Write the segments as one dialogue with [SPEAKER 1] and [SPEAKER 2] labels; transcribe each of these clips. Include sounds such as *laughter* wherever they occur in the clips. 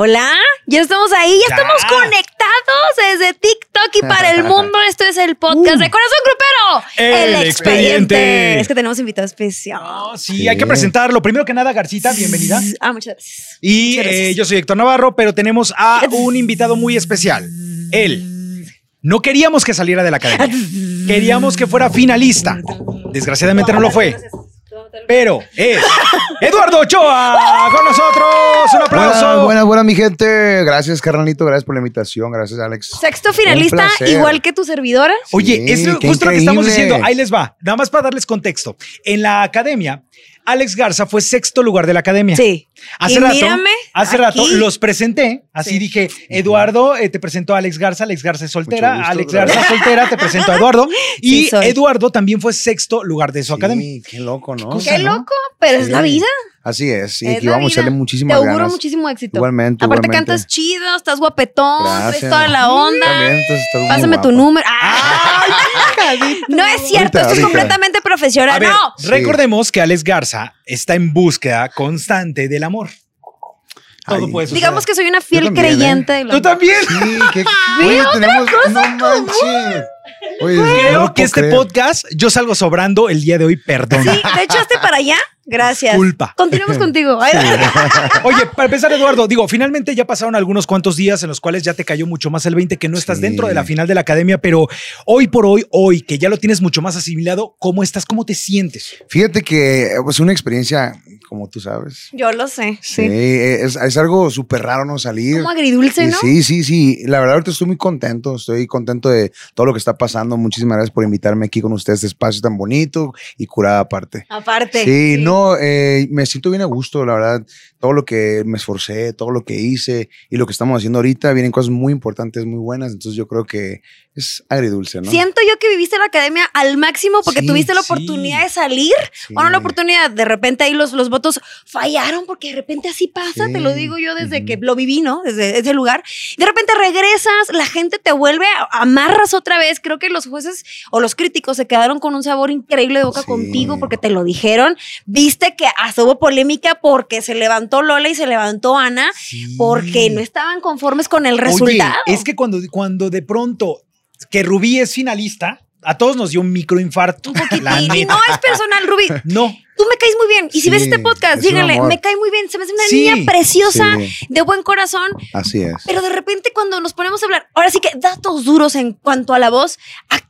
[SPEAKER 1] Hola, ya estamos ahí, ya,
[SPEAKER 2] Ya.
[SPEAKER 1] estamos conectados desde TikTok y para el mundo. Esto es el podcast de Corazón Grupero.
[SPEAKER 2] El expediente.
[SPEAKER 1] Es que tenemos invitado especial.
[SPEAKER 2] No, Ah, sí,
[SPEAKER 3] Sí.
[SPEAKER 2] hay que presentarlo. Primero que nada, Garcita, bienvenida.
[SPEAKER 1] Ah, muchas gracias.
[SPEAKER 2] Y
[SPEAKER 1] Muchas gracias.
[SPEAKER 2] eh, yo soy Héctor Navarro, pero tenemos a un invitado muy especial. Él. No queríamos que saliera de la academia. Queríamos que fuera finalista. Desgraciadamente no lo fue. Pero es Eduardo Ochoa con nosotros. Un
[SPEAKER 3] Buenas,
[SPEAKER 2] aplauso.
[SPEAKER 3] buenas, buenas, mi gente. Gracias, carnalito. Gracias por la invitación. Gracias, Alex.
[SPEAKER 1] Sexto finalista,
[SPEAKER 3] Un placer.
[SPEAKER 1] igual que tu servidora.
[SPEAKER 2] Oye,
[SPEAKER 3] Sí,
[SPEAKER 2] es lo-
[SPEAKER 3] qué
[SPEAKER 2] justo lo que estamos
[SPEAKER 3] increíble.
[SPEAKER 2] diciendo. Ahí les va. Nada más para darles contexto. En la academia, Alex Garza fue sexto lugar de la academia.
[SPEAKER 1] Sí.
[SPEAKER 2] Hace
[SPEAKER 1] Y
[SPEAKER 2] rato,
[SPEAKER 1] mírame
[SPEAKER 2] hace
[SPEAKER 1] aquí.
[SPEAKER 2] rato los presenté. Así
[SPEAKER 1] Sí.
[SPEAKER 2] dije, Eduardo eh, te presentó a Alex Garza, Alex Garza es soltera,
[SPEAKER 3] Mucho gusto,
[SPEAKER 2] Alex
[SPEAKER 3] gracias.
[SPEAKER 2] Garza es soltera, te presento a Eduardo.
[SPEAKER 1] *laughs*
[SPEAKER 2] Y
[SPEAKER 1] Sí, soy.
[SPEAKER 2] Eduardo también fue sexto lugar de su
[SPEAKER 3] Sí,
[SPEAKER 2] academia.
[SPEAKER 3] Qué loco, ¿no?
[SPEAKER 2] cosa,
[SPEAKER 1] Qué
[SPEAKER 2] ¿no?
[SPEAKER 1] loco, pero es
[SPEAKER 3] Sí.
[SPEAKER 1] la vida.
[SPEAKER 3] Así es. Y
[SPEAKER 1] Es
[SPEAKER 3] aquí
[SPEAKER 1] la
[SPEAKER 3] vamos a
[SPEAKER 1] vida.
[SPEAKER 3] echarle
[SPEAKER 1] Te
[SPEAKER 3] muchísimas
[SPEAKER 1] auguro
[SPEAKER 3] ganas.
[SPEAKER 1] muchísimo éxito.
[SPEAKER 3] Igualmente,
[SPEAKER 1] Aparte
[SPEAKER 3] igualmente.
[SPEAKER 1] cantas chido, estás guapetón, traes
[SPEAKER 3] Gracias.
[SPEAKER 1] toda la onda.
[SPEAKER 3] También, entonces, estás muy
[SPEAKER 1] Pásame tu
[SPEAKER 3] guapa.
[SPEAKER 1] número. ¡Ah! no es cierto,
[SPEAKER 3] Ahorita,
[SPEAKER 1] esto es
[SPEAKER 3] ahorita.
[SPEAKER 1] completamente
[SPEAKER 2] A
[SPEAKER 1] profesional.
[SPEAKER 2] ver,
[SPEAKER 1] No.
[SPEAKER 3] Sí.
[SPEAKER 2] recordemos que Alex Garza está en búsqueda constante del amor. Todo
[SPEAKER 3] Ay.
[SPEAKER 2] puede suceder.
[SPEAKER 1] Digamos que soy una fiel
[SPEAKER 3] también, ¿eh?
[SPEAKER 1] creyente de lo
[SPEAKER 2] Tú también.
[SPEAKER 3] Sí,
[SPEAKER 1] *laughs*
[SPEAKER 3] qué. Oye, tenemos. No manches. Oye, no
[SPEAKER 2] Creo
[SPEAKER 3] lo
[SPEAKER 2] que
[SPEAKER 3] puedo
[SPEAKER 2] este
[SPEAKER 3] creer.
[SPEAKER 2] podcast yo salgo sobrando el día de hoy, perdón.
[SPEAKER 1] Sí, te echaste para allá. Gracias.
[SPEAKER 2] Culpa.
[SPEAKER 3] *laughs*
[SPEAKER 1] Continuemos contigo. Ay,
[SPEAKER 2] Oye, para empezar, Eduardo, digo, finalmente ya pasaron algunos cuantos días en los cuales ya te cayó mucho más el 20, que no estás
[SPEAKER 3] Sí.
[SPEAKER 2] dentro de la final de la academia, pero hoy por hoy, hoy, que ya lo tienes mucho más asimilado, ¿cómo estás? ¿Cómo te sientes?
[SPEAKER 3] Fíjate que eh, pues una experiencia, como tú sabes.
[SPEAKER 1] *laughs* Yo lo sé.
[SPEAKER 3] Sí.
[SPEAKER 1] Sí.
[SPEAKER 3] eh, es, es algo súper raro no salir.
[SPEAKER 1] Como agridulce, ¿no?
[SPEAKER 3] Sí, sí, sí. La verdad, ahorita estoy muy contento. Estoy contento de todo lo que está pasando. Muchísimas gracias por invitarme aquí con ustedes, este espacio tan bonito y curada aparte.
[SPEAKER 1] Aparte.
[SPEAKER 3] Sí, no, eh, me siento bien a gusto, la verdad. Todo lo que me esforcé, todo lo que hice y lo que estamos haciendo ahorita, vienen cosas muy importantes, muy buenas. Entonces yo creo que es agridulce, ¿no?
[SPEAKER 1] Siento yo que viviste la academia al máximo porque
[SPEAKER 3] Sí,
[SPEAKER 1] tuviste la
[SPEAKER 2] sí.
[SPEAKER 1] oportunidad de salir.
[SPEAKER 3] Sí.
[SPEAKER 1] Bueno, la oportunidad, de repente ahí los, los votos fallaron porque de repente así pasa, te lo
[SPEAKER 3] Sí.
[SPEAKER 1] digo yo desde
[SPEAKER 3] Ujú.
[SPEAKER 1] que lo viví, ¿no? Desde ese lugar. De repente regresas, la gente te vuelve, a- amarras otra vez. Creo que los jueces o los críticos se quedaron con un sabor increíble de boca
[SPEAKER 3] Sí.
[SPEAKER 1] contigo porque te lo dijeron. Viste que hasta hubo polémica porque se levantó Lola y se levantó Ana porque no estaban conformes con el resultado.
[SPEAKER 2] Oye, es que cuando, cuando de pronto que Rubí es finalista, a todos nos dio un microinfarto.
[SPEAKER 1] un poquitín.
[SPEAKER 2] La
[SPEAKER 1] Y
[SPEAKER 2] neta.
[SPEAKER 1] no es personal, Rubí.
[SPEAKER 2] No,
[SPEAKER 1] Tú me caes muy bien. Y si
[SPEAKER 3] Sí,
[SPEAKER 1] ves este podcast,
[SPEAKER 3] es un
[SPEAKER 1] díganle,
[SPEAKER 3] amor.
[SPEAKER 1] me cae muy bien. Se me hace una
[SPEAKER 2] Sí.
[SPEAKER 1] niña preciosa,
[SPEAKER 3] Sí,
[SPEAKER 1] de buen corazón.
[SPEAKER 3] así es.
[SPEAKER 1] Pero de repente cuando nos ponemos a hablar, ahora sí que datos duros en cuanto a la voz, a-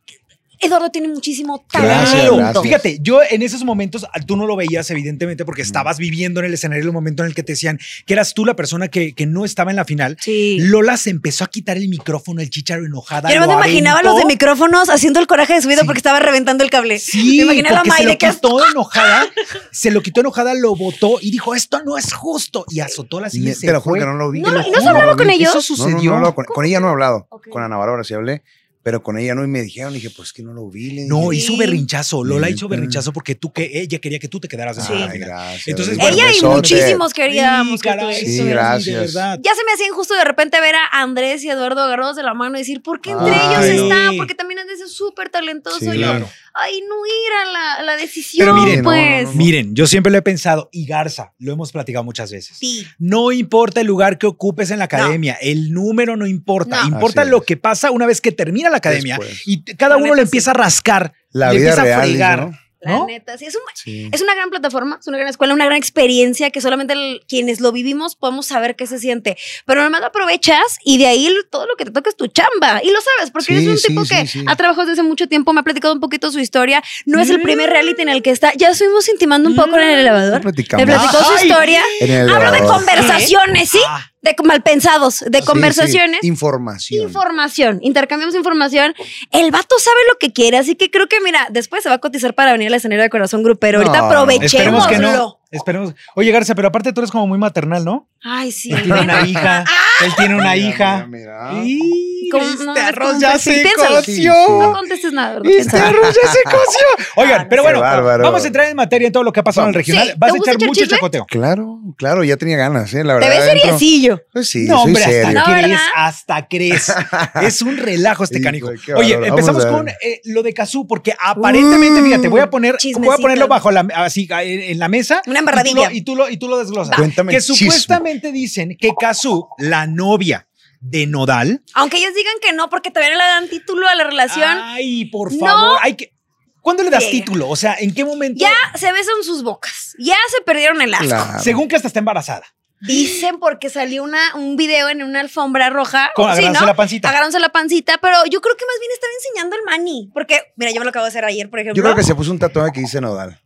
[SPEAKER 1] Eduardo tiene muchísimo talento.
[SPEAKER 3] Gracias,
[SPEAKER 2] Claro.
[SPEAKER 3] gracias.
[SPEAKER 2] Fíjate, yo en esos momentos ah, tú no lo veías, evidentemente, porque estabas viviendo en el escenario el momento en el que te decían que eras tú la persona que, que no estaba en la final.
[SPEAKER 1] Sí.
[SPEAKER 2] Lola se empezó a quitar el micrófono, el chicharo enojada.
[SPEAKER 1] Yo no me
[SPEAKER 2] lo
[SPEAKER 1] imaginaba a los de
[SPEAKER 2] aventó.
[SPEAKER 1] micrófonos haciendo el coraje de su vida
[SPEAKER 2] Sí.
[SPEAKER 1] porque estaba reventando el cable.
[SPEAKER 2] Sí,
[SPEAKER 1] me imaginé a la
[SPEAKER 2] porque se
[SPEAKER 1] Mayre
[SPEAKER 2] lo
[SPEAKER 1] que
[SPEAKER 2] quitó enojada,
[SPEAKER 1] *laughs*
[SPEAKER 2] se lo quitó enojada, lo botó y dijo, esto no es justo. Y azotó la silla y
[SPEAKER 3] Ni-
[SPEAKER 2] se
[SPEAKER 3] Te lo juro
[SPEAKER 2] fue.
[SPEAKER 3] que no lo vi.
[SPEAKER 1] Pues, No, no,
[SPEAKER 3] Te lo
[SPEAKER 1] ¿y no has
[SPEAKER 3] juro,
[SPEAKER 1] hablado
[SPEAKER 3] lo
[SPEAKER 1] con
[SPEAKER 3] vi.
[SPEAKER 1] ellos?
[SPEAKER 2] Eso
[SPEAKER 3] No, no, no he
[SPEAKER 2] sucedió.
[SPEAKER 3] hablado con, con ella no he hablado.
[SPEAKER 1] Ok.
[SPEAKER 3] Con Ana Bárbara sí hablé, pero con ella no y me dijeron, dije, pues que no lo vi. le
[SPEAKER 2] No,
[SPEAKER 3] dije.
[SPEAKER 2] hizo berrinchazo. Lola hizo
[SPEAKER 3] Neta.
[SPEAKER 2] berrinchazo porque tú que ella quería que tú te quedaras de
[SPEAKER 1] Sí.
[SPEAKER 2] su
[SPEAKER 3] Ay,
[SPEAKER 2] final.
[SPEAKER 3] gracias.
[SPEAKER 2] Entonces,
[SPEAKER 3] Bueno,
[SPEAKER 1] Ella y
[SPEAKER 3] besote.
[SPEAKER 1] muchísimos
[SPEAKER 2] Sí,
[SPEAKER 1] queríamos que
[SPEAKER 2] caray,
[SPEAKER 1] estuvieras.
[SPEAKER 3] Sí,
[SPEAKER 2] eso es,
[SPEAKER 3] gracias.
[SPEAKER 2] de verdad.
[SPEAKER 1] Ya se me hacía injusto de repente ver a Andrés y Eduardo agarrados de la mano y decir, ¿por qué entre
[SPEAKER 2] Ay,
[SPEAKER 1] ellos
[SPEAKER 2] no.
[SPEAKER 1] está? Porque también Andrés es súper talentoso.
[SPEAKER 3] Sí,
[SPEAKER 1] y yo,
[SPEAKER 3] claro.
[SPEAKER 1] ay, no ir a la, a la decisión,
[SPEAKER 2] Pero miren,
[SPEAKER 3] no,
[SPEAKER 1] pues.
[SPEAKER 3] no, no.
[SPEAKER 2] Miren, yo siempre lo he pensado y Garza, lo hemos platicado muchas veces.
[SPEAKER 1] Sí.
[SPEAKER 2] No importa el lugar que ocupes en la academia, el número no importa,
[SPEAKER 1] No.
[SPEAKER 2] importa
[SPEAKER 3] Así
[SPEAKER 2] lo
[SPEAKER 3] es.
[SPEAKER 2] que pasa una vez que termina la academia
[SPEAKER 3] Después.
[SPEAKER 2] y t- cada
[SPEAKER 1] La
[SPEAKER 2] uno
[SPEAKER 1] neta,
[SPEAKER 2] le empieza a rascar,
[SPEAKER 3] La
[SPEAKER 2] le
[SPEAKER 3] vida
[SPEAKER 2] empieza a
[SPEAKER 3] real. dice,
[SPEAKER 2] fregar,
[SPEAKER 3] ¿no?
[SPEAKER 1] La
[SPEAKER 2] ¿no?
[SPEAKER 1] neta, sí, es, un-
[SPEAKER 3] Sí.
[SPEAKER 1] es una gran plataforma, es una gran escuela, una gran experiencia que solamente el- quienes lo vivimos podemos saber qué se siente. Pero nomás lo aprovechas y de ahí lo- todo lo que te toca es tu chamba. Y lo sabes, porque
[SPEAKER 3] Sí,
[SPEAKER 1] eres un
[SPEAKER 3] sí,
[SPEAKER 1] tipo
[SPEAKER 3] sí,
[SPEAKER 1] que
[SPEAKER 3] sí.
[SPEAKER 1] ha trabajado desde hace mucho tiempo, me ha platicado un poquito su historia. No es el primer reality en el que está. Ya estuvimos intimando un poco en el elevador.
[SPEAKER 3] Ya
[SPEAKER 1] Me
[SPEAKER 3] platicamos.
[SPEAKER 1] platicó su
[SPEAKER 2] Ay.
[SPEAKER 1] historia.
[SPEAKER 3] En el
[SPEAKER 1] Hablo de
[SPEAKER 3] elevador.
[SPEAKER 1] conversaciones, ¿sí?
[SPEAKER 2] Ah,
[SPEAKER 1] De malpensados, de
[SPEAKER 3] Sí,
[SPEAKER 1] conversaciones.
[SPEAKER 3] sí. Información.
[SPEAKER 1] Información, intercambiamos información. El vato sabe lo que quiere, así que creo que, mira, después se va a cotizar para venir al escenario de corazón grupero. Ahorita
[SPEAKER 3] No,
[SPEAKER 2] esperemos
[SPEAKER 1] aprovechémoslo.
[SPEAKER 2] que no. Esperemos. Oye, Garza, pero aparte tú eres como muy maternal, ¿no?
[SPEAKER 3] *laughs*
[SPEAKER 1] Ay, sí. *laughs* Ah.
[SPEAKER 2] Él tiene una hija, él tiene una hija.
[SPEAKER 3] Mira, mira, mira.
[SPEAKER 2] Y-
[SPEAKER 1] ¿Cómo?
[SPEAKER 2] este
[SPEAKER 1] No, no
[SPEAKER 2] arroz
[SPEAKER 1] contestes,
[SPEAKER 2] ya se
[SPEAKER 1] piénsalo.
[SPEAKER 2] coció.
[SPEAKER 3] Sí, sí.
[SPEAKER 1] No contestes nada, ¿verdad?
[SPEAKER 2] Este
[SPEAKER 1] Piénsalo.
[SPEAKER 2] arroz ya se
[SPEAKER 1] *laughs*
[SPEAKER 2] coció.
[SPEAKER 1] Ah,
[SPEAKER 2] Oigan, pero
[SPEAKER 3] qué
[SPEAKER 2] bueno,
[SPEAKER 3] bárbaro.
[SPEAKER 2] vamos a entrar en materia en todo lo que ha pasado en el regional.
[SPEAKER 1] Sí,
[SPEAKER 2] Vas a
[SPEAKER 1] ¿te gusta
[SPEAKER 2] echar
[SPEAKER 1] echar
[SPEAKER 2] mucho
[SPEAKER 1] chisme?
[SPEAKER 2] chacoteo.
[SPEAKER 3] Claro, claro, ya tenía ganas, ¿eh? La
[SPEAKER 1] Te
[SPEAKER 3] verdad.
[SPEAKER 1] ves
[SPEAKER 3] adentro-
[SPEAKER 1] seriecillo.
[SPEAKER 3] Pues sí,
[SPEAKER 2] no,
[SPEAKER 3] soy
[SPEAKER 2] hombre,
[SPEAKER 3] serio.
[SPEAKER 2] hasta
[SPEAKER 1] No,
[SPEAKER 2] crees,
[SPEAKER 1] ¿verdad?
[SPEAKER 2] hasta
[SPEAKER 3] *laughs*
[SPEAKER 2] crees. Es un relajo este
[SPEAKER 3] Híjole,
[SPEAKER 2] canijo.
[SPEAKER 3] qué
[SPEAKER 2] Oye,
[SPEAKER 3] bárbaro.
[SPEAKER 2] empezamos
[SPEAKER 3] Vamos a
[SPEAKER 2] con
[SPEAKER 3] ver.
[SPEAKER 2] eh, lo de Cazú, porque aparentemente,
[SPEAKER 1] Mm,
[SPEAKER 2] fíjate, voy a poner, voy a
[SPEAKER 1] chismecito.
[SPEAKER 2] ponerlo bajo la, así eh, en la mesa.
[SPEAKER 1] Una
[SPEAKER 2] y tú lo-
[SPEAKER 1] embarradilla.
[SPEAKER 2] Y tú lo, y tú lo desglosas.
[SPEAKER 3] Cuéntame
[SPEAKER 2] Que
[SPEAKER 3] el chisme.
[SPEAKER 2] supuestamente dicen que Cazú, la novia de Nodal.
[SPEAKER 1] Aunque ellos digan que no, porque todavía no le dan título a la relación.
[SPEAKER 2] Ay, por
[SPEAKER 1] No.
[SPEAKER 2] favor. Hay que, ¿Cuándo le das
[SPEAKER 1] Sí.
[SPEAKER 2] título? O sea, ¿en qué momento?
[SPEAKER 1] ya se besan sus bocas. Ya se perdieron el asco.
[SPEAKER 3] Claro.
[SPEAKER 2] Según que hasta está embarazada.
[SPEAKER 1] Dicen porque salió una, un video en una alfombra roja.
[SPEAKER 2] Con,
[SPEAKER 1] sí,
[SPEAKER 2] agarrándose
[SPEAKER 1] ¿no?
[SPEAKER 2] la pancita.
[SPEAKER 1] Agarrándose la pancita, pero yo creo que más bien están enseñando el mani. Porque, mira, yo me lo acabo de hacer ayer, por ejemplo.
[SPEAKER 3] Yo creo que se puso un tatuaje que dice Nodal.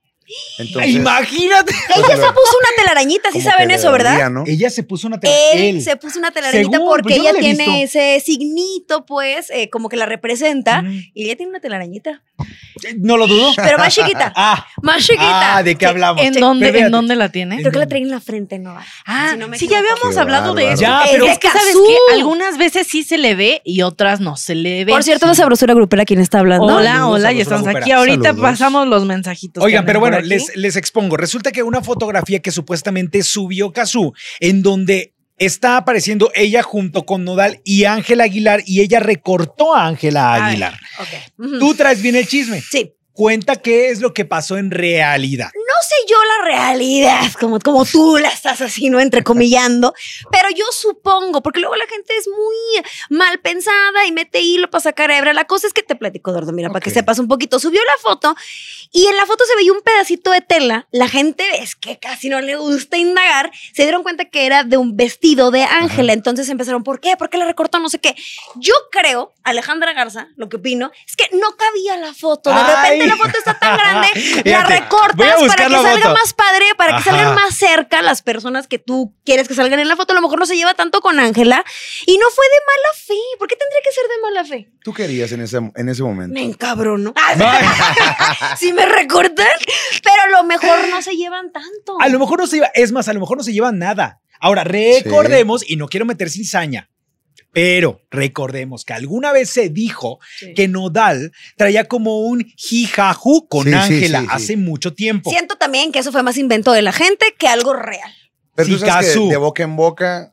[SPEAKER 3] Entonces, pues,
[SPEAKER 2] Imagínate.
[SPEAKER 1] Ella se puso una telarañita, sí
[SPEAKER 3] como
[SPEAKER 1] saben
[SPEAKER 3] que le
[SPEAKER 1] eso, ¿verdad?
[SPEAKER 3] dolía, ¿no?
[SPEAKER 2] Ella se puso una
[SPEAKER 1] Él,
[SPEAKER 2] telaraña.
[SPEAKER 1] se puso una telarañita
[SPEAKER 2] Según,
[SPEAKER 1] porque
[SPEAKER 2] pues yo no
[SPEAKER 1] ella
[SPEAKER 2] la he
[SPEAKER 1] tiene
[SPEAKER 2] visto.
[SPEAKER 1] ese signito, pues, eh, como que la representa.
[SPEAKER 2] Mm.
[SPEAKER 1] Y ella tiene una telarañita.
[SPEAKER 2] Eh, No lo dudo.
[SPEAKER 1] Pero más chiquita.
[SPEAKER 2] *laughs* Ah,
[SPEAKER 1] Más chiquita.
[SPEAKER 2] ah, ¿de qué
[SPEAKER 1] Sí.
[SPEAKER 2] hablamos?
[SPEAKER 4] ¿En
[SPEAKER 1] Sí.
[SPEAKER 4] dónde,
[SPEAKER 2] Pero
[SPEAKER 4] ¿En
[SPEAKER 2] fíjate.
[SPEAKER 4] dónde la tiene?
[SPEAKER 1] Creo que la traen en la frente, ¿no?
[SPEAKER 4] Ah,
[SPEAKER 1] Si no me
[SPEAKER 4] sí, ya
[SPEAKER 1] equivoco.
[SPEAKER 4] habíamos
[SPEAKER 3] Qué
[SPEAKER 4] hablado de
[SPEAKER 3] bárbaro.
[SPEAKER 4] eso.
[SPEAKER 2] Ya,
[SPEAKER 1] Es
[SPEAKER 2] pero.
[SPEAKER 1] de
[SPEAKER 4] Es que sabes
[SPEAKER 1] Cazú.
[SPEAKER 4] que algunas veces sí se le ve y otras no se le ve.
[SPEAKER 1] Por cierto, la sabrosura grupera quien está hablando.
[SPEAKER 4] Hola,
[SPEAKER 2] Saludos,
[SPEAKER 4] hola,
[SPEAKER 2] saludos,
[SPEAKER 4] ya estamos
[SPEAKER 2] saludos,
[SPEAKER 4] aquí. Ahorita
[SPEAKER 3] saludos.
[SPEAKER 4] pasamos los mensajitos.
[SPEAKER 2] Oigan,
[SPEAKER 4] que
[SPEAKER 2] pero
[SPEAKER 4] andan
[SPEAKER 2] bueno,
[SPEAKER 4] por
[SPEAKER 2] les,
[SPEAKER 4] aquí.
[SPEAKER 2] les expongo. Resulta que una fotografía que supuestamente subió Kazú, en donde está apareciendo ella junto con Nodal y Ángela Aguilar, y ella recortó a Ángela
[SPEAKER 4] ver.
[SPEAKER 2] Aguilar.
[SPEAKER 1] Ok. Ujú.
[SPEAKER 2] Tú traes bien el chisme.
[SPEAKER 1] Sí.
[SPEAKER 2] Cuenta qué es lo que pasó en realidad.
[SPEAKER 1] No sé yo la realidad, como, como tú la estás así, ¿no? Entrecomillando. Pero yo supongo, porque luego la gente es muy mal pensada y mete hilo para sacar hebra. La cosa es que te platico, Eduardo, mira, para que
[SPEAKER 3] Ok.
[SPEAKER 1] sepas un poquito. Subió la foto y en la foto se veía un pedacito de tela. La gente es que casi no le gusta indagar. Se dieron cuenta que era de un vestido de Ángela. Entonces empezaron, ¿por qué? ¿Por qué la recortó? No sé qué. Yo creo, Alejandra Garza, lo que opino, es que no cabía la foto. De
[SPEAKER 2] Ay.
[SPEAKER 1] repente la foto está tan grande, la
[SPEAKER 2] Fíjate, voy a
[SPEAKER 1] recortas
[SPEAKER 2] buscar
[SPEAKER 1] para que
[SPEAKER 2] la
[SPEAKER 1] salga
[SPEAKER 2] foto.
[SPEAKER 1] más padre, para que
[SPEAKER 2] Ajá.
[SPEAKER 1] salgan más cerca las personas que tú quieres que salgan en la foto. A lo mejor no se lleva tanto con Ángela. Y no fue de mala fe. ¿Por qué tendría que ser de mala fe?
[SPEAKER 3] ¿Tú querías en ese, en ese momento?
[SPEAKER 1] Me encabrono.
[SPEAKER 2] Ah,
[SPEAKER 1] si me recortan, pero a lo mejor no se llevan tanto.
[SPEAKER 2] A lo mejor no se lleva, es más, a lo mejor no se lleva nada. Ahora, recordemos, y no quiero meter cizaña, pero recordemos que alguna vez se dijo
[SPEAKER 1] Sí.
[SPEAKER 2] que Nodal traía como un jijajú con
[SPEAKER 3] Sí, sí,
[SPEAKER 2] Ángela
[SPEAKER 3] sí, sí.
[SPEAKER 2] hace mucho tiempo.
[SPEAKER 1] Siento también que eso fue más invento de la gente que algo real.
[SPEAKER 3] Pero tú
[SPEAKER 2] Sí,
[SPEAKER 3] sabes que
[SPEAKER 2] Cazú.
[SPEAKER 3] de boca en boca,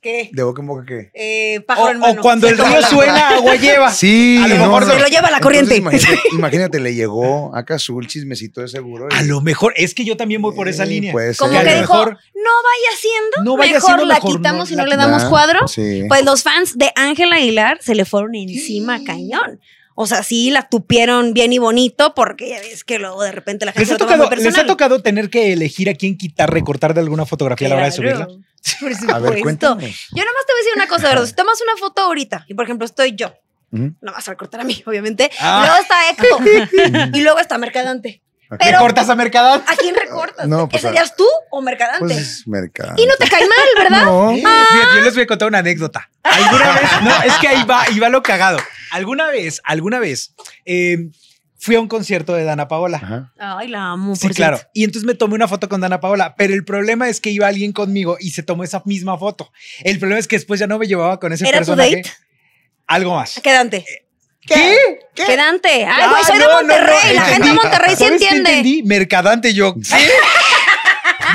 [SPEAKER 1] ¿Qué?
[SPEAKER 3] de boca en boca, ¿qué?
[SPEAKER 1] Eh,
[SPEAKER 2] O,
[SPEAKER 1] pájaro en
[SPEAKER 2] o
[SPEAKER 1] mano.
[SPEAKER 2] cuando el
[SPEAKER 1] *laughs*
[SPEAKER 2] río suena, agua lleva.
[SPEAKER 3] Sí,
[SPEAKER 2] A lo mejor se
[SPEAKER 1] lo lleva la corriente.
[SPEAKER 3] Entonces,
[SPEAKER 1] *laughs*
[SPEAKER 3] imagínate, imagínate, le llegó a Cazú el chismecito de seguro. y-
[SPEAKER 2] A lo mejor, es que yo también voy por esa
[SPEAKER 3] Sí, pues.
[SPEAKER 2] línea.
[SPEAKER 3] puede
[SPEAKER 1] Como
[SPEAKER 2] Que
[SPEAKER 3] ser.
[SPEAKER 2] a
[SPEAKER 1] que
[SPEAKER 2] lo
[SPEAKER 1] dijo,
[SPEAKER 2] mejor-
[SPEAKER 1] no vaya siendo,
[SPEAKER 2] No vaya
[SPEAKER 1] mejor
[SPEAKER 2] siendo,
[SPEAKER 1] la
[SPEAKER 2] mejor no
[SPEAKER 1] quitamos y no
[SPEAKER 2] la
[SPEAKER 1] le damos
[SPEAKER 3] Ah,
[SPEAKER 1] cuadro.
[SPEAKER 3] Sí.
[SPEAKER 1] Pues los fans de Ángela Aguilar se le fueron encima a cañón. O sea, sí la tupieron bien y bonito porque ya ves que luego de repente la gente
[SPEAKER 2] ¿Les ha,
[SPEAKER 1] lo toma muy
[SPEAKER 2] tocado, ¿Les ha
[SPEAKER 1] personal.
[SPEAKER 2] tocado tener que elegir a quién quitar, recortar de alguna fotografía a la hora de
[SPEAKER 1] Claro.
[SPEAKER 2] subirla?
[SPEAKER 1] *laughs* Por
[SPEAKER 3] a ver,
[SPEAKER 1] supuesto.
[SPEAKER 3] cuéntame.
[SPEAKER 1] Yo nomás te voy a decir una cosa, ¿verdad? Si tomas una foto ahorita y por ejemplo estoy yo, *laughs*
[SPEAKER 3] Ujú.
[SPEAKER 1] no vas a recortar a mí, obviamente.
[SPEAKER 2] Ah.
[SPEAKER 1] Luego está
[SPEAKER 3] *laughs*
[SPEAKER 1] Ecto y luego está Mercadante.
[SPEAKER 3] Ok.
[SPEAKER 1] Pero-
[SPEAKER 2] ¿Recortas a Mercadante?
[SPEAKER 1] ¿A quién recortas?
[SPEAKER 3] No, pues,
[SPEAKER 1] ¿Ese días tú o Mercadante?
[SPEAKER 3] Pues es mercado.
[SPEAKER 1] y no te cae mal,
[SPEAKER 2] *laughs*
[SPEAKER 1] ¿verdad?
[SPEAKER 3] No.
[SPEAKER 2] Fíjate, yo les voy a contar una anécdota. Alguna *laughs* vez, no, es que ahí va, ahí va lo cagado. Alguna vez, alguna vez, eh, fui a un concierto de Dana Paola.
[SPEAKER 3] Ajá.
[SPEAKER 1] Ay, la amo.
[SPEAKER 2] Sí,
[SPEAKER 1] por
[SPEAKER 2] claro.
[SPEAKER 1] cierto.
[SPEAKER 2] Y entonces me tomé una foto con Dana Paola, pero el problema es que iba alguien conmigo y se tomó esa misma foto. El problema es que después ya no me llevaba con ese
[SPEAKER 1] ¿Era tu
[SPEAKER 2] personaje.
[SPEAKER 1] date?
[SPEAKER 2] Algo más.
[SPEAKER 1] Quedante.
[SPEAKER 2] ¿Qué?
[SPEAKER 1] Quedante. Ay,
[SPEAKER 2] Ah,
[SPEAKER 1] güey, soy
[SPEAKER 2] no,
[SPEAKER 1] de
[SPEAKER 2] no, no,
[SPEAKER 1] Monterrey. la
[SPEAKER 2] entendí.
[SPEAKER 1] gente de Monterrey sí
[SPEAKER 2] ¿Sabes qué
[SPEAKER 1] entiende.
[SPEAKER 2] entendí? Mercadante yo. ¿Qué?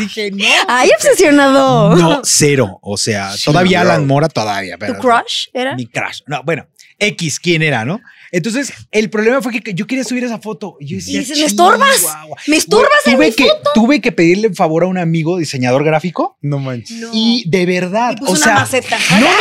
[SPEAKER 2] Dije, no.
[SPEAKER 1] *laughs* Ay, obsesionado.
[SPEAKER 2] No, cero. O sea, todavía
[SPEAKER 3] no.
[SPEAKER 2] Alan Mora todavía.
[SPEAKER 1] ¿Tu
[SPEAKER 2] pero-
[SPEAKER 1] crush era?
[SPEAKER 2] Mi crush. No, bueno, X, ¿quién era, no? Entonces, el problema fue que yo quería subir esa foto. Y yo decía,
[SPEAKER 1] Y dices, "Me estorbas,
[SPEAKER 2] "Chihuahua".
[SPEAKER 1] me estorbas
[SPEAKER 2] Güey,
[SPEAKER 1] en mi
[SPEAKER 2] tuve que, Tuve que pedirle un favor a un amigo diseñador gráfico.
[SPEAKER 3] No manches.
[SPEAKER 1] No.
[SPEAKER 2] Y de verdad,
[SPEAKER 1] Y puso
[SPEAKER 2] o
[SPEAKER 1] una
[SPEAKER 2] sea,
[SPEAKER 1] maceta.
[SPEAKER 2] no, no, no.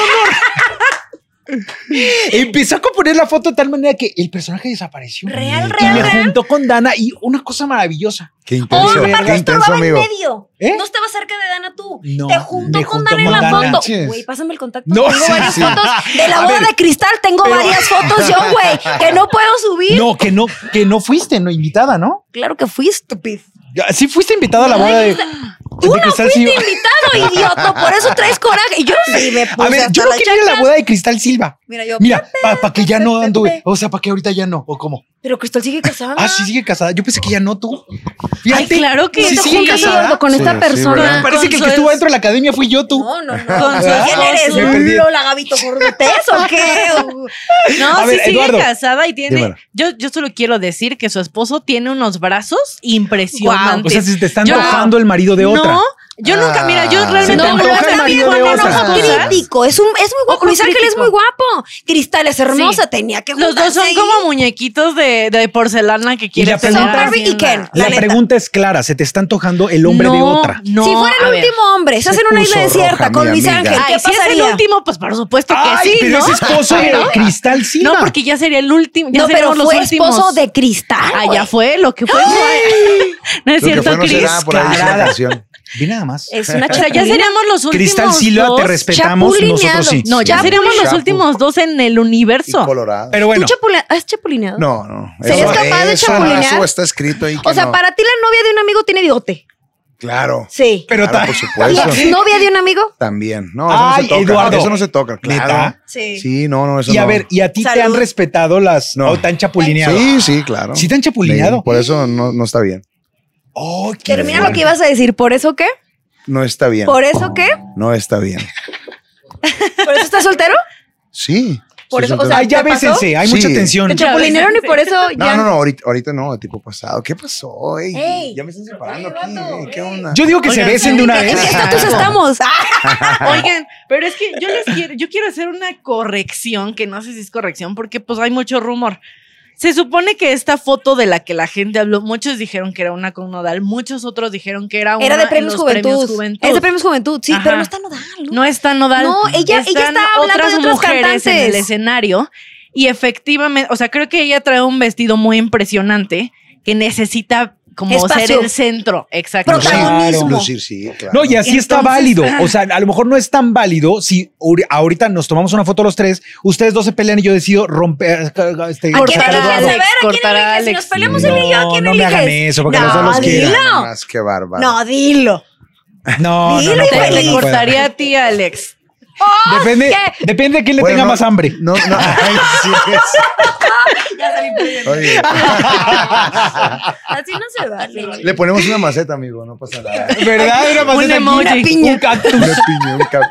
[SPEAKER 2] Empezó a componer la foto de tal manera que el personaje desapareció.
[SPEAKER 1] Real,
[SPEAKER 2] y me
[SPEAKER 1] real, real.
[SPEAKER 2] juntó con Dana y una cosa maravillosa.
[SPEAKER 3] Qué
[SPEAKER 1] Oh,
[SPEAKER 3] intenso.
[SPEAKER 2] Eso,
[SPEAKER 1] aparte
[SPEAKER 2] verga.
[SPEAKER 3] qué intenso,
[SPEAKER 1] estorbaba en
[SPEAKER 3] amigo.
[SPEAKER 1] medio.
[SPEAKER 2] ¿Eh?
[SPEAKER 1] No estaba cerca de Dana tú.
[SPEAKER 2] No,
[SPEAKER 1] Te junto
[SPEAKER 2] me
[SPEAKER 1] con
[SPEAKER 2] juntó
[SPEAKER 1] Dana en
[SPEAKER 2] con
[SPEAKER 1] la
[SPEAKER 2] Dana.
[SPEAKER 1] foto.
[SPEAKER 3] Manches.
[SPEAKER 1] Güey, pásame el contacto.
[SPEAKER 2] No,
[SPEAKER 1] tengo
[SPEAKER 2] sí,
[SPEAKER 1] varias
[SPEAKER 2] sí.
[SPEAKER 1] fotos. De la
[SPEAKER 2] A
[SPEAKER 1] boda
[SPEAKER 2] ver,
[SPEAKER 1] de cristal tengo
[SPEAKER 2] pero-
[SPEAKER 1] varias fotos yo, güey, que no puedo subir.
[SPEAKER 2] No, que no, que no fuiste, no invitada, ¿no?
[SPEAKER 1] Claro que fui
[SPEAKER 2] *laughs*
[SPEAKER 1] estúpido.
[SPEAKER 2] Ya, Sí fuiste invitada a la boda de.
[SPEAKER 1] Tú
[SPEAKER 2] de
[SPEAKER 1] no
[SPEAKER 2] Cristal
[SPEAKER 1] fuiste
[SPEAKER 2] Silva.
[SPEAKER 1] invitado, idiota. Por eso traes coraje. Y yo sí me puse
[SPEAKER 2] A ver,
[SPEAKER 1] hasta
[SPEAKER 2] yo no
[SPEAKER 1] las
[SPEAKER 2] quería ir a la
[SPEAKER 1] chanclas.
[SPEAKER 2] boda de Cristal Silva.
[SPEAKER 1] Mira, yo.
[SPEAKER 2] Mira, para que ya no anduve. O sea, para que ahorita ya no. ¿O cómo?
[SPEAKER 1] Pero Cristal sigue casada.
[SPEAKER 2] Ah, sí, sigue casada. Yo pensé que ya no tú. Fíjate.
[SPEAKER 4] Ay, claro que
[SPEAKER 2] Sí,
[SPEAKER 1] ¿Te
[SPEAKER 4] sí.
[SPEAKER 2] sigue
[SPEAKER 1] juntas,
[SPEAKER 2] casada?
[SPEAKER 1] Eduardo, con
[SPEAKER 3] Sí,
[SPEAKER 1] esta
[SPEAKER 3] sí,
[SPEAKER 1] persona.
[SPEAKER 3] ¿verdad?
[SPEAKER 2] Parece que el que estuvo dentro de la academia fui yo tú.
[SPEAKER 1] No, no, no.
[SPEAKER 4] Con su
[SPEAKER 1] ¿Quién eres?
[SPEAKER 2] Me perdí.
[SPEAKER 1] ¿Lola Gavito Cortés o *laughs* qué? O-
[SPEAKER 4] No,
[SPEAKER 2] A
[SPEAKER 4] sí
[SPEAKER 2] ver,
[SPEAKER 4] sigue
[SPEAKER 2] Eduardo.
[SPEAKER 4] casada y tiene.
[SPEAKER 3] Dímelo.
[SPEAKER 4] Yo, yo solo quiero decir que su esposo tiene unos brazos
[SPEAKER 2] Ah, O
[SPEAKER 4] impresionantes.
[SPEAKER 2] sea, si te están
[SPEAKER 4] Yo-
[SPEAKER 2] antojando el marido de otra.
[SPEAKER 4] No, yo nunca, mira, yo
[SPEAKER 3] Ah.
[SPEAKER 4] realmente
[SPEAKER 3] Se te
[SPEAKER 1] No,
[SPEAKER 4] nunca
[SPEAKER 1] pero
[SPEAKER 2] antoja
[SPEAKER 4] me
[SPEAKER 2] el
[SPEAKER 1] es
[SPEAKER 4] vi
[SPEAKER 1] también
[SPEAKER 2] marido
[SPEAKER 4] con
[SPEAKER 2] de
[SPEAKER 1] un
[SPEAKER 4] él
[SPEAKER 2] otra.
[SPEAKER 1] ojo
[SPEAKER 4] enojo cosas.
[SPEAKER 1] crítico. Es, un, es muy guapo.
[SPEAKER 4] Ojo
[SPEAKER 1] Luis Ángel es
[SPEAKER 4] crítico.
[SPEAKER 1] muy guapo. Cristal es hermosa.
[SPEAKER 4] Sí.
[SPEAKER 1] Tenía que
[SPEAKER 4] Los dos son
[SPEAKER 1] juntarse
[SPEAKER 4] como
[SPEAKER 1] ahí.
[SPEAKER 4] muñequitos de, de porcelana que quieren
[SPEAKER 2] la pregunta-
[SPEAKER 4] tener
[SPEAKER 2] Son
[SPEAKER 1] Barbie y
[SPEAKER 4] así en
[SPEAKER 1] Ken.
[SPEAKER 2] La,
[SPEAKER 1] La neta.
[SPEAKER 2] pregunta es clara, se te está antojando el hombre de
[SPEAKER 4] No,
[SPEAKER 2] otra.
[SPEAKER 4] no,
[SPEAKER 1] si fuera
[SPEAKER 4] a
[SPEAKER 1] el
[SPEAKER 4] ver.
[SPEAKER 1] último hombre, estás
[SPEAKER 3] Se
[SPEAKER 1] en una
[SPEAKER 3] puso
[SPEAKER 1] isla desierta
[SPEAKER 3] roja,
[SPEAKER 1] con
[SPEAKER 3] mi
[SPEAKER 1] Luis
[SPEAKER 3] amiga.
[SPEAKER 1] Ángel.
[SPEAKER 4] Ay,
[SPEAKER 1] ¿Qué
[SPEAKER 4] si es el
[SPEAKER 1] pasaría?
[SPEAKER 4] último, pues por supuesto que
[SPEAKER 2] Ay,
[SPEAKER 4] sí,
[SPEAKER 2] pero
[SPEAKER 4] ¿no?
[SPEAKER 2] es esposo de
[SPEAKER 4] Pero-
[SPEAKER 2] Cristal Silva.
[SPEAKER 4] No, porque ya sería el último. Ya
[SPEAKER 1] No, pero
[SPEAKER 4] seríamos los
[SPEAKER 1] fue
[SPEAKER 4] últimos.
[SPEAKER 1] esposo de Cristal.
[SPEAKER 4] Ah,
[SPEAKER 1] güey.
[SPEAKER 4] ya fue lo que fue. no hay- *laughs* No es
[SPEAKER 3] Lo que
[SPEAKER 4] cierto,
[SPEAKER 3] fue no
[SPEAKER 4] Cris.
[SPEAKER 2] pues,
[SPEAKER 3] será, por ahí dice la
[SPEAKER 2] Carada.
[SPEAKER 3] canción.
[SPEAKER 2] Ve nada más.
[SPEAKER 1] Es una
[SPEAKER 4] O sea, *laughs* ya
[SPEAKER 1] chapulina.
[SPEAKER 4] seríamos los últimos.
[SPEAKER 2] Cristal Silva,
[SPEAKER 4] dos.
[SPEAKER 2] te respetamos,
[SPEAKER 1] chapulineado.
[SPEAKER 2] nosotros sí.
[SPEAKER 4] No, ya
[SPEAKER 3] Sí.
[SPEAKER 4] seríamos los
[SPEAKER 3] Chapu.
[SPEAKER 4] últimos dos en el
[SPEAKER 3] Y
[SPEAKER 4] universo.
[SPEAKER 3] colorado.
[SPEAKER 2] Pero
[SPEAKER 1] ¿Tú
[SPEAKER 2] bueno,
[SPEAKER 1] chapula- has chapulineado?
[SPEAKER 3] No, no.
[SPEAKER 1] ¿Serías
[SPEAKER 3] Eso-
[SPEAKER 1] capaz de
[SPEAKER 3] eso-
[SPEAKER 1] chapulinear?
[SPEAKER 3] Eso está escrito ahí. que
[SPEAKER 1] O sea,
[SPEAKER 3] no.
[SPEAKER 1] para ti la novia de un amigo tiene bigote.
[SPEAKER 3] Claro.
[SPEAKER 1] Sí.
[SPEAKER 2] pero
[SPEAKER 3] Claro,
[SPEAKER 2] ta-
[SPEAKER 3] por
[SPEAKER 1] ¿Y la
[SPEAKER 3] supuesto.
[SPEAKER 1] exnovia de un amigo?
[SPEAKER 3] También. No, eso
[SPEAKER 2] Ay,
[SPEAKER 3] no se toca.
[SPEAKER 2] Eduardo.
[SPEAKER 3] Eso no se toca, claro.
[SPEAKER 2] ¿Neta?
[SPEAKER 1] Sí.
[SPEAKER 3] Sí, no, no, eso
[SPEAKER 2] y a
[SPEAKER 3] no.
[SPEAKER 2] ver, ¿y a ti te
[SPEAKER 1] Salud.
[SPEAKER 2] han respetado las
[SPEAKER 3] No.
[SPEAKER 2] o te han chapulineado?
[SPEAKER 3] Sí, sí, claro.
[SPEAKER 2] ¿Sí te han chapulineado?
[SPEAKER 3] Sí, por eso no, no está bien.
[SPEAKER 2] Oh, qué
[SPEAKER 1] Termina lo
[SPEAKER 2] fuerte.
[SPEAKER 1] que ibas a decir. ¿Por eso qué?
[SPEAKER 3] No está bien.
[SPEAKER 1] ¿Por eso qué?
[SPEAKER 3] No está bien.
[SPEAKER 1] ¿Por eso estás soltero?
[SPEAKER 3] Sí.
[SPEAKER 1] Por
[SPEAKER 3] Sí,
[SPEAKER 1] eso, o
[SPEAKER 3] sí,
[SPEAKER 1] sea,
[SPEAKER 2] Ay, ya
[SPEAKER 1] ¿te pasó?
[SPEAKER 2] bésense, hay
[SPEAKER 3] Sí.
[SPEAKER 2] mucha tensión.
[SPEAKER 1] ¿Te chapulinearon y por eso
[SPEAKER 3] No,
[SPEAKER 1] ya?
[SPEAKER 3] no, no, ahorita, ahorita no, tipo pasado. ¿Qué pasó? Ey,
[SPEAKER 1] Ey.
[SPEAKER 3] ya me están separando
[SPEAKER 1] Ey,
[SPEAKER 3] aquí.
[SPEAKER 1] vato,
[SPEAKER 3] eh, ¿Qué
[SPEAKER 1] ey.
[SPEAKER 3] onda?
[SPEAKER 2] Yo digo que se
[SPEAKER 4] Oigan,
[SPEAKER 2] besen de una
[SPEAKER 1] ¿En
[SPEAKER 2] vez.
[SPEAKER 1] qué estatus estamos? Ah,
[SPEAKER 4] *laughs* Oigan, pero es que yo les quiero, yo quiero hacer una corrección, que no sé si es corrección, porque pues hay mucho rumor. Se supone que esta foto de la que la gente habló, muchos dijeron que era una con nodal, muchos otros dijeron que era una
[SPEAKER 1] era de
[SPEAKER 4] en
[SPEAKER 1] Premios
[SPEAKER 4] los
[SPEAKER 1] Juventud.
[SPEAKER 4] Premios Juventud.
[SPEAKER 1] Es de Premios Juventud, sí,
[SPEAKER 4] Ajá.
[SPEAKER 1] pero no está nodal. No,
[SPEAKER 4] No está nodal.
[SPEAKER 1] No, ella- ella
[SPEAKER 4] Están
[SPEAKER 1] está hablando
[SPEAKER 4] otras
[SPEAKER 1] de otras
[SPEAKER 4] mujeres en el
[SPEAKER 1] cantantes.
[SPEAKER 4] escenario y efectivamente, o sea, creo que ella trae un vestido muy impresionante que necesita como
[SPEAKER 1] Espacio.
[SPEAKER 4] ser el centro, exacto.
[SPEAKER 3] Lucir,
[SPEAKER 1] protagonismo.
[SPEAKER 3] lucir, sí, claro.
[SPEAKER 2] No, y así está
[SPEAKER 4] Entonces,
[SPEAKER 2] válido. O sea, a lo mejor no es tan válido si ahori- ahorita nos tomamos una foto los tres, ustedes dos se pelean y yo decido romper. Este,
[SPEAKER 1] ¿A quién
[SPEAKER 4] Cortar
[SPEAKER 2] sacar
[SPEAKER 4] a
[SPEAKER 1] eliges? A
[SPEAKER 2] Eduardo.
[SPEAKER 4] Alex,
[SPEAKER 1] ver, ¿a quién
[SPEAKER 4] cortar a
[SPEAKER 1] eliges? Si
[SPEAKER 4] Alex.
[SPEAKER 1] nos peleamos él y yo, ¿a quién
[SPEAKER 2] No, no me
[SPEAKER 1] eliges?
[SPEAKER 2] hagan eso, porque los dos los quieren.
[SPEAKER 1] Ah, dilo.
[SPEAKER 3] Más que bárbaro.
[SPEAKER 1] No, dilo.
[SPEAKER 2] No, no,
[SPEAKER 1] Dilo,
[SPEAKER 2] no
[SPEAKER 1] hijo,
[SPEAKER 2] puedo,
[SPEAKER 1] le
[SPEAKER 2] no puedo.
[SPEAKER 4] cortaría a ti, Alex.
[SPEAKER 2] Depende, depende de quién le
[SPEAKER 3] Bueno,
[SPEAKER 2] tenga
[SPEAKER 3] no,
[SPEAKER 2] más hambre.
[SPEAKER 3] *laughs* No, no, ay, sí
[SPEAKER 1] *laughs*
[SPEAKER 3] es. Oye,
[SPEAKER 1] Así no se vale.
[SPEAKER 3] le ponemos una maceta, amigo, no
[SPEAKER 1] *laughs*
[SPEAKER 3] pasa nada.
[SPEAKER 2] ¿Verdad? Era más
[SPEAKER 4] Un
[SPEAKER 2] de aquí,
[SPEAKER 4] emoji.
[SPEAKER 2] una piña. Un cactus.
[SPEAKER 3] Una piña, un cap-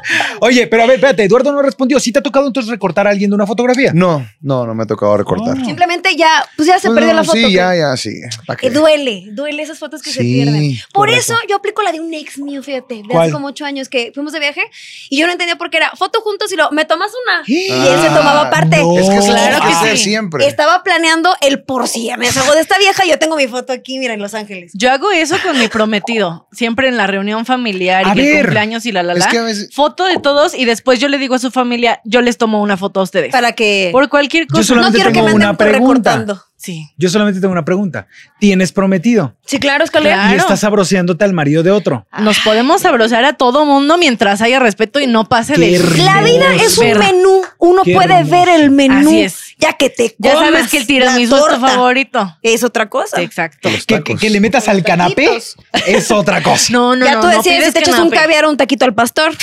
[SPEAKER 2] Oye, pero a ver, espérate, Eduardo no respondió. ¿Sí te ha tocado entonces recortar a alguien de una fotografía?
[SPEAKER 3] No, no, no me ha tocado recortar.
[SPEAKER 2] Ah.
[SPEAKER 1] Simplemente ya, pues ya se
[SPEAKER 3] Pues
[SPEAKER 1] perdió
[SPEAKER 3] no,
[SPEAKER 1] la foto.
[SPEAKER 3] Sí, ya, ya, sí. ¿pa'
[SPEAKER 1] Que
[SPEAKER 3] qué?
[SPEAKER 1] duele, duele esas fotos que se
[SPEAKER 3] Sí,
[SPEAKER 1] pierden. Por
[SPEAKER 3] correcto.
[SPEAKER 1] eso yo aplico la de un ex mío, fíjate, de
[SPEAKER 2] ¿Cuál?
[SPEAKER 1] hace como ocho años que fuimos de viaje y yo no entendía por qué era foto juntos y lo, me tomas una. Y él se
[SPEAKER 3] Ah,
[SPEAKER 1] tomaba aparte.
[SPEAKER 2] no.
[SPEAKER 3] Es que eso
[SPEAKER 4] Claro
[SPEAKER 3] claro
[SPEAKER 4] que
[SPEAKER 3] que hacer
[SPEAKER 4] sí.
[SPEAKER 3] siempre.
[SPEAKER 1] Estaba planeando el por si ya me salgo de esta vieja. Yo tengo mi foto aquí, mira, en Los Ángeles.
[SPEAKER 4] Yo hago eso con mi prometido, siempre en la reunión familiar
[SPEAKER 2] A
[SPEAKER 4] y que el
[SPEAKER 2] ver.
[SPEAKER 4] cumpleaños y la la la.
[SPEAKER 3] Es que a veces-
[SPEAKER 4] Foto de todos y después yo le digo a su familia, yo les tomo una foto a ustedes.
[SPEAKER 1] Para que.
[SPEAKER 4] Por cualquier cosa.
[SPEAKER 1] no
[SPEAKER 2] solamente
[SPEAKER 1] quiero que
[SPEAKER 2] tengo
[SPEAKER 1] me anden
[SPEAKER 2] una
[SPEAKER 1] por
[SPEAKER 2] pregunta.
[SPEAKER 1] recortando.
[SPEAKER 4] Sí.
[SPEAKER 2] Yo solamente tengo una pregunta. ¿Tienes prometido?
[SPEAKER 1] Sí, claro, escalera.
[SPEAKER 4] Claro.
[SPEAKER 2] Y estás abroceándote al marido de otro.
[SPEAKER 4] Nos podemos abrazar a todo mundo mientras haya respeto y no pase
[SPEAKER 2] Qué
[SPEAKER 4] de.
[SPEAKER 2] rico.
[SPEAKER 1] La vida es un
[SPEAKER 4] Ver.
[SPEAKER 1] menú. Uno
[SPEAKER 2] Qué
[SPEAKER 1] puede
[SPEAKER 2] hermoso.
[SPEAKER 1] ver el menú.
[SPEAKER 4] Así es.
[SPEAKER 1] Ya que te
[SPEAKER 4] Ya
[SPEAKER 1] comas
[SPEAKER 4] sabes que el
[SPEAKER 1] la
[SPEAKER 4] tiramismo es tu
[SPEAKER 1] torta.
[SPEAKER 4] favorito.
[SPEAKER 1] Es otra cosa.
[SPEAKER 4] Sí, exacto.
[SPEAKER 3] Los
[SPEAKER 2] Que, que-
[SPEAKER 3] tacos.
[SPEAKER 2] que le metas al canapé es otra cosa.
[SPEAKER 4] No, no,
[SPEAKER 1] ya
[SPEAKER 4] no.
[SPEAKER 1] tú
[SPEAKER 4] no
[SPEAKER 1] decides
[SPEAKER 4] pides
[SPEAKER 1] si te echas un
[SPEAKER 4] canapé.
[SPEAKER 1] caviar o un taquito al pastor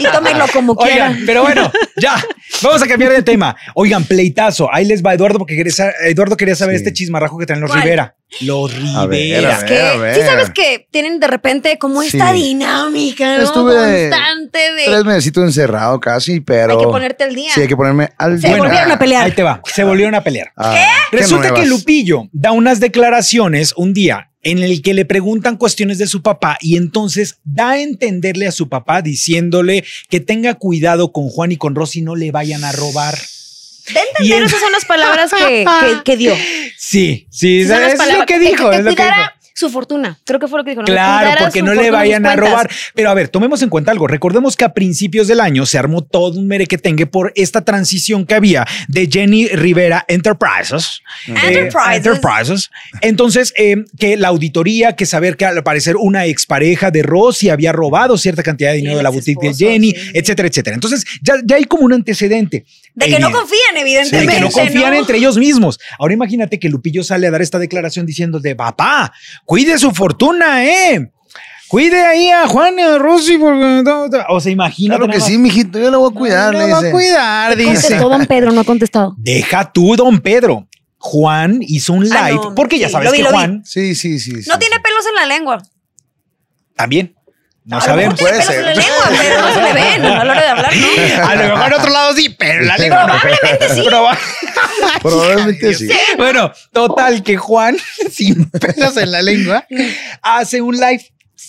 [SPEAKER 1] y tómenlo *laughs* como
[SPEAKER 2] Oigan,
[SPEAKER 1] quieran. *laughs*
[SPEAKER 2] pero bueno, ya, vamos a cambiar de tema. Oigan, pleitazo, ahí les va Eduardo, porque quería sa- Eduardo quería saber
[SPEAKER 3] Sí.
[SPEAKER 2] este chismarrajo que traen los
[SPEAKER 1] ¿Cuál?
[SPEAKER 2] Rivera. Los
[SPEAKER 3] A ver,
[SPEAKER 2] Rivera.
[SPEAKER 3] a ver,
[SPEAKER 1] Que
[SPEAKER 3] a ver.
[SPEAKER 1] sí sabes que tienen de repente como esta
[SPEAKER 3] Sí.
[SPEAKER 1] dinámica ¿no?
[SPEAKER 3] Estuve
[SPEAKER 1] constante de
[SPEAKER 3] Tres necesito encerrado casi, pero.
[SPEAKER 1] hay que ponerte al día.
[SPEAKER 3] Sí, hay que ponerme al
[SPEAKER 1] Se
[SPEAKER 3] día.
[SPEAKER 1] volvieron a pelear.
[SPEAKER 2] Ahí te va, se volvieron a pelear.
[SPEAKER 3] Ah, ¿qué
[SPEAKER 2] Resulta que
[SPEAKER 3] nuevas?
[SPEAKER 2] Lupillo da unas declaraciones un día en el que le preguntan cuestiones de su papá y entonces da a entenderle a su papá diciéndole que tenga cuidado con Juan y con Rosy, no le vayan a robar.
[SPEAKER 1] De entender,
[SPEAKER 2] Y-
[SPEAKER 1] esas son las palabras que, que- que dio.
[SPEAKER 2] Sí, sí,
[SPEAKER 1] Esas son las
[SPEAKER 2] es lo
[SPEAKER 1] palabras.
[SPEAKER 2] que
[SPEAKER 1] El
[SPEAKER 2] dijo.
[SPEAKER 1] te
[SPEAKER 2] es lo que
[SPEAKER 1] cuidara
[SPEAKER 2] dijo.
[SPEAKER 1] su fortuna. Creo que fue lo que dijo. ¿no? Que
[SPEAKER 2] Claro,
[SPEAKER 1] cuidara
[SPEAKER 2] porque
[SPEAKER 1] su
[SPEAKER 2] no le
[SPEAKER 1] fortuna, sus
[SPEAKER 2] vayan a
[SPEAKER 1] cuentas.
[SPEAKER 2] robar. Pero a ver, tomemos en cuenta algo. Recordemos que a principios del año se armó todo un merequetengue por esta transición que había de Jenny Rivera Enterprises. eh,
[SPEAKER 1] Enterprises.
[SPEAKER 2] Enterprises. Entonces, eh, que la auditoría, que saber que al parecer una expareja de Rosy había robado cierta cantidad de dinero de la
[SPEAKER 1] ex
[SPEAKER 2] boutique de
[SPEAKER 1] esposo,
[SPEAKER 2] Jenny,
[SPEAKER 1] sí.
[SPEAKER 2] etcétera, etcétera. Entonces, ya, ya hay como un antecedente.
[SPEAKER 1] De que no
[SPEAKER 2] Evidente.
[SPEAKER 1] confían,
[SPEAKER 2] Sí,
[SPEAKER 1] evidentemente.
[SPEAKER 2] que no confían
[SPEAKER 1] ¿no?
[SPEAKER 2] entre ellos mismos. Ahora imagínate que Lupillo sale a dar esta declaración diciendo de papá, cuide su fortuna, eh. Cuide ahí a Juan y a Rosy porque no- no". o sea, imagínate.
[SPEAKER 3] Claro que
[SPEAKER 2] nada
[SPEAKER 3] sí,
[SPEAKER 2] más.
[SPEAKER 3] mijito, yo lo voy a cuidar,
[SPEAKER 2] No
[SPEAKER 3] le
[SPEAKER 2] va a
[SPEAKER 3] dice.
[SPEAKER 2] cuidar, dice.
[SPEAKER 1] Contestó don Pedro, no ha contestado.
[SPEAKER 2] Deja tú, don Pedro. Juan hizo un live,
[SPEAKER 1] Ah, no,
[SPEAKER 2] porque ya
[SPEAKER 1] sí,
[SPEAKER 2] sabes
[SPEAKER 1] lo vi,
[SPEAKER 2] que
[SPEAKER 1] lo vi.
[SPEAKER 2] Juan
[SPEAKER 3] Sí, sí, sí.
[SPEAKER 1] No
[SPEAKER 3] sí,
[SPEAKER 1] tiene
[SPEAKER 3] sí.
[SPEAKER 1] pelos en la lengua.
[SPEAKER 2] también.
[SPEAKER 1] a
[SPEAKER 2] No
[SPEAKER 1] lo mejor
[SPEAKER 2] sabemos.
[SPEAKER 1] tiene
[SPEAKER 3] puede
[SPEAKER 1] pelos
[SPEAKER 3] ser.
[SPEAKER 1] en la lengua, pero no se le ven a la hora de hablar, ¿no?
[SPEAKER 2] *laughs* A lo mejor en otro lado sí, pero en la lengua.
[SPEAKER 1] Probablemente sí.
[SPEAKER 2] Proba-
[SPEAKER 3] Probablemente sí.
[SPEAKER 1] *laughs*
[SPEAKER 2] Bueno, total que Juan, *laughs* sin pelos en la lengua, hace un live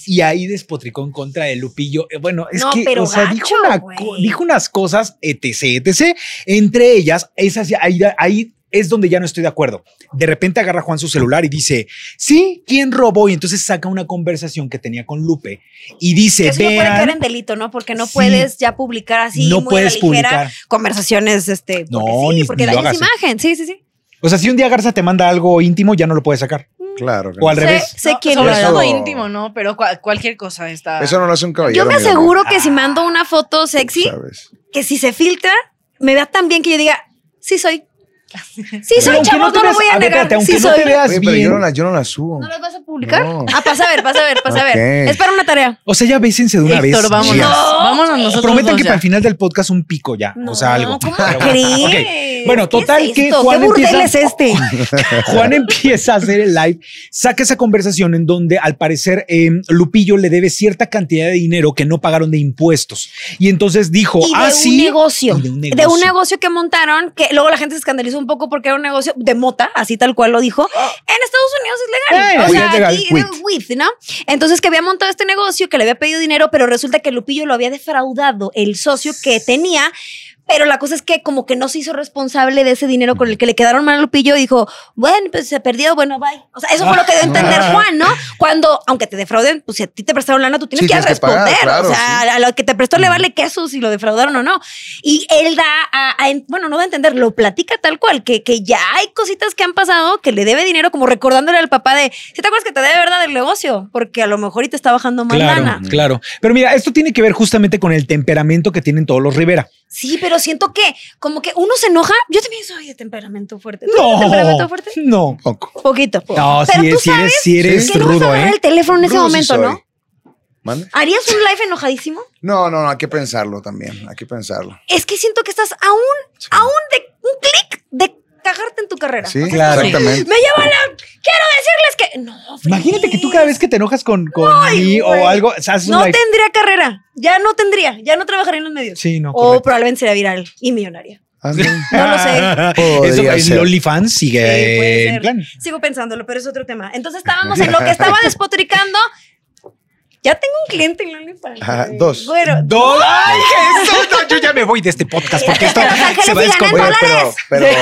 [SPEAKER 2] y ahí despotricó en contra de Lupillo. Eh, Bueno, es
[SPEAKER 1] No,
[SPEAKER 2] que,
[SPEAKER 1] pero
[SPEAKER 2] o sea,
[SPEAKER 1] gacho,
[SPEAKER 2] dijo, una
[SPEAKER 1] güey.
[SPEAKER 2] co- dijo unas cosas, etc, etc. Entre ellas, esas, ahí, ahí es donde ya no estoy de acuerdo. De repente agarra Juan su celular y dice, sí, ¿quién robó? Y entonces saca una conversación que tenía con Lupe y dice,
[SPEAKER 1] Eso no puede caer
[SPEAKER 2] vean,
[SPEAKER 1] en delito, ¿no? Porque no
[SPEAKER 2] Sí.
[SPEAKER 1] puedes ya publicar así
[SPEAKER 2] no
[SPEAKER 1] muy
[SPEAKER 2] puedes
[SPEAKER 1] a la ligera
[SPEAKER 2] publicar.
[SPEAKER 1] conversaciones, este,
[SPEAKER 2] No,
[SPEAKER 1] porque sí,
[SPEAKER 2] ni-
[SPEAKER 1] porque
[SPEAKER 2] ni lo
[SPEAKER 1] dañas
[SPEAKER 2] hagas, eh.
[SPEAKER 1] imagen. Sí, sí, sí.
[SPEAKER 2] O sea, si un día Garza te manda algo íntimo, ya no lo puedes sacar.
[SPEAKER 3] Claro. que
[SPEAKER 2] O al
[SPEAKER 3] no.
[SPEAKER 1] Sé-
[SPEAKER 2] revés.
[SPEAKER 1] Sé,
[SPEAKER 4] No,
[SPEAKER 1] quién
[SPEAKER 4] sobre
[SPEAKER 1] lo-
[SPEAKER 3] Eso-
[SPEAKER 4] todo íntimo, ¿no? Pero cua- cualquier cosa está.
[SPEAKER 3] Eso no lo hace un caballero.
[SPEAKER 1] Yo me
[SPEAKER 3] mi amor,
[SPEAKER 1] aseguro que si mando una foto sexy,
[SPEAKER 3] ¿sabes?
[SPEAKER 1] que si se filtra, me vea tan bien que yo diga, sí soy. Sí
[SPEAKER 2] Pero
[SPEAKER 1] soy,
[SPEAKER 2] aunque
[SPEAKER 1] chavos,
[SPEAKER 2] te
[SPEAKER 1] no, lo
[SPEAKER 2] veas-
[SPEAKER 1] voy a
[SPEAKER 2] ver,
[SPEAKER 1] negar.
[SPEAKER 2] espérate, aunque
[SPEAKER 1] sí
[SPEAKER 2] no
[SPEAKER 1] soy.
[SPEAKER 2] te veas
[SPEAKER 3] Oye, pero
[SPEAKER 2] bien,
[SPEAKER 3] yo no, la, yo no la subo. *laughs*
[SPEAKER 1] ¿No las vas a publicar?
[SPEAKER 3] No.
[SPEAKER 1] Ah, pasa a ver, pasa a ver, pasa a ver.
[SPEAKER 3] Ok.
[SPEAKER 1] Es para una
[SPEAKER 2] *laughs*
[SPEAKER 1] tarea.
[SPEAKER 2] O sea, ya bésense de una
[SPEAKER 4] Héctor,
[SPEAKER 2] vez.
[SPEAKER 4] vámonos.
[SPEAKER 2] Ya.
[SPEAKER 1] No.
[SPEAKER 4] Vámonos nosotros.
[SPEAKER 2] Prometan
[SPEAKER 4] dos
[SPEAKER 2] que
[SPEAKER 4] ya.
[SPEAKER 2] para el final del podcast un pico ya.
[SPEAKER 1] No,
[SPEAKER 2] o sea, algo.
[SPEAKER 1] ¿Cómo
[SPEAKER 2] Pero bueno.
[SPEAKER 1] crees?
[SPEAKER 2] Ok. Bueno,
[SPEAKER 1] ¿Qué
[SPEAKER 2] total
[SPEAKER 1] es
[SPEAKER 2] que
[SPEAKER 1] esto?
[SPEAKER 2] Juan
[SPEAKER 1] ¿Qué burdel
[SPEAKER 2] empieza-
[SPEAKER 1] es este?
[SPEAKER 2] Juan empieza a hacer el live, saca esa conversación en donde al parecer eh, Lupillo le debe cierta cantidad de dinero que no pagaron de impuestos. Y entonces dijo,
[SPEAKER 1] y de
[SPEAKER 2] ah,
[SPEAKER 1] un
[SPEAKER 2] sí.
[SPEAKER 1] negocio.
[SPEAKER 2] Y de un negocio.
[SPEAKER 1] De un negocio que montaron, que luego la gente se escandalizó un poco porque era un negocio de mota, así tal cual lo dijo. En Estados Unidos es legal.
[SPEAKER 2] Eh,
[SPEAKER 1] o
[SPEAKER 2] sí,
[SPEAKER 1] sea,
[SPEAKER 2] es legal.
[SPEAKER 1] aquí era with, ¿no? Entonces que había montado este negocio, que le había pedido dinero, pero resulta que Lupillo lo había defraudado el socio que tenía. Pero la cosa es que como que no se hizo responsable de ese dinero con el que le quedaron mal a Lupillo y dijo, bueno, pues se perdió, bueno, bye. O sea, eso fue lo que dio a entender Juan, ¿no? Cuando, aunque te defrauden, pues si a ti te prestaron lana, tú tienes
[SPEAKER 3] Sí,
[SPEAKER 1] que
[SPEAKER 3] tienes que
[SPEAKER 1] responder.
[SPEAKER 3] pagar, claro,
[SPEAKER 1] o sea, a lo que te prestó le vale queso si lo defraudaron o no. Y él da a, a en- bueno, no da a entender, lo platica tal cual, que, que ya hay cositas que han pasado que le debe dinero, como recordándole al papá de, si te acuerdas que te debe verdad el negocio, porque a lo mejor y te está bajando más
[SPEAKER 2] Claro,
[SPEAKER 1] lana.
[SPEAKER 2] claro. Pero mira, esto tiene que ver justamente con el temperamento que tienen todos los Rivera.
[SPEAKER 1] Sí, pero siento que como que uno se enoja. Yo también soy de temperamento fuerte. ¿Tú eres de
[SPEAKER 2] No,
[SPEAKER 1] temperamento fuerte?
[SPEAKER 2] no.
[SPEAKER 3] Poco.
[SPEAKER 1] Poquito.
[SPEAKER 2] No,
[SPEAKER 1] pero
[SPEAKER 2] si
[SPEAKER 1] tú
[SPEAKER 2] eres, si eres,
[SPEAKER 1] sabes
[SPEAKER 2] si eres
[SPEAKER 1] que no vas a
[SPEAKER 2] rudo,
[SPEAKER 1] agarrar
[SPEAKER 2] ¿eh?
[SPEAKER 1] el teléfono en ese
[SPEAKER 3] Rudo sí
[SPEAKER 1] momento,
[SPEAKER 3] soy.
[SPEAKER 1] ¿no?
[SPEAKER 3] ¿Mande?
[SPEAKER 1] ¿Harías un live enojadísimo?
[SPEAKER 3] No, no, no, hay que pensarlo también. Hay que pensarlo.
[SPEAKER 1] Es que siento que estás aún,
[SPEAKER 3] Sí.
[SPEAKER 1] aún de un clic de cagarte en tu carrera.
[SPEAKER 3] Sí,
[SPEAKER 1] *laughs*
[SPEAKER 2] Claro.
[SPEAKER 3] exactamente.
[SPEAKER 1] Me lleva la. Quiero decirles que. No, Feliz.
[SPEAKER 2] Imagínate que tú cada vez que te enojas con, con
[SPEAKER 1] Ay,
[SPEAKER 2] mí
[SPEAKER 1] güey.
[SPEAKER 2] o algo, o sea, haces un
[SPEAKER 1] No
[SPEAKER 2] live.
[SPEAKER 1] tendría carrera. Ya no tendría. Ya no trabajaría en los medios.
[SPEAKER 2] Sí, no.
[SPEAKER 1] o
[SPEAKER 2] correcto.
[SPEAKER 1] probablemente sería viral y millonaria.
[SPEAKER 3] Ande.
[SPEAKER 1] Oh, No
[SPEAKER 2] *laughs*
[SPEAKER 1] lo sé.
[SPEAKER 2] Eso
[SPEAKER 3] Podría
[SPEAKER 2] el
[SPEAKER 3] ser.
[SPEAKER 2] OnlyFans sigue
[SPEAKER 1] Sí, puede
[SPEAKER 2] en
[SPEAKER 1] ser.
[SPEAKER 2] plan.
[SPEAKER 1] Sigo pensándolo, pero es otro tema. Entonces estábamos en lo
[SPEAKER 2] *laughs*
[SPEAKER 1] que estaba despotricando. Ya tengo un cliente en OnlyFans.
[SPEAKER 3] Ajá,
[SPEAKER 1] güey.
[SPEAKER 3] dos.
[SPEAKER 1] Bueno,
[SPEAKER 2] ¡Dol- ¡Ay, Jesús! No, yo ya me voy de este podcast porque esto
[SPEAKER 1] Los ángeles
[SPEAKER 2] se va a
[SPEAKER 1] sigan en
[SPEAKER 2] descomponer.
[SPEAKER 3] Oye, pero, pero,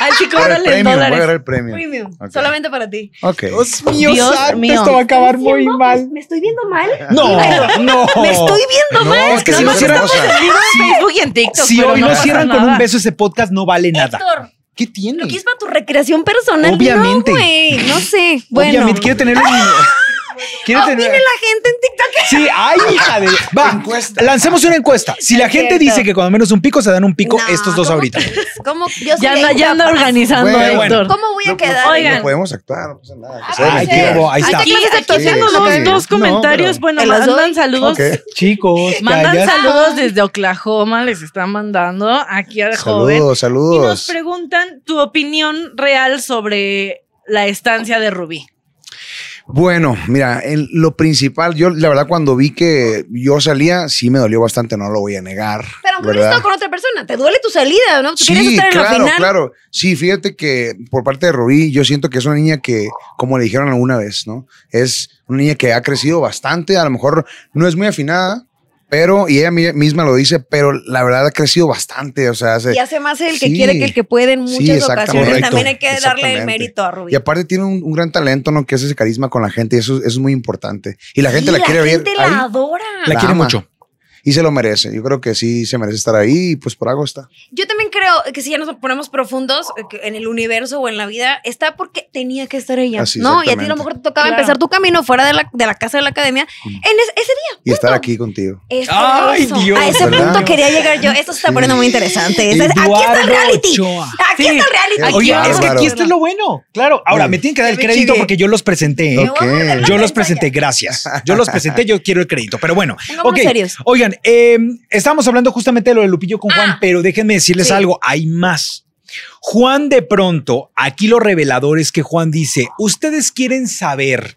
[SPEAKER 4] Ay, sí,
[SPEAKER 3] pero el
[SPEAKER 4] cóbrale en
[SPEAKER 3] premio, voy a
[SPEAKER 4] dólares.
[SPEAKER 3] agarrar el premio.
[SPEAKER 1] premium.
[SPEAKER 3] Ok.
[SPEAKER 1] Solamente para ti.
[SPEAKER 3] Ok.
[SPEAKER 2] Dios mío,
[SPEAKER 4] Dios
[SPEAKER 2] santo,
[SPEAKER 4] mío.
[SPEAKER 2] esto va a acabar muy
[SPEAKER 1] ¿Siento?
[SPEAKER 2] mal.
[SPEAKER 1] ¿Me estoy viendo mal?
[SPEAKER 2] *laughs*
[SPEAKER 1] *laughs*
[SPEAKER 2] No, no.
[SPEAKER 1] Me estoy viendo
[SPEAKER 3] No,
[SPEAKER 1] mal.
[SPEAKER 3] es que
[SPEAKER 2] si no
[SPEAKER 1] Nomás
[SPEAKER 2] cierran-
[SPEAKER 1] estamos
[SPEAKER 3] Pues
[SPEAKER 1] en vivo.
[SPEAKER 4] En Facebook y en TikTok.
[SPEAKER 2] Ah. Si
[SPEAKER 4] pero
[SPEAKER 2] hoy no
[SPEAKER 4] pasa
[SPEAKER 2] cierran con
[SPEAKER 4] nada.
[SPEAKER 2] un beso ese podcast, no vale nada.
[SPEAKER 1] Héctor,
[SPEAKER 2] ¿Qué tiene?
[SPEAKER 1] lo que es para tu recreación personal.
[SPEAKER 2] Obviamente.
[SPEAKER 1] No, güey. No sé. Bueno.
[SPEAKER 2] Obviamente, quiere tener un.
[SPEAKER 1] *laughs*
[SPEAKER 2] Quiere
[SPEAKER 1] Opine
[SPEAKER 2] tener.
[SPEAKER 1] la gente en TikTok.
[SPEAKER 2] Sí,
[SPEAKER 1] *laughs*
[SPEAKER 2] ay, hija de. Va,
[SPEAKER 3] Encuesta.
[SPEAKER 2] lancemos una encuesta. Si la
[SPEAKER 1] Es
[SPEAKER 2] gente
[SPEAKER 1] cierto.
[SPEAKER 2] dice que cuando menos un pico se dan un pico,
[SPEAKER 1] No,
[SPEAKER 2] estos dos
[SPEAKER 1] ¿cómo
[SPEAKER 2] ahorita.
[SPEAKER 1] crees? ¿Cómo? Yo soy
[SPEAKER 4] Ya anda,
[SPEAKER 1] bien
[SPEAKER 4] ya anda
[SPEAKER 1] capaz.
[SPEAKER 4] organizando,
[SPEAKER 3] Bueno,
[SPEAKER 4] Héctor.
[SPEAKER 2] bueno.
[SPEAKER 1] ¿Cómo voy a
[SPEAKER 3] No, Ah, pues,
[SPEAKER 1] quedar?
[SPEAKER 3] no,
[SPEAKER 1] Ah, pues,
[SPEAKER 3] no
[SPEAKER 4] Oigan.
[SPEAKER 3] podemos actuar, no pasa nada. que sea
[SPEAKER 2] Ay,
[SPEAKER 3] mentira.
[SPEAKER 1] eh,
[SPEAKER 2] qué hubo, ahí está.
[SPEAKER 4] Aquí,
[SPEAKER 1] claro, sí,
[SPEAKER 4] aquí tengo
[SPEAKER 3] sí.
[SPEAKER 4] dos, dos
[SPEAKER 2] No,
[SPEAKER 4] comentarios.
[SPEAKER 2] pero-
[SPEAKER 4] Bueno,
[SPEAKER 1] ¿Te las
[SPEAKER 4] mandan
[SPEAKER 1] doy?
[SPEAKER 4] saludos.
[SPEAKER 3] Ok.
[SPEAKER 2] Chicos,
[SPEAKER 4] Mandan
[SPEAKER 2] callas.
[SPEAKER 4] saludos desde Oklahoma, les están mandando aquí al joven.
[SPEAKER 3] Saludos,
[SPEAKER 4] Y nos
[SPEAKER 3] saludos.
[SPEAKER 4] preguntan tu opinión real sobre la estancia de Rubí.
[SPEAKER 3] Bueno, mira, el- lo principal, yo la verdad cuando vi que yo salía, sí me dolió bastante, no lo voy a negar.
[SPEAKER 1] Pero aunque hubieras
[SPEAKER 3] ¿verdad?
[SPEAKER 1] estado con otra persona, te duele tu salida, ¿no? Tú
[SPEAKER 3] Sí,
[SPEAKER 1] quieres estar en
[SPEAKER 3] claro,
[SPEAKER 1] la final.
[SPEAKER 3] claro. Sí, fíjate que por parte de Rubí, yo siento que es una niña que, como le dijeron alguna vez, ¿no? Es una niña que ha crecido bastante, a lo mejor no es muy afinada, pero, y ella mi- misma lo dice, pero la verdad ha crecido bastante, o sea, hace-
[SPEAKER 1] Y hace más el que
[SPEAKER 3] Sí.
[SPEAKER 1] quiere que el que puede en
[SPEAKER 3] Sí,
[SPEAKER 1] muchas
[SPEAKER 3] exactamente.
[SPEAKER 1] ocasiones.
[SPEAKER 2] Correcto.
[SPEAKER 1] También hay que darle el
[SPEAKER 3] Exactamente.
[SPEAKER 1] mérito a Rubí.
[SPEAKER 3] y aparte tiene un, un gran talento, ¿no? Que es ese carisma con la gente, y eso, eso es muy importante. Y la gente
[SPEAKER 1] Sí,
[SPEAKER 3] la, quiere ver
[SPEAKER 1] gente
[SPEAKER 3] ahí
[SPEAKER 1] la adora.
[SPEAKER 2] La
[SPEAKER 3] La
[SPEAKER 2] quiere
[SPEAKER 3] ama.
[SPEAKER 2] mucho.
[SPEAKER 3] y se lo merece. Yo creo que sí se merece estar ahí y pues por algo está.
[SPEAKER 1] Yo también creo que si ya nos ponemos profundos eh, que en el universo o en la vida, está porque tenía que estar ella,
[SPEAKER 3] Así,
[SPEAKER 1] ¿no? Y a ti a lo
[SPEAKER 3] exactamente. Mm.
[SPEAKER 1] mejor te tocaba
[SPEAKER 4] Claro.
[SPEAKER 1] empezar tu camino fuera de la, de la casa de la academia en es- ese día.
[SPEAKER 3] Y estar
[SPEAKER 1] punto.
[SPEAKER 3] aquí contigo.
[SPEAKER 1] Es
[SPEAKER 2] Ay,
[SPEAKER 1] eso.
[SPEAKER 2] Dios,
[SPEAKER 1] A ese
[SPEAKER 3] ¿verdad?
[SPEAKER 1] punto quería llegar yo. Esto se está
[SPEAKER 3] Sí.
[SPEAKER 1] poniendo muy interesante. Es- aquí está
[SPEAKER 2] Eduardo
[SPEAKER 1] el reality.
[SPEAKER 2] Ochoa.
[SPEAKER 1] *laughs* Aquí
[SPEAKER 4] Sí.
[SPEAKER 1] está el reality.
[SPEAKER 3] Qué
[SPEAKER 2] Oye, es que
[SPEAKER 3] bárbaro.
[SPEAKER 2] aquí esto es lo bueno. Claro, ahora
[SPEAKER 3] Mm.
[SPEAKER 2] me tienen que dar el
[SPEAKER 1] Qué
[SPEAKER 2] crédito
[SPEAKER 1] chigue.
[SPEAKER 2] porque yo los presenté.
[SPEAKER 1] Me
[SPEAKER 2] ¿eh?
[SPEAKER 1] voy a poner
[SPEAKER 3] Ok.
[SPEAKER 1] la
[SPEAKER 2] Yo los
[SPEAKER 1] pantalla.
[SPEAKER 2] presenté, gracias. Yo los presenté, yo quiero el crédito. Pero bueno, em,
[SPEAKER 1] Pongámonos
[SPEAKER 2] ok.
[SPEAKER 1] serios.
[SPEAKER 2] Oigan, eh, estábamos hablando justamente de lo de Lupillo con Juan, pero déjenme decirles
[SPEAKER 1] Ah, sí.
[SPEAKER 2] algo. Hay más. Juan de pronto, aquí lo revelador es que Juan dice, ¿ustedes quieren saber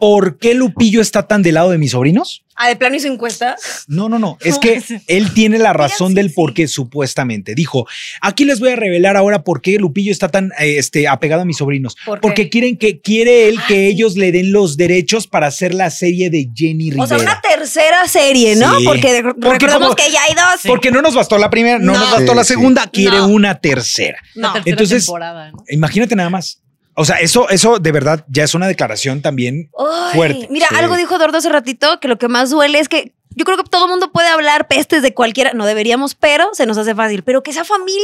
[SPEAKER 2] por qué Lupillo está tan del lado de mis sobrinos?
[SPEAKER 1] Ah, de plano hizo encuesta.
[SPEAKER 2] No, no, no.
[SPEAKER 1] *laughs*
[SPEAKER 2] Es que él tiene la razón del por qué, supuestamente. Dijo, aquí les voy a revelar ahora por qué Lupillo está tan eh, este, apegado a mis sobrinos.
[SPEAKER 1] ¿Por qué?
[SPEAKER 2] Porque quieren que, quiere él que ellos le den los derechos para hacer la serie de Jenny Rivera.
[SPEAKER 1] O sea, una tercera serie, ¿no?
[SPEAKER 2] Sí.
[SPEAKER 1] Porque de-
[SPEAKER 2] Porque
[SPEAKER 1] recordemos
[SPEAKER 2] como-
[SPEAKER 1] que ya hay dos.
[SPEAKER 2] Porque no nos bastó la primera, no,
[SPEAKER 1] No.
[SPEAKER 2] nos bastó la
[SPEAKER 3] Sí, sí.
[SPEAKER 2] segunda, quiere
[SPEAKER 1] No.
[SPEAKER 2] una tercera.
[SPEAKER 1] No.
[SPEAKER 4] La tercera
[SPEAKER 2] Entonces-
[SPEAKER 4] temporada, ¿no?
[SPEAKER 2] Imagínate nada más. O sea, eso, eso de verdad ya es una declaración también.
[SPEAKER 1] Ay,
[SPEAKER 2] Fuerte.
[SPEAKER 1] Mira,
[SPEAKER 2] Sí.
[SPEAKER 1] algo dijo Eduardo hace ratito que lo que más duele es que yo creo que todo el mundo puede hablar pestes de cualquiera. No deberíamos, pero se nos hace fácil. Pero que esa familia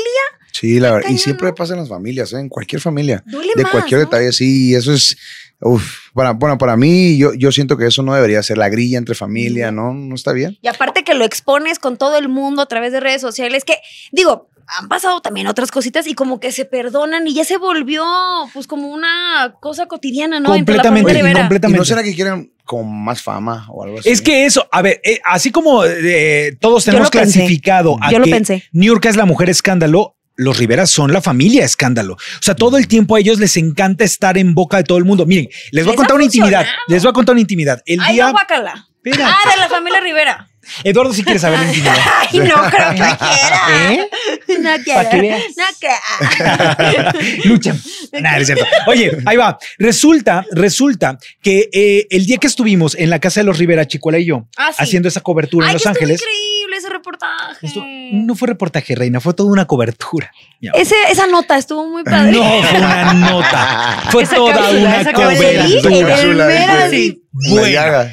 [SPEAKER 3] Sí, la verdad. Y
[SPEAKER 1] cañón,
[SPEAKER 3] siempre
[SPEAKER 1] ¿no?
[SPEAKER 3] pasa en las familias, ¿eh? en cualquier familia.
[SPEAKER 1] duele
[SPEAKER 3] De
[SPEAKER 1] más.
[SPEAKER 3] cualquier
[SPEAKER 1] ¿no?
[SPEAKER 3] detalle, sí. Eso es. Uf, para, bueno, para mí, yo, yo siento que eso no debería ser la grilla entre familia, ¿no? No está bien.
[SPEAKER 1] Y aparte que lo expones con todo el mundo a través de redes sociales, que digo, han pasado también otras cositas y como que se perdonan y ya se volvió pues como una cosa cotidiana, ¿no? Entre la
[SPEAKER 2] completamente,
[SPEAKER 1] familia Rivera.
[SPEAKER 3] ¿Y
[SPEAKER 2] completamente.
[SPEAKER 3] no será que quieren con más fama o algo así?
[SPEAKER 2] Es que eso, a ver, eh, así como eh, todos
[SPEAKER 1] Yo
[SPEAKER 2] tenemos
[SPEAKER 1] lo pensé.
[SPEAKER 2] clasificado a
[SPEAKER 1] Yo lo
[SPEAKER 2] que
[SPEAKER 1] pensé.
[SPEAKER 2] Niurka es la mujer escándalo, los Rivera son la familia escándalo. O sea, todo el tiempo a ellos les encanta estar en boca de todo el mundo. Miren, les voy
[SPEAKER 1] Les
[SPEAKER 2] a contar
[SPEAKER 1] ha
[SPEAKER 2] una intimidad.
[SPEAKER 1] funcionado.
[SPEAKER 2] Les voy a contar una intimidad. El
[SPEAKER 1] Ay,
[SPEAKER 2] día.
[SPEAKER 1] no, guácala.
[SPEAKER 2] Espera.
[SPEAKER 1] Ah, de la familia Rivera.
[SPEAKER 2] Eduardo sí quiere saber la
[SPEAKER 1] *laughs*
[SPEAKER 2] intimidad.
[SPEAKER 1] Ay,
[SPEAKER 2] *laughs*
[SPEAKER 1] no creo que quiera.
[SPEAKER 2] ¿Eh?
[SPEAKER 1] No
[SPEAKER 2] Pa' que
[SPEAKER 1] quiera.
[SPEAKER 2] veas.
[SPEAKER 1] No quiera.
[SPEAKER 2] Luchan. Nada, es cierto. Oye, ahí va. Resulta, resulta que eh, el día que estuvimos en la casa de los Rivera, Chicuela y yo,
[SPEAKER 1] Ah, sí.
[SPEAKER 2] haciendo esa cobertura
[SPEAKER 1] Ay,
[SPEAKER 2] en
[SPEAKER 1] que
[SPEAKER 2] Los
[SPEAKER 1] estuvo
[SPEAKER 2] Ángeles.
[SPEAKER 1] increíble ese reportaje.
[SPEAKER 2] esto- no fue reportaje, Reina, fue toda una cobertura. mi amor.
[SPEAKER 1] Ese, esa nota estuvo muy padre.
[SPEAKER 2] No, fue una nota. Fue
[SPEAKER 4] Esa
[SPEAKER 2] toda
[SPEAKER 4] cápsula,
[SPEAKER 2] una
[SPEAKER 4] esa
[SPEAKER 1] Como le
[SPEAKER 4] cápsula.
[SPEAKER 1] dije,
[SPEAKER 3] Cápsula,
[SPEAKER 1] el
[SPEAKER 3] cápsula,
[SPEAKER 1] mero-
[SPEAKER 3] sí.
[SPEAKER 1] sí.
[SPEAKER 3] Me
[SPEAKER 2] Bueno,
[SPEAKER 3] llaga.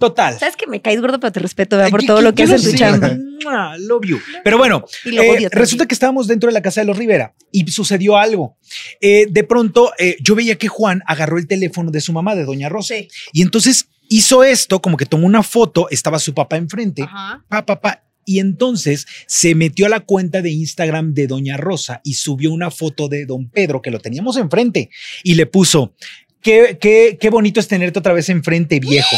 [SPEAKER 2] total.
[SPEAKER 1] Sabes que me caes gordo, pero te respeto, ¿verdad? Por
[SPEAKER 2] Ay,
[SPEAKER 1] todo
[SPEAKER 2] que-
[SPEAKER 1] lo que
[SPEAKER 2] que
[SPEAKER 1] haces
[SPEAKER 2] lo
[SPEAKER 1] en tu
[SPEAKER 2] sé.
[SPEAKER 1] chamba.
[SPEAKER 2] Mua, Love you. Pero bueno,
[SPEAKER 1] Y lo
[SPEAKER 2] eh,
[SPEAKER 1] odio también.
[SPEAKER 2] resulta que estábamos dentro de la casa de los Rivera y sucedió algo. Eh, de pronto eh, yo veía que Juan agarró el teléfono de su mamá, de Doña Rosa,
[SPEAKER 1] Sí.
[SPEAKER 2] y entonces hizo esto, como que tomó una foto, estaba su papá enfrente,
[SPEAKER 1] Ajá.
[SPEAKER 2] pa, pa, pa, y entonces se metió a la cuenta de Instagram de Doña Rosa y subió una foto de Don Pedro, que lo teníamos enfrente, y le puso, qué, qué, qué bonito es tenerte otra vez
[SPEAKER 1] *gasps*
[SPEAKER 2] enfrente, viejo.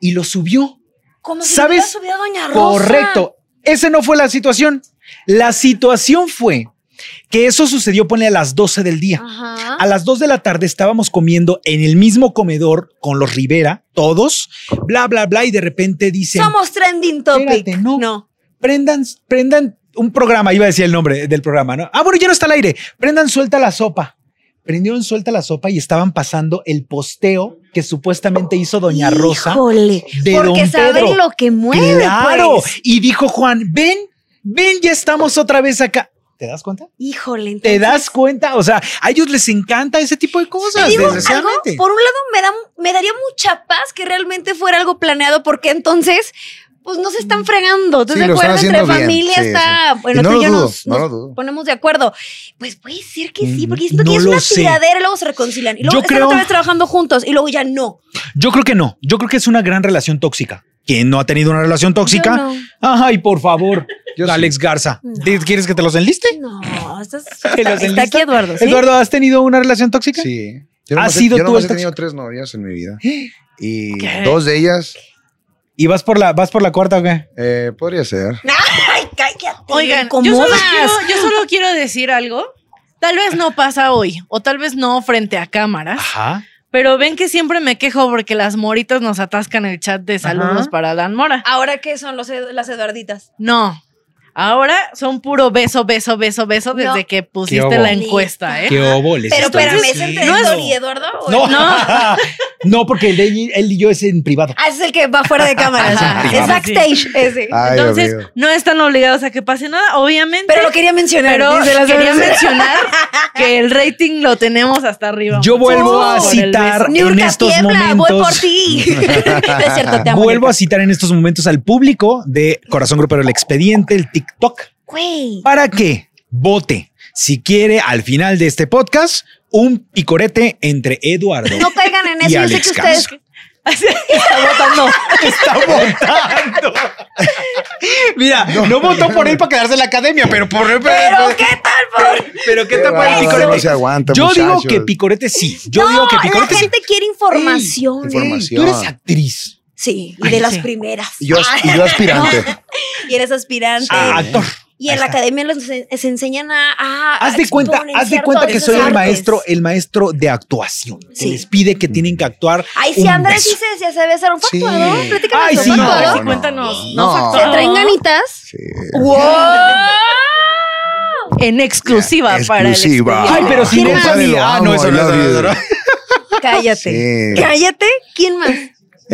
[SPEAKER 2] Y lo subió.
[SPEAKER 1] Como si
[SPEAKER 2] ¿Sabes?
[SPEAKER 1] ¿Sabes? subido a Doña Rosa.
[SPEAKER 2] Correcto. Esa no fue la situación. La situación fue que eso sucedió, pone a las 12 del día.
[SPEAKER 1] Ajá.
[SPEAKER 2] A las 2 de la tarde estábamos comiendo en el mismo comedor con los Rivera, todos, bla, bla, bla, y de repente dicen,
[SPEAKER 1] Somos trending topic.
[SPEAKER 2] Espérate, no.
[SPEAKER 1] no.
[SPEAKER 2] prendan, prendan un programa, iba a decir el nombre del programa, ¿no? Ah, bueno, ya no está al aire, prendan suelta la sopa. Prendieron suelta la sopa y estaban pasando el posteo que supuestamente hizo Doña Rosa.
[SPEAKER 1] Híjole.
[SPEAKER 2] de
[SPEAKER 1] porque
[SPEAKER 2] Don
[SPEAKER 1] saben
[SPEAKER 2] Pedro.
[SPEAKER 1] lo que mueve.
[SPEAKER 2] Claro.
[SPEAKER 1] pues.
[SPEAKER 2] Y dijo Juan, ven, ven, ya estamos otra vez acá. ¿Te das cuenta?
[SPEAKER 1] Híjole.
[SPEAKER 2] ¿Te
[SPEAKER 1] entonces-
[SPEAKER 2] das cuenta? O sea, a ellos les encanta ese tipo de cosas,
[SPEAKER 1] Te digo algo,
[SPEAKER 2] desgraciadamente.
[SPEAKER 1] por un lado me, da, me daría mucha paz que realmente fuera algo planeado porque entonces pues no se están fregando. ¿Tú
[SPEAKER 3] Sí,
[SPEAKER 1] te
[SPEAKER 3] lo están
[SPEAKER 1] acuerdas? Entre
[SPEAKER 3] haciendo bien,
[SPEAKER 1] familia
[SPEAKER 3] sí,
[SPEAKER 1] está... Bueno,
[SPEAKER 3] Y no
[SPEAKER 1] tú
[SPEAKER 3] lo
[SPEAKER 1] y yo
[SPEAKER 3] dudo,
[SPEAKER 1] nos,
[SPEAKER 3] no
[SPEAKER 1] nos
[SPEAKER 3] lo dudo.
[SPEAKER 1] ponemos de acuerdo. Pues puede ser que sí, porque
[SPEAKER 2] Mm,
[SPEAKER 1] siento
[SPEAKER 2] no
[SPEAKER 1] que es
[SPEAKER 2] lo
[SPEAKER 1] una
[SPEAKER 2] sé.
[SPEAKER 1] tiradera y luego se reconcilian. Y luego
[SPEAKER 2] Yo
[SPEAKER 1] están
[SPEAKER 2] creo-
[SPEAKER 1] otra vez trabajando juntos y luego ya no.
[SPEAKER 2] Yo creo que no. Yo creo que es una gran relación tóxica. ¿Quién no ha tenido una relación tóxica?
[SPEAKER 1] no.
[SPEAKER 2] Ay, por favor,
[SPEAKER 3] Yo
[SPEAKER 2] Alex
[SPEAKER 3] sí.
[SPEAKER 2] Garza.
[SPEAKER 1] No.
[SPEAKER 2] ¿te- ¿Quieres que te los enliste?
[SPEAKER 1] No, estás-
[SPEAKER 2] ¿Te los
[SPEAKER 1] está, está
[SPEAKER 2] enlista?
[SPEAKER 1] aquí Eduardo. ¿sí?
[SPEAKER 2] Eduardo, ¿has tenido una relación tóxica?
[SPEAKER 3] Sí.
[SPEAKER 2] ¿Has
[SPEAKER 3] Yo nomás he-
[SPEAKER 2] sido
[SPEAKER 3] yo
[SPEAKER 2] tú
[SPEAKER 3] nomás
[SPEAKER 2] el
[SPEAKER 3] he tenido tres novias en mi vida. Y
[SPEAKER 4] ¿Qué?
[SPEAKER 3] dos de ellas
[SPEAKER 2] ¿Y vas por la, vas por la cuarta o qué?
[SPEAKER 3] eh, podría ser.
[SPEAKER 1] Ay, cállate.
[SPEAKER 4] Oigan,
[SPEAKER 1] ¿cómo
[SPEAKER 4] yo solo, quiero, yo solo quiero decir algo. Tal vez no pasa hoy, o tal vez no frente a cámaras,
[SPEAKER 2] Ajá.
[SPEAKER 4] pero ven que siempre me quejo porque las moritas nos atascan el chat de saludos
[SPEAKER 2] Ajá.
[SPEAKER 4] para Dan Mora.
[SPEAKER 1] Ahora, ¿qué son los, ed- las Eduarditas?
[SPEAKER 4] No, ahora son puro beso, beso, beso, beso desde
[SPEAKER 1] No.
[SPEAKER 4] que
[SPEAKER 2] Qué
[SPEAKER 4] pusiste
[SPEAKER 2] hubo.
[SPEAKER 4] la encuesta, ¿eh?
[SPEAKER 2] Qué óboles.
[SPEAKER 1] Pero
[SPEAKER 2] estoy
[SPEAKER 1] espérame, ¿es
[SPEAKER 2] diciendo.
[SPEAKER 1] entre Héctor y Eduardo? ¿O
[SPEAKER 2] No,
[SPEAKER 1] no?
[SPEAKER 2] *laughs* no, porque el de él, él y yo es en privado.
[SPEAKER 1] Ah, ese es el que va fuera de cámara.
[SPEAKER 4] Ajá.
[SPEAKER 1] Es backstage ese.
[SPEAKER 3] Ay, Dios
[SPEAKER 4] Entonces,
[SPEAKER 3] mío.
[SPEAKER 4] no están obligados a que pase nada, obviamente.
[SPEAKER 1] Pero lo quería mencionar.
[SPEAKER 4] Pero
[SPEAKER 1] dice la
[SPEAKER 4] quería
[SPEAKER 1] señora. *laughs*
[SPEAKER 4] mencionar que el rating lo tenemos hasta arriba.
[SPEAKER 2] Yo vuelvo
[SPEAKER 4] Por
[SPEAKER 2] a
[SPEAKER 4] el *laughs*
[SPEAKER 2] citar
[SPEAKER 4] beso.
[SPEAKER 2] en
[SPEAKER 1] Niurka,
[SPEAKER 2] estos
[SPEAKER 1] tiembla,
[SPEAKER 2] momentos.
[SPEAKER 1] voy por ti. *laughs* es cierto, te amo.
[SPEAKER 2] Vuelvo a
[SPEAKER 1] Niurka.
[SPEAKER 2] citar en estos momentos al público de Corazón Grupero el expediente, el TikTok,
[SPEAKER 1] Güey.
[SPEAKER 2] para que vote si quiere al final de este podcast un picorete entre Eduardo.
[SPEAKER 1] No caigan en eso.
[SPEAKER 2] Y
[SPEAKER 1] Yo sé
[SPEAKER 2] Alex
[SPEAKER 1] que ustedes.
[SPEAKER 4] Está votando.
[SPEAKER 2] *laughs* Está votando. Mira, no, votó por él para quedarse en la academia, pero por él.
[SPEAKER 1] Pero qué tal por.
[SPEAKER 2] pero ¿qué tal para el
[SPEAKER 3] bárbaro, No
[SPEAKER 2] picorete?
[SPEAKER 3] se aguanta,
[SPEAKER 2] Yo digo
[SPEAKER 3] muchachos.
[SPEAKER 2] que picorete sí. Yo digo que
[SPEAKER 1] No, la
[SPEAKER 2] picorete sí.
[SPEAKER 1] gente quiere información.
[SPEAKER 3] Sí.
[SPEAKER 2] Ey, Tú eres actriz.
[SPEAKER 1] Sí, y
[SPEAKER 4] Ay,
[SPEAKER 1] de las
[SPEAKER 4] sí.
[SPEAKER 1] primeras.
[SPEAKER 3] Y yo, y yo aspirante.
[SPEAKER 1] Y eres aspirante.
[SPEAKER 2] Ah, actor.
[SPEAKER 1] Y en
[SPEAKER 2] Ahí
[SPEAKER 1] la
[SPEAKER 2] está.
[SPEAKER 1] academia les, ense- les enseñan a, a-
[SPEAKER 2] Haz
[SPEAKER 1] a
[SPEAKER 2] de cuenta,
[SPEAKER 1] exponenciar
[SPEAKER 2] haz de cuenta
[SPEAKER 1] todas
[SPEAKER 2] que
[SPEAKER 1] esas
[SPEAKER 2] soy el
[SPEAKER 1] artes.
[SPEAKER 2] maestro, el maestro de actuación. Que
[SPEAKER 1] Sí.
[SPEAKER 2] les pide que tienen que actuar.
[SPEAKER 1] Ay, sí,
[SPEAKER 2] un
[SPEAKER 1] Andrés
[SPEAKER 2] beso.
[SPEAKER 1] sí se, sí se besaron. Fue
[SPEAKER 3] Sí.
[SPEAKER 1] actuador, platícanos.
[SPEAKER 2] Ay,
[SPEAKER 1] ¿fue
[SPEAKER 2] sí.
[SPEAKER 4] No,
[SPEAKER 1] actuador?
[SPEAKER 4] ahora sí,
[SPEAKER 3] no,
[SPEAKER 4] cuéntanos.
[SPEAKER 3] no.
[SPEAKER 4] No, fue
[SPEAKER 1] Se
[SPEAKER 4] actuador.
[SPEAKER 1] traen ganitas.
[SPEAKER 3] Sí.
[SPEAKER 1] ¡Wow!
[SPEAKER 4] En exclusiva para el
[SPEAKER 3] Exclusiva.
[SPEAKER 2] Ay,
[SPEAKER 4] expediente.
[SPEAKER 2] pero si
[SPEAKER 1] ¿Quién
[SPEAKER 2] no
[SPEAKER 1] más?
[SPEAKER 2] sale.
[SPEAKER 3] Lo
[SPEAKER 2] Ah, no,
[SPEAKER 3] amo,
[SPEAKER 2] eso no,
[SPEAKER 3] love
[SPEAKER 2] eso no, eso
[SPEAKER 3] you.
[SPEAKER 1] *laughs*
[SPEAKER 2] no.
[SPEAKER 1] Cállate.
[SPEAKER 3] Sí.
[SPEAKER 1] Cállate. ¿Quién más?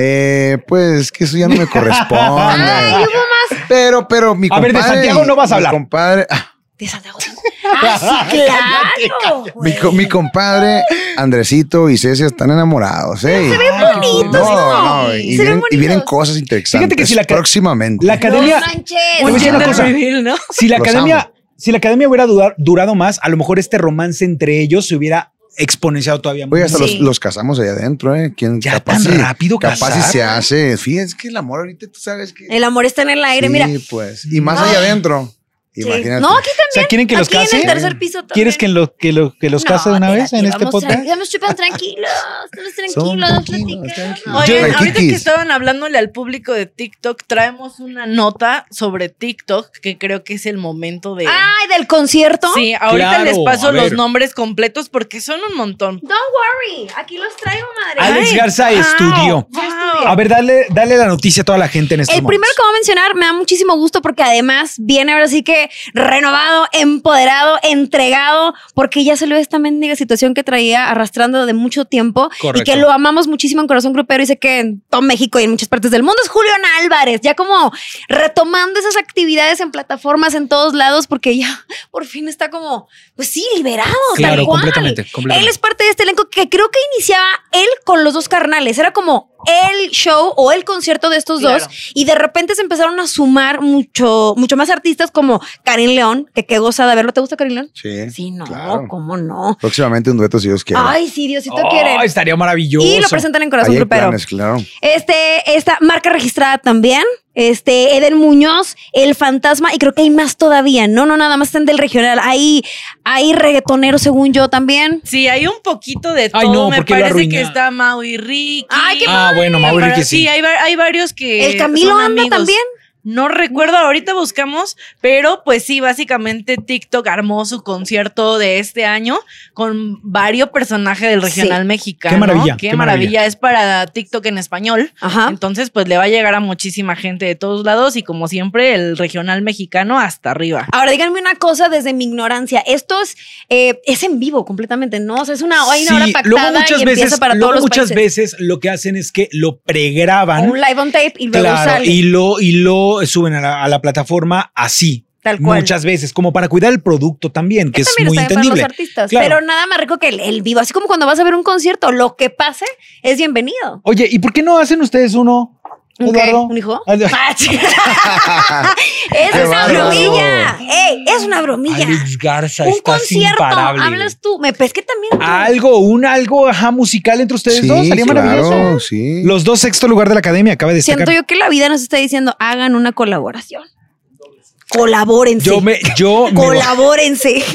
[SPEAKER 3] Eh, pues que eso ya no me corresponde.
[SPEAKER 1] *laughs* Ay, hubo más.
[SPEAKER 3] Pero, pero mi
[SPEAKER 2] A ver,
[SPEAKER 3] compadre.
[SPEAKER 2] de Santiago no vas a
[SPEAKER 3] mi
[SPEAKER 2] hablar.
[SPEAKER 3] compadre- ah,
[SPEAKER 1] De Santiago.
[SPEAKER 2] *laughs*
[SPEAKER 1] Ah, sí, claro.
[SPEAKER 3] mi, co-
[SPEAKER 1] güey.
[SPEAKER 3] mi compadre Andresito y Cecia están enamorados, ¿eh? Se ven
[SPEAKER 1] bonitos,
[SPEAKER 3] No,
[SPEAKER 1] ¿no?
[SPEAKER 3] no, y,
[SPEAKER 1] Se ven
[SPEAKER 3] vienen, y
[SPEAKER 1] bonitos.
[SPEAKER 3] vienen cosas interesantes.
[SPEAKER 2] Fíjate que si la ca-
[SPEAKER 3] próximamente.
[SPEAKER 2] La
[SPEAKER 1] No
[SPEAKER 2] academia.
[SPEAKER 1] manches.
[SPEAKER 2] Oye,
[SPEAKER 4] Gender
[SPEAKER 2] una cosa.
[SPEAKER 4] reveal, ¿no?
[SPEAKER 2] Si la
[SPEAKER 3] Los
[SPEAKER 2] academia,
[SPEAKER 3] amo.
[SPEAKER 2] si la academia hubiera dura- durado más, a lo mejor este romance entre ellos se hubiera exponenciado todavía más.
[SPEAKER 3] Oye, hasta
[SPEAKER 1] Sí.
[SPEAKER 3] los, los casamos allá adentro, ¿eh? ¿Quién,
[SPEAKER 2] Ya tan
[SPEAKER 3] y-
[SPEAKER 2] rápido
[SPEAKER 3] Capaz y
[SPEAKER 2] casar.
[SPEAKER 3] se hace. Fíjate, es que el amor ahorita tú sabes que.
[SPEAKER 1] El amor está en el aire,
[SPEAKER 3] sí,
[SPEAKER 1] mira.
[SPEAKER 3] pues. Y más allá adentro.
[SPEAKER 1] Sí.
[SPEAKER 3] Imagínate.
[SPEAKER 1] No, aquí
[SPEAKER 2] O sea, ¿quieren que los
[SPEAKER 1] Aquí en
[SPEAKER 2] case?
[SPEAKER 1] el tercer piso también.
[SPEAKER 2] ¿Quieres que, lo- que, lo- que los
[SPEAKER 1] No,
[SPEAKER 2] case de una
[SPEAKER 1] mira,
[SPEAKER 2] vez en
[SPEAKER 1] aquí
[SPEAKER 2] este
[SPEAKER 1] vamos
[SPEAKER 2] podcast?
[SPEAKER 1] *laughs* tran- Vamos chupan tranquilos, estamos tranquilos,
[SPEAKER 3] Son tranquilos,
[SPEAKER 1] platicamos.
[SPEAKER 3] tranquilos.
[SPEAKER 4] Oye,
[SPEAKER 3] Yo-
[SPEAKER 4] ahorita que
[SPEAKER 3] Kikis.
[SPEAKER 4] estaban hablándole al público de TikTok, traemos una nota sobre TikTok que creo que es el momento de.
[SPEAKER 1] Ay, del concierto.
[SPEAKER 4] Sí, ahorita
[SPEAKER 2] Claro,
[SPEAKER 4] les
[SPEAKER 2] a
[SPEAKER 4] paso
[SPEAKER 2] ver.
[SPEAKER 4] los nombres completos porque son un montón.
[SPEAKER 1] Don't worry, aquí los traigo, madre.
[SPEAKER 2] Alex
[SPEAKER 4] Ay,
[SPEAKER 2] Garza
[SPEAKER 4] wow,
[SPEAKER 2] estudió.
[SPEAKER 4] wow.
[SPEAKER 2] A ver, dale, dale la noticia a toda la gente en este
[SPEAKER 1] El primero que voy a mencionar me da muchísimo gusto porque además viene ahora sí que renovado, empoderado, entregado, porque ya salió esta mendiga situación que traía arrastrando de mucho tiempo y
[SPEAKER 2] Correcto.
[SPEAKER 1] que lo amamos muchísimo en Corazón Grupero y sé que en todo México y en muchas partes del mundo es Julián Álvarez, ya como retomando esas actividades en plataformas en todos lados porque ya por fin está como, pues sí, liberado,
[SPEAKER 2] Claro,
[SPEAKER 1] tal cual.
[SPEAKER 2] completamente, completamente.
[SPEAKER 1] Él es parte de este elenco que creo que iniciaba él con los dos carnales, era como el show o el concierto de estos
[SPEAKER 4] Claro.
[SPEAKER 1] dos y de repente se empezaron a sumar mucho, mucho más artistas como Karin León, que qué gozada verlo. ¿Te gusta Karin León?
[SPEAKER 3] Sí.
[SPEAKER 1] Sí, no,
[SPEAKER 3] claro.
[SPEAKER 1] cómo no.
[SPEAKER 3] Próximamente un dueto, si Dios quiere.
[SPEAKER 1] Ay, sí, Diosito
[SPEAKER 2] Oh,
[SPEAKER 1] quiere.
[SPEAKER 2] estaría maravilloso.
[SPEAKER 1] Y lo presentan en Corazón
[SPEAKER 3] Ahí hay
[SPEAKER 1] Grupero.
[SPEAKER 3] planes, claro.
[SPEAKER 1] Este, esta marca registrada también. Este, Eden Muñoz, El Fantasma, y creo que hay más todavía. No, no, nada más están del regional. Hay, hay reggaetoneros, según yo también.
[SPEAKER 4] Sí, hay un poquito de todo.
[SPEAKER 2] Ay, no,
[SPEAKER 4] Me
[SPEAKER 2] porque lo
[SPEAKER 4] parece
[SPEAKER 2] arruiné.
[SPEAKER 4] que está Mau y Ricky.
[SPEAKER 1] Ay, qué
[SPEAKER 2] Ah, bueno, Mauro
[SPEAKER 4] Para-
[SPEAKER 2] que
[SPEAKER 4] sí,
[SPEAKER 2] sí.
[SPEAKER 4] hay, va- hay varios que.
[SPEAKER 1] El Camilo
[SPEAKER 4] son
[SPEAKER 1] anda
[SPEAKER 4] amigos.
[SPEAKER 1] también.
[SPEAKER 4] No recuerdo, ahorita buscamos, pero pues sí, básicamente TikTok armó su concierto de este año con varios personajes del regional mexicano.
[SPEAKER 2] Qué maravilla,
[SPEAKER 4] Qué,
[SPEAKER 2] qué maravilla.
[SPEAKER 4] maravilla. Es para TikTok en español.
[SPEAKER 1] Ajá.
[SPEAKER 4] Entonces, pues le va a llegar a muchísima gente de todos lados y como siempre, el regional mexicano hasta arriba.
[SPEAKER 1] Ahora díganme una cosa desde mi ignorancia. Esto es, eh, es en vivo completamente, ¿no? O sea, es una, hay una hora
[SPEAKER 2] Sí,
[SPEAKER 1] pactada
[SPEAKER 2] luego muchas
[SPEAKER 1] y empieza
[SPEAKER 2] veces,
[SPEAKER 1] para
[SPEAKER 2] luego
[SPEAKER 1] todos los
[SPEAKER 2] muchas
[SPEAKER 1] países.
[SPEAKER 2] veces lo que hacen es que lo pregraban.
[SPEAKER 1] Un live on tape y luego
[SPEAKER 2] Claro,
[SPEAKER 1] sale.
[SPEAKER 2] y lo, y lo suben a la, a la plataforma así.
[SPEAKER 1] Tal cual.
[SPEAKER 2] Muchas veces, como para cuidar el producto también, que es
[SPEAKER 1] También
[SPEAKER 2] muy
[SPEAKER 1] está bien para
[SPEAKER 2] entendible.
[SPEAKER 1] los artistas.
[SPEAKER 2] Claro.
[SPEAKER 1] Pero nada más rico que el, el vivo. Así como cuando vas a ver un concierto, lo que pase es bienvenido. *laughs*
[SPEAKER 2] Oye, ¿y por qué no hacen ustedes uno,
[SPEAKER 1] ¿Un qué?
[SPEAKER 2] Eduardo?
[SPEAKER 1] ¿Un hijo?
[SPEAKER 2] Ay,
[SPEAKER 1] *laughs* Ah,
[SPEAKER 2] *laughs*
[SPEAKER 1] chica. es
[SPEAKER 3] Qué
[SPEAKER 1] una
[SPEAKER 3] bárbaro.
[SPEAKER 1] bromilla. Ey, es una bromilla.
[SPEAKER 2] Alex Garza
[SPEAKER 1] Un
[SPEAKER 2] estás
[SPEAKER 1] concierto.
[SPEAKER 2] imparable.
[SPEAKER 1] Hablas tú. Me pesqué también. tú.
[SPEAKER 2] Algo, un algo ajá, musical entre ustedes
[SPEAKER 3] Sí,
[SPEAKER 2] dos, sería maravilloso.
[SPEAKER 3] claro, sí.
[SPEAKER 2] Los dos sexto lugar de la academia, acaba de destacar.
[SPEAKER 1] Siento yo que la vida nos está diciendo, hagan una colaboración. Colabórense.
[SPEAKER 2] Yo me,
[SPEAKER 1] *laughs*
[SPEAKER 2] yo me
[SPEAKER 1] Colabórense. *laughs*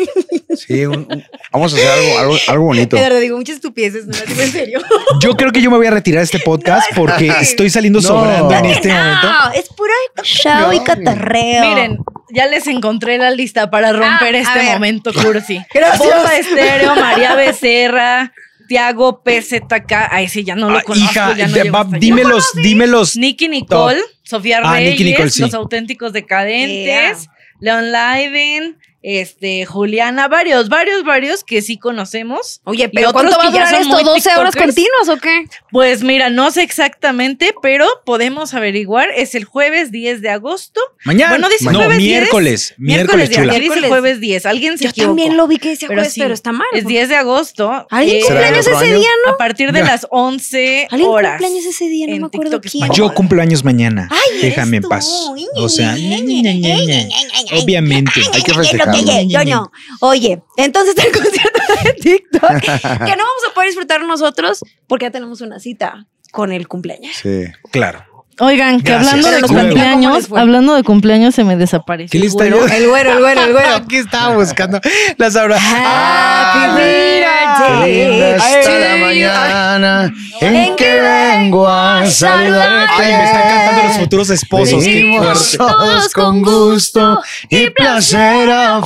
[SPEAKER 3] Sí, un- un- vamos a hacer algo, algo, algo bonito.
[SPEAKER 1] De verdad, digo muchas estupideces, no las digo en
[SPEAKER 2] *laughs*
[SPEAKER 1] serio.
[SPEAKER 2] yo creo que yo me voy a retirar
[SPEAKER 1] *laughs*
[SPEAKER 2] de este podcast porque estoy saliendo
[SPEAKER 3] No.
[SPEAKER 2] sobrando en
[SPEAKER 3] Claro que
[SPEAKER 2] este
[SPEAKER 1] no,
[SPEAKER 2] momento.
[SPEAKER 1] es puro show y
[SPEAKER 3] no.
[SPEAKER 1] catarreo.
[SPEAKER 4] Miren, ya les encontré la lista para romper
[SPEAKER 2] Ah,
[SPEAKER 1] a
[SPEAKER 4] este
[SPEAKER 1] ver.
[SPEAKER 4] momento
[SPEAKER 2] *laughs*
[SPEAKER 4] cursi.
[SPEAKER 1] Gracias.
[SPEAKER 4] Bomba Estéreo, María Becerra, Tiago PZK. Ay, sí, ya no lo
[SPEAKER 2] Ah,
[SPEAKER 4] conozco.
[SPEAKER 2] hija,
[SPEAKER 4] ya no
[SPEAKER 2] de-
[SPEAKER 4] llego
[SPEAKER 2] va-
[SPEAKER 4] hasta allá.
[SPEAKER 2] dímelos, dímelos.
[SPEAKER 4] Nicky Nicole, Sofía
[SPEAKER 2] Ah,
[SPEAKER 4] Reyes,
[SPEAKER 2] Nicky Nicole, sí.
[SPEAKER 4] Los Auténticos Decadentes, Leon Leiden, este, Juliana, varios, varios, varios que sí conocemos.
[SPEAKER 1] Oye,
[SPEAKER 4] Y
[SPEAKER 1] pero
[SPEAKER 4] otros
[SPEAKER 1] ¿cuánto va a
[SPEAKER 4] que ya
[SPEAKER 1] durar esto?
[SPEAKER 4] son muy
[SPEAKER 1] ¿12 horas
[SPEAKER 4] tiktokers.
[SPEAKER 1] continuas o qué?
[SPEAKER 4] Pues mira, no sé exactamente, pero podemos averiguar. Es el jueves 10 de agosto.
[SPEAKER 2] Mañana.
[SPEAKER 4] Bueno, dice
[SPEAKER 2] no,
[SPEAKER 4] jueves 10.
[SPEAKER 2] miércoles, miércoles,
[SPEAKER 4] Miércoles, de
[SPEAKER 2] chula.
[SPEAKER 4] ayer dice
[SPEAKER 1] Miércoles.
[SPEAKER 4] jueves 10. Alguien se
[SPEAKER 1] Yo
[SPEAKER 4] equivocó.
[SPEAKER 1] también lo vi que decía
[SPEAKER 4] Pero
[SPEAKER 1] jueves,
[SPEAKER 4] sí,
[SPEAKER 1] pero está mal.
[SPEAKER 4] Es
[SPEAKER 1] ¿no?
[SPEAKER 4] 10 de agosto.
[SPEAKER 1] ¿Alguien
[SPEAKER 4] eh,
[SPEAKER 1] cumpleaños
[SPEAKER 3] ¿Será el
[SPEAKER 1] ese
[SPEAKER 3] otro
[SPEAKER 1] día, no?
[SPEAKER 4] A partir de las 11
[SPEAKER 1] ¿Alguien
[SPEAKER 4] horas.
[SPEAKER 1] cumpleaños ese día? No
[SPEAKER 4] en
[SPEAKER 1] me acuerdo
[SPEAKER 4] TikTok
[SPEAKER 1] quién.
[SPEAKER 2] Yo cumplo años mañana.
[SPEAKER 1] Ay,
[SPEAKER 2] Déjame en
[SPEAKER 1] eres
[SPEAKER 2] paz.
[SPEAKER 1] tú.
[SPEAKER 2] O sea,
[SPEAKER 1] Ñe,
[SPEAKER 2] ñe, ñe, ñe, ñe.
[SPEAKER 1] Ñe, Ñe, Ñe, Ñe.
[SPEAKER 2] obviamente.
[SPEAKER 1] Ay,
[SPEAKER 3] Hay que
[SPEAKER 1] ay, ay,
[SPEAKER 3] festejarlo.
[SPEAKER 1] lo que- Yo no. Oye, entonces el *laughs* concierto de TikTok que no vamos a poder disfrutar nosotros porque ya tenemos una cita con el cumpleaños.
[SPEAKER 3] Sí.
[SPEAKER 2] Claro.
[SPEAKER 4] Oigan, que
[SPEAKER 2] Gracias.
[SPEAKER 4] hablando de
[SPEAKER 2] Pero
[SPEAKER 1] nos cuentan cómo les
[SPEAKER 4] cumpleaños,
[SPEAKER 1] fue.
[SPEAKER 4] hablando de cumpleaños se me desapareció.
[SPEAKER 2] ¿Qué le está
[SPEAKER 4] Bueno,
[SPEAKER 2] yo? *laughs*
[SPEAKER 1] El güero, el güero, el güero.
[SPEAKER 4] Ah,
[SPEAKER 2] Aquí estaba buscando las abrazos.
[SPEAKER 1] Happy
[SPEAKER 2] mira,
[SPEAKER 3] Qué linda
[SPEAKER 2] Ay,
[SPEAKER 3] está
[SPEAKER 2] ay,
[SPEAKER 3] la
[SPEAKER 2] ay.
[SPEAKER 3] mañana en
[SPEAKER 1] En
[SPEAKER 3] que
[SPEAKER 1] que
[SPEAKER 3] vengo a saludarte.
[SPEAKER 2] Ay, me están cantando los futuros esposos. Qué
[SPEAKER 3] Venimos
[SPEAKER 2] fuerte.
[SPEAKER 3] todos con gusto y placer a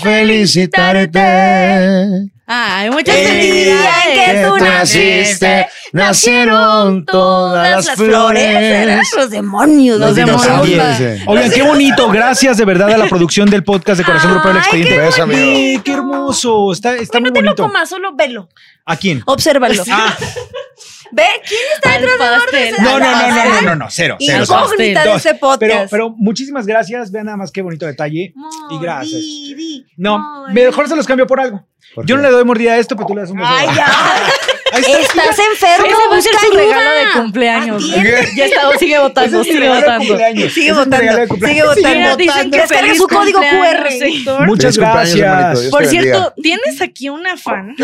[SPEAKER 3] felicitarte.
[SPEAKER 4] Ay, muchas
[SPEAKER 2] Eh,
[SPEAKER 4] felicidades.
[SPEAKER 1] que
[SPEAKER 3] Que
[SPEAKER 1] tú
[SPEAKER 3] tú naciste, nacieron todas las
[SPEAKER 1] eran
[SPEAKER 3] flores.
[SPEAKER 1] Los demonios, los
[SPEAKER 4] Los
[SPEAKER 1] demonios.
[SPEAKER 4] demonios.
[SPEAKER 1] va.
[SPEAKER 3] Dice.
[SPEAKER 2] Oigan, qué bonito. Gracias de verdad a la producción del podcast de Corazón Grupero del
[SPEAKER 1] Ay,
[SPEAKER 2] Expediente.
[SPEAKER 3] qué Gracias, amigo.
[SPEAKER 2] Ay, qué hermoso. Está, está muy
[SPEAKER 1] No te lo
[SPEAKER 2] bonito.
[SPEAKER 1] comas, solo velo.
[SPEAKER 2] ¿A quién?
[SPEAKER 1] Obsérvalo.
[SPEAKER 2] Ah,
[SPEAKER 1] Ve, ¿quién está
[SPEAKER 4] Al
[SPEAKER 1] detrás del orden?
[SPEAKER 4] pastel.
[SPEAKER 2] no, no, no, no, no, no, no, cero, cero. cero.
[SPEAKER 1] Incógnita de
[SPEAKER 2] Dos.
[SPEAKER 1] ese
[SPEAKER 2] Pero,
[SPEAKER 1] podcast.
[SPEAKER 2] pero muchísimas gracias. Vean nada más qué bonito detalle. Y gracias.
[SPEAKER 1] Mordidi,
[SPEAKER 2] No,
[SPEAKER 1] mordidi.
[SPEAKER 2] mejor se los cambio por algo.
[SPEAKER 3] ¿Por
[SPEAKER 2] Yo no
[SPEAKER 3] qué?
[SPEAKER 2] le doy mordida a esto, pero tú le das un beso.
[SPEAKER 1] Ay, *laughs* ya.
[SPEAKER 2] Ahí está.
[SPEAKER 1] Estás enfermo.
[SPEAKER 4] Ese va a ser
[SPEAKER 1] busca
[SPEAKER 4] su
[SPEAKER 1] ayuda.
[SPEAKER 4] regalo de cumpleaños.
[SPEAKER 1] Atiende.
[SPEAKER 4] Ya está, sigue
[SPEAKER 2] Ese
[SPEAKER 4] votando,
[SPEAKER 2] es mi
[SPEAKER 4] sigue
[SPEAKER 2] regalo de
[SPEAKER 4] votando.
[SPEAKER 1] Sigue
[SPEAKER 2] cumpleaños. Ese es mi
[SPEAKER 1] votando,
[SPEAKER 2] regalo de cumpleaños.
[SPEAKER 1] sigue
[SPEAKER 4] Sí,
[SPEAKER 1] votando.
[SPEAKER 4] dicen que
[SPEAKER 1] Descarga
[SPEAKER 4] feliz
[SPEAKER 1] su código
[SPEAKER 4] cumpleaños,
[SPEAKER 1] QR.
[SPEAKER 4] Héctor.
[SPEAKER 2] Muchas
[SPEAKER 3] Feliz cumpleaños, hermanito.
[SPEAKER 2] gracias.
[SPEAKER 3] Dios
[SPEAKER 4] Por
[SPEAKER 3] te bendiga.
[SPEAKER 4] cierto, tienes aquí una fan.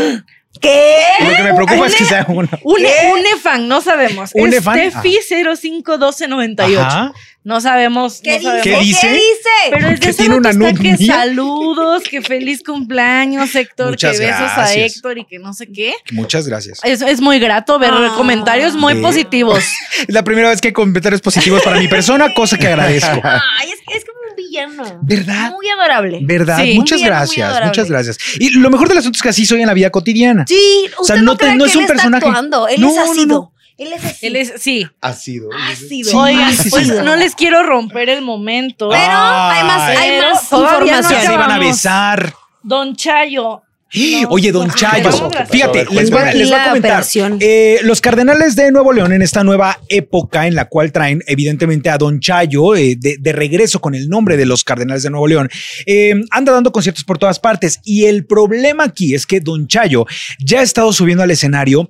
[SPEAKER 1] ¿Qué?
[SPEAKER 2] Lo
[SPEAKER 4] *laughs*
[SPEAKER 2] que me preocupa es que sea uno.
[SPEAKER 4] Un, e- un fan, no sabemos.
[SPEAKER 2] ¿Un
[SPEAKER 4] Es
[SPEAKER 2] fan?
[SPEAKER 4] Steffi 051298.
[SPEAKER 2] Ajá.
[SPEAKER 4] No sabemos.
[SPEAKER 1] ¿Qué
[SPEAKER 4] no sabemos.
[SPEAKER 1] dice? ¿Qué dice?
[SPEAKER 4] Pero
[SPEAKER 2] Que
[SPEAKER 4] desde hace
[SPEAKER 2] tiene
[SPEAKER 4] rato
[SPEAKER 2] una
[SPEAKER 4] está que
[SPEAKER 2] nube mía.
[SPEAKER 4] saludos, que feliz cumpleaños, Héctor,
[SPEAKER 2] Muchas
[SPEAKER 4] que besos a
[SPEAKER 2] gracias.
[SPEAKER 4] Héctor y que no sé qué.
[SPEAKER 2] Muchas gracias.
[SPEAKER 4] Es, es muy grato ver
[SPEAKER 1] Ah.
[SPEAKER 4] comentarios muy
[SPEAKER 2] Sí.
[SPEAKER 4] positivos.
[SPEAKER 2] Es la primera vez que hay comentarios positivos para mi persona, cosa que agradezco.
[SPEAKER 1] Ay, es, es como un villano.
[SPEAKER 2] Ah. ¿Verdad?
[SPEAKER 1] Muy adorable.
[SPEAKER 2] *laughs* ¿Verdad?
[SPEAKER 4] Sí.
[SPEAKER 2] muchas
[SPEAKER 1] Muy bien, muy
[SPEAKER 2] gracias,
[SPEAKER 1] adorable.
[SPEAKER 2] muchas gracias. Y lo mejor del asunto es que así soy en la vida cotidiana.
[SPEAKER 1] Sí, usted
[SPEAKER 2] O sea,
[SPEAKER 1] no,
[SPEAKER 2] no te-
[SPEAKER 1] cree
[SPEAKER 2] no
[SPEAKER 1] que
[SPEAKER 2] es un
[SPEAKER 1] él está
[SPEAKER 2] personaje.
[SPEAKER 1] actuando. Él
[SPEAKER 2] No,
[SPEAKER 1] es
[SPEAKER 2] no,
[SPEAKER 1] ácido.
[SPEAKER 2] no.
[SPEAKER 1] Él es así.
[SPEAKER 4] Él es, sí.
[SPEAKER 3] Ha sido.
[SPEAKER 1] ácido.
[SPEAKER 2] Sí,
[SPEAKER 4] Oigan,
[SPEAKER 2] sí,
[SPEAKER 4] pues
[SPEAKER 2] sí.
[SPEAKER 4] no les quiero romper el momento.
[SPEAKER 1] Pero hay más,
[SPEAKER 2] Ay.
[SPEAKER 1] hay más
[SPEAKER 4] Pero
[SPEAKER 2] Ya se
[SPEAKER 4] todavía no
[SPEAKER 1] información.
[SPEAKER 2] van a
[SPEAKER 4] acabamos.
[SPEAKER 2] besar.
[SPEAKER 4] Don Chayo. no,
[SPEAKER 2] Oye, don
[SPEAKER 4] pues,
[SPEAKER 2] Chayo,
[SPEAKER 4] ¿qué pasó?
[SPEAKER 2] fíjate,
[SPEAKER 3] Cuéntame,
[SPEAKER 2] les voy, a- les voy a
[SPEAKER 1] Pues, La
[SPEAKER 2] comentar.
[SPEAKER 1] operación.
[SPEAKER 2] Eh, los cardenales de Nuevo León en esta nueva época en la cual traen evidentemente a don Chayo eh, de, de regreso con el nombre de los cardenales de Nuevo León, eh, anda dando conciertos por todas partes y el problema aquí es que don Chayo ya ha estado subiendo al escenario.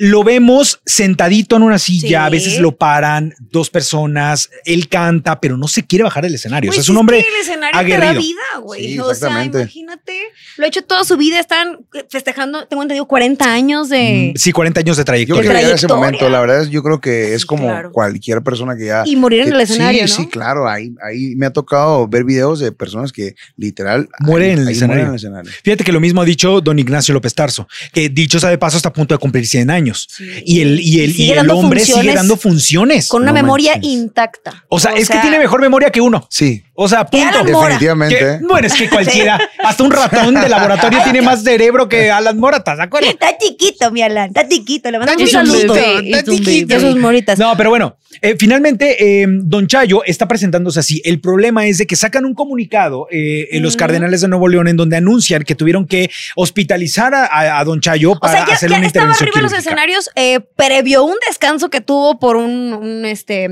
[SPEAKER 2] Lo vemos sentadito en una silla,
[SPEAKER 1] Sí.
[SPEAKER 2] a veces lo paran dos personas, él canta, pero no se quiere bajar del escenario. O sea,
[SPEAKER 1] Güey,
[SPEAKER 2] Eh, es un
[SPEAKER 1] Pues que
[SPEAKER 2] hombre
[SPEAKER 1] el escenario te da
[SPEAKER 2] aguerrido.
[SPEAKER 1] vida, güey.
[SPEAKER 3] Sí,
[SPEAKER 1] o sea,
[SPEAKER 3] exactamente.
[SPEAKER 1] imagínate. Lo ha hecho toda su vida. Están festejando, tengo entendido, 40 años de.
[SPEAKER 2] Mm, Sí, 40 años de
[SPEAKER 3] Yo
[SPEAKER 2] trayectoria.
[SPEAKER 3] quiero llegar a ese
[SPEAKER 1] trayectoria.
[SPEAKER 3] momento. La verdad, es- yo creo que es
[SPEAKER 1] Sí,
[SPEAKER 3] como
[SPEAKER 1] claro.
[SPEAKER 3] cualquier persona que
[SPEAKER 2] Ah,
[SPEAKER 3] ya.
[SPEAKER 1] Y morir en
[SPEAKER 3] que-
[SPEAKER 1] el escenario,
[SPEAKER 3] sí,
[SPEAKER 1] ¿no?
[SPEAKER 3] sí, claro. Ahí, ahí me ha tocado ver videos de personas que literal
[SPEAKER 2] Mueren
[SPEAKER 3] ahí-
[SPEAKER 2] en el
[SPEAKER 3] ahí
[SPEAKER 2] escenario.
[SPEAKER 3] mueren en el escenario.
[SPEAKER 2] Fíjate que lo mismo ha dicho don Ignacio López Tarso, que dicho sea de paso está a punto de cumplir 100 años. Y el, y el,
[SPEAKER 1] Y sigue
[SPEAKER 2] y el
[SPEAKER 1] dando
[SPEAKER 2] hombre sigue
[SPEAKER 1] funciones
[SPEAKER 2] dando funciones.
[SPEAKER 1] Con una
[SPEAKER 3] No
[SPEAKER 1] memoria
[SPEAKER 3] manches.
[SPEAKER 1] intacta.
[SPEAKER 2] o sea, es que tiene mejor memoria que uno.
[SPEAKER 3] Sí,
[SPEAKER 2] O sea,
[SPEAKER 1] Que
[SPEAKER 2] punto.
[SPEAKER 1] Alan Mora.
[SPEAKER 3] definitivamente.
[SPEAKER 2] Que- bueno, es
[SPEAKER 1] *laughs*
[SPEAKER 2] que cualquiera, hasta un ratón de laboratorio tiene más cerebro que Alan Mora, ¿estás de
[SPEAKER 1] *laughs*
[SPEAKER 2] acuerdo?
[SPEAKER 1] Está chiquito, mi Alan. Está chiquito. Le mandamos un saludo.
[SPEAKER 4] chiquito, bebé, es un
[SPEAKER 1] chiquito.
[SPEAKER 4] bebé.
[SPEAKER 1] sus moritas.
[SPEAKER 2] No, pero bueno, eh, finalmente eh, Don Chayo está presentándose así. El problema es de que sacan un comunicado eh, en los
[SPEAKER 1] Ujú.
[SPEAKER 2] Cardenales de Nuevo León en donde anuncian que tuvieron que hospitalizar a, a- a Don Chayo
[SPEAKER 1] O
[SPEAKER 2] para
[SPEAKER 1] sea, ya,
[SPEAKER 2] hacer
[SPEAKER 1] ya
[SPEAKER 2] una
[SPEAKER 1] estaba
[SPEAKER 2] intervención
[SPEAKER 1] arriba en los
[SPEAKER 2] quirúrgica.
[SPEAKER 1] escenarios, eh, previo un descanso que tuvo por un, un, este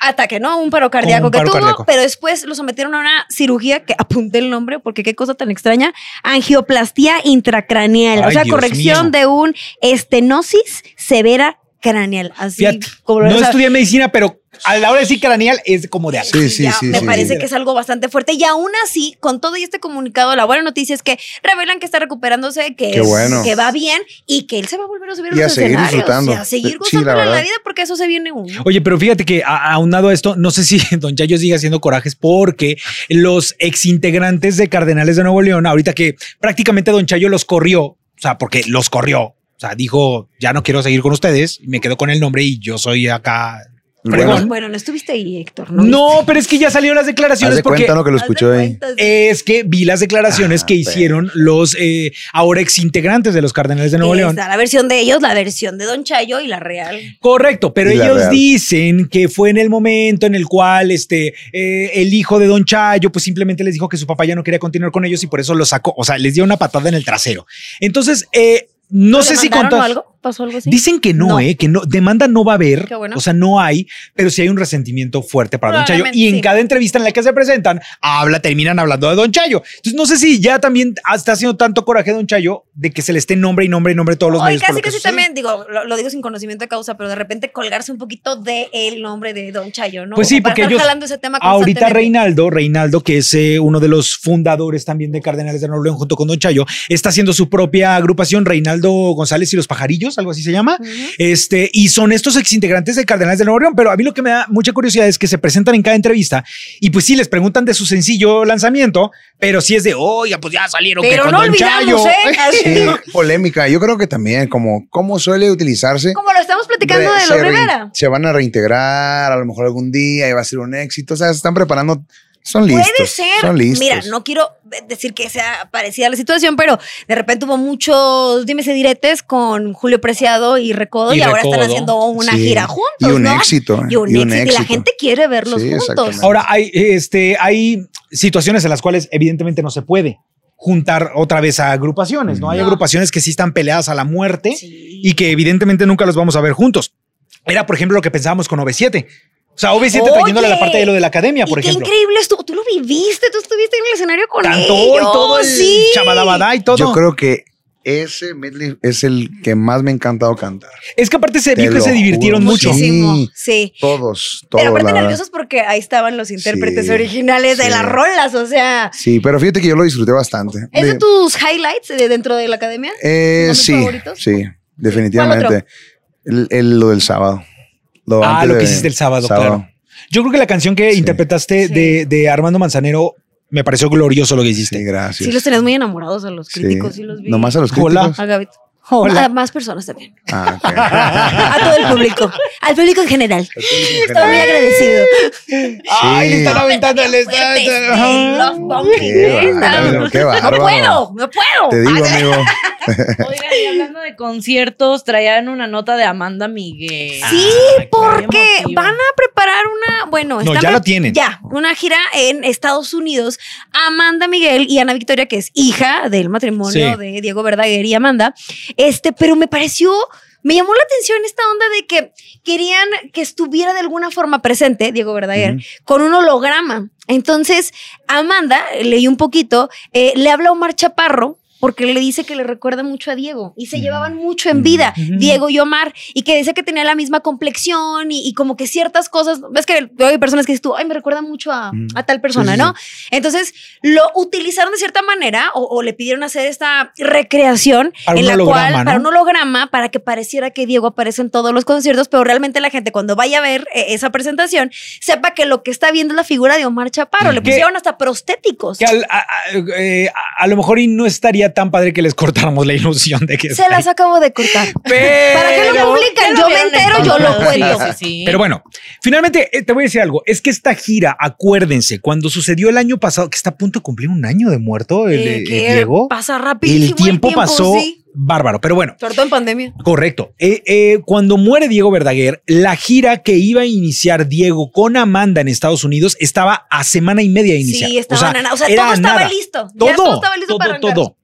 [SPEAKER 1] ataque, ¿no? Un paro cardíaco
[SPEAKER 2] Un
[SPEAKER 1] que
[SPEAKER 2] paro
[SPEAKER 1] tuvo,
[SPEAKER 2] cardíaco.
[SPEAKER 1] pero después lo sometieron a una cirugía que *laughs* apunté el nombre porque qué cosa tan extraña, angioplastía intracraneal, o
[SPEAKER 2] Ay,
[SPEAKER 1] sea,
[SPEAKER 2] Dios
[SPEAKER 1] corrección
[SPEAKER 2] mío.
[SPEAKER 1] de un estenosis severa craneal, así
[SPEAKER 2] Fíjate,
[SPEAKER 1] como
[SPEAKER 2] no
[SPEAKER 1] o sea,
[SPEAKER 2] estudié medicina, pero a la hora de decir craneal es como de acá.
[SPEAKER 3] Sí, sí,
[SPEAKER 1] ya
[SPEAKER 3] sí.
[SPEAKER 1] me
[SPEAKER 3] sí,
[SPEAKER 1] parece
[SPEAKER 3] sí.
[SPEAKER 1] que es algo bastante fuerte. Y aún así, con todo y este comunicado, la buena noticia es que revelan que está recuperándose, que,
[SPEAKER 3] Qué
[SPEAKER 1] es-
[SPEAKER 3] bueno.
[SPEAKER 1] que va bien y que él se va a volver a subir
[SPEAKER 3] Y
[SPEAKER 1] a
[SPEAKER 3] a
[SPEAKER 1] los
[SPEAKER 3] seguir
[SPEAKER 1] escenarios
[SPEAKER 3] disfrutando.
[SPEAKER 1] y a seguir
[SPEAKER 3] Sí,
[SPEAKER 1] gozando
[SPEAKER 3] la
[SPEAKER 1] de la
[SPEAKER 3] verdad.
[SPEAKER 1] vida porque eso se viene uno.
[SPEAKER 2] Oye, pero fíjate que a- aunado a esto, no sé si *laughs* Don Chayo sigue haciendo corajes porque los exintegrantes de Cardenales de Nuevo León, ahorita que prácticamente Don Chayo los corrió, o sea, porque los corrió, o sea, dijo, ya no quiero seguir con ustedes, me quedo con el nombre y yo soy acá.
[SPEAKER 3] Bueno,
[SPEAKER 2] Fregón.
[SPEAKER 1] Bueno, no estuviste ahí, Héctor.
[SPEAKER 2] No, pero es que ya salieron las
[SPEAKER 3] haz
[SPEAKER 2] declaraciones
[SPEAKER 3] de
[SPEAKER 2] porque...
[SPEAKER 3] cuenta lo que lo escuchó ahí.
[SPEAKER 2] Es que vi las declaraciones
[SPEAKER 3] Ah,
[SPEAKER 2] que
[SPEAKER 3] pero-
[SPEAKER 2] hicieron los eh, ahora exintegrantes de los Cardenales de Nuevo León.
[SPEAKER 1] Está la versión de ellos, la versión de Don Chayo y la real.
[SPEAKER 2] Correcto, pero
[SPEAKER 3] Y la
[SPEAKER 2] ellos
[SPEAKER 3] real.
[SPEAKER 2] dicen que fue en el momento en el cual este eh, el hijo de Don Chayo pues simplemente les dijo que su papá ya no quería continuar con ellos y por eso lo sacó, o sea, les dio una patada en el trasero. Entonces, eh, no sé
[SPEAKER 1] ¿Le
[SPEAKER 2] si
[SPEAKER 1] mandaron
[SPEAKER 2] contó-
[SPEAKER 1] algo? ¿Pasó algo así?
[SPEAKER 2] Dicen que no,
[SPEAKER 1] No.
[SPEAKER 2] eh, que no demanda no va a haber,
[SPEAKER 1] Qué bueno.
[SPEAKER 2] o sea, no hay, pero sí hay un resentimiento fuerte para Don Chayo y
[SPEAKER 1] Probablemente,
[SPEAKER 2] en
[SPEAKER 1] sí.
[SPEAKER 2] cada entrevista en la que se presentan habla terminan hablando de Don Chayo. Entonces, no sé si ya también está haciendo tanto coraje Don Chayo de que se le esté nombre y nombre y nombre de todos los
[SPEAKER 1] Hoy
[SPEAKER 2] medios por
[SPEAKER 1] casi
[SPEAKER 2] lo que
[SPEAKER 1] casi
[SPEAKER 2] sucede.
[SPEAKER 1] también, digo, lo, lo digo sin conocimiento de causa, pero de repente colgarse un poquito del el nombre de Don Chayo, ¿no?
[SPEAKER 2] Pues sí,
[SPEAKER 1] Para
[SPEAKER 2] porque
[SPEAKER 1] estar
[SPEAKER 2] ellos-
[SPEAKER 1] jalando ese tema
[SPEAKER 2] Ahorita
[SPEAKER 1] constantemente.
[SPEAKER 2] Reinaldo, Reinaldo, que es eh, uno de los fundadores también de Cardenales de Nuevo León junto con Don Chayo, está haciendo su propia agrupación, Reinaldo González y los Pajarillos, Muñoz, algo así se llama. Este, y son estos exintegrantes de Cardenales de Nuevo León. Pero a mí lo que me da mucha curiosidad es que se presentan en cada entrevista y pues sí les preguntan de su sencillo lanzamiento, pero sí es de, oiga, pues ya salieron que
[SPEAKER 1] Pero
[SPEAKER 2] con
[SPEAKER 1] no
[SPEAKER 2] Don
[SPEAKER 1] olvidamos,
[SPEAKER 2] Chayo".
[SPEAKER 1] ¿eh? Así,
[SPEAKER 3] Sí, polémica. Yo creo que también, como cómo suele utilizarse.
[SPEAKER 1] Como lo estamos platicando
[SPEAKER 3] re-
[SPEAKER 1] de
[SPEAKER 3] se
[SPEAKER 1] los
[SPEAKER 3] rein-
[SPEAKER 1] Rivera.
[SPEAKER 3] Se van a reintegrar, a lo mejor algún día y va a ser un éxito. O sea, se están preparando. Son listos.
[SPEAKER 1] Puede ser.
[SPEAKER 3] Son listos.
[SPEAKER 1] Mira, no quiero decir que sea parecida a la situación, pero de repente hubo muchos dimes y diretes con Julio Preciado y Recodo y,
[SPEAKER 2] Y
[SPEAKER 1] ahora están
[SPEAKER 2] Recodo.
[SPEAKER 1] haciendo una
[SPEAKER 3] Sí.
[SPEAKER 1] gira juntos,
[SPEAKER 3] Y un
[SPEAKER 1] ¿no?
[SPEAKER 3] éxito. ¿eh?
[SPEAKER 1] Y un, éxito. Y la gente quiere verlos
[SPEAKER 3] Sí,
[SPEAKER 1] juntos.
[SPEAKER 3] exactamente.
[SPEAKER 2] Ahora, hay, este, hay situaciones en las cuales evidentemente no se puede juntar otra vez a agrupaciones, ¿no? Hay
[SPEAKER 1] No.
[SPEAKER 2] agrupaciones que sí están peleadas a la muerte
[SPEAKER 1] Sí.
[SPEAKER 2] y que evidentemente nunca los vamos a ver juntos. Era, por ejemplo, lo que pensábamos con OV7. O sea, OV7 trayéndole
[SPEAKER 1] Oye.
[SPEAKER 2] la parte de lo de la academia, por
[SPEAKER 1] y qué
[SPEAKER 2] ejemplo.
[SPEAKER 1] increíble estuvo. Tú lo viviste, tú estuviste en el escenario con
[SPEAKER 2] Cantó
[SPEAKER 1] ellos.
[SPEAKER 2] y todo el
[SPEAKER 1] sí.
[SPEAKER 2] chabadabadá y todo.
[SPEAKER 3] Yo creo que ese medley es el que más me ha encantado cantar.
[SPEAKER 2] es que aparte se
[SPEAKER 3] Te
[SPEAKER 2] vio que
[SPEAKER 3] lo
[SPEAKER 2] se divirtieron
[SPEAKER 3] juro,
[SPEAKER 2] mucho.
[SPEAKER 1] Muchísimo,
[SPEAKER 3] Sí.
[SPEAKER 1] sí.
[SPEAKER 3] Todos, todos.
[SPEAKER 1] Pero aparte
[SPEAKER 3] la verdad.
[SPEAKER 1] nerviosos porque ahí estaban los intérpretes
[SPEAKER 3] Sí,
[SPEAKER 1] originales de
[SPEAKER 3] sí.
[SPEAKER 1] las rolas, o sea.
[SPEAKER 3] Sí, pero fíjate que yo lo disfruté bastante.
[SPEAKER 1] ¿Es de
[SPEAKER 3] De-
[SPEAKER 1] tus highlights de dentro de la academia?
[SPEAKER 3] Eh,
[SPEAKER 1] ¿Son tus
[SPEAKER 3] sí,
[SPEAKER 1] favoritos?
[SPEAKER 3] sí, definitivamente. El, el- lo del sábado. Lo
[SPEAKER 2] Ah,
[SPEAKER 3] antes
[SPEAKER 2] lo
[SPEAKER 3] de-
[SPEAKER 2] que hiciste el sábado, claro. Yo creo que la canción que
[SPEAKER 3] Sí.
[SPEAKER 2] interpretaste
[SPEAKER 1] Sí.
[SPEAKER 2] De, de Armando Manzanero me pareció glorioso lo que hiciste.
[SPEAKER 3] Sí, gracias.
[SPEAKER 1] Sí, los tenías muy enamorados a los
[SPEAKER 3] Sí.
[SPEAKER 1] críticos, sí, los vi.
[SPEAKER 3] Nomás a los críticos.
[SPEAKER 2] Hola.
[SPEAKER 1] A Gavit.
[SPEAKER 2] Hola.
[SPEAKER 1] A más personas también.
[SPEAKER 3] Ah, ok.
[SPEAKER 1] *laughs* A todo el público. Al público en general. Estoy muy
[SPEAKER 3] Ay,
[SPEAKER 1] agradecido.
[SPEAKER 2] Ay, le están aventando, le están-
[SPEAKER 1] Fuertes,
[SPEAKER 2] Ajá.
[SPEAKER 1] love bombing,
[SPEAKER 3] Qué
[SPEAKER 1] ¿eh?
[SPEAKER 3] bárbaro, qué
[SPEAKER 1] No
[SPEAKER 3] bárbaro.
[SPEAKER 1] puedo, no puedo.
[SPEAKER 3] Te digo,
[SPEAKER 1] Ay,
[SPEAKER 3] amigo.
[SPEAKER 4] Oigan, y hablando de conciertos, traían una nota de Amanda Miguel.
[SPEAKER 1] Sí,
[SPEAKER 2] Ay,
[SPEAKER 1] porque
[SPEAKER 4] emotivo.
[SPEAKER 1] van a preparar una, bueno,
[SPEAKER 2] No,
[SPEAKER 1] están
[SPEAKER 2] ya
[SPEAKER 1] pre-
[SPEAKER 2] la tienen.
[SPEAKER 1] Ya, una gira en Estados Unidos. Amanda Miguel y Ana Victoria, que es hija del matrimonio
[SPEAKER 2] Sí.
[SPEAKER 1] de Diego Verdaguer y Amanda. Este, pero me pareció, me llamó la atención esta onda de que querían que estuviera de alguna forma presente Diego Verdaguer
[SPEAKER 3] Ujú.
[SPEAKER 1] con un holograma. Entonces, Amanda, leí un poquito, eh, le habla a Omar Chaparro porque le dice que le recuerda mucho a Diego y se llevaban mucho en vida,
[SPEAKER 2] Ujú.
[SPEAKER 1] Diego y Omar, y que dice que tenía la misma complexión y, y como que ciertas cosas, ves que hay personas que dices tú, ay, me recuerda mucho a,
[SPEAKER 3] Mm.
[SPEAKER 1] a tal persona,
[SPEAKER 3] Sí, sí,
[SPEAKER 1] ¿no? Entonces, lo utilizaron de cierta manera o, o le pidieron hacer esta recreación
[SPEAKER 2] Para
[SPEAKER 1] en
[SPEAKER 2] un
[SPEAKER 1] la
[SPEAKER 2] holograma,
[SPEAKER 1] cual,
[SPEAKER 2] ¿no?
[SPEAKER 1] para un holograma, para que pareciera que Diego aparece en todos los conciertos, pero realmente la gente cuando vaya a ver eh, esa presentación, sepa que lo que está viendo es la figura de Omar Chaparro. Le
[SPEAKER 2] ¿Qué?
[SPEAKER 1] pusieron hasta prostéticos.
[SPEAKER 2] Que al- a, a- eh, a- a lo mejor y no estaría tan padre que les cortáramos la ilusión de que
[SPEAKER 1] Se
[SPEAKER 2] está
[SPEAKER 1] las
[SPEAKER 2] ahí.
[SPEAKER 1] acabo de cortar.
[SPEAKER 2] *laughs* Ah, pero,
[SPEAKER 1] ¿Para qué lo publican?
[SPEAKER 4] Ya
[SPEAKER 1] Yo me
[SPEAKER 4] vieron en
[SPEAKER 1] entero, yo
[SPEAKER 4] todos
[SPEAKER 1] lo
[SPEAKER 4] lados.
[SPEAKER 1] cuento.
[SPEAKER 4] Sí, sí, sí.
[SPEAKER 2] *laughs* Pero bueno, finalmente eh, te voy a decir algo. Es que esta gira, acuérdense, cuando sucedió el año pasado, que está a punto de cumplir un año de muerto el,
[SPEAKER 1] Eh,
[SPEAKER 2] el
[SPEAKER 1] que
[SPEAKER 2] Diego,
[SPEAKER 1] Pasa
[SPEAKER 2] el
[SPEAKER 1] rapidísimo.
[SPEAKER 2] tiempo, pasó
[SPEAKER 1] sí.
[SPEAKER 2] bárbaro. Pero bueno,
[SPEAKER 1] Sobre todo en pandemia.
[SPEAKER 2] Correcto. Eh, eh, cuando muere Diego Verdaguer, la gira que iba a iniciar Diego con Amanda en Estados Unidos estaba a semana y media de iniciar.
[SPEAKER 1] Sí, estaban a na- o sea, todo estaba listo. Ya
[SPEAKER 2] Todo,
[SPEAKER 1] todo estaba listo
[SPEAKER 2] todo,
[SPEAKER 1] para arrancar.
[SPEAKER 2] todo.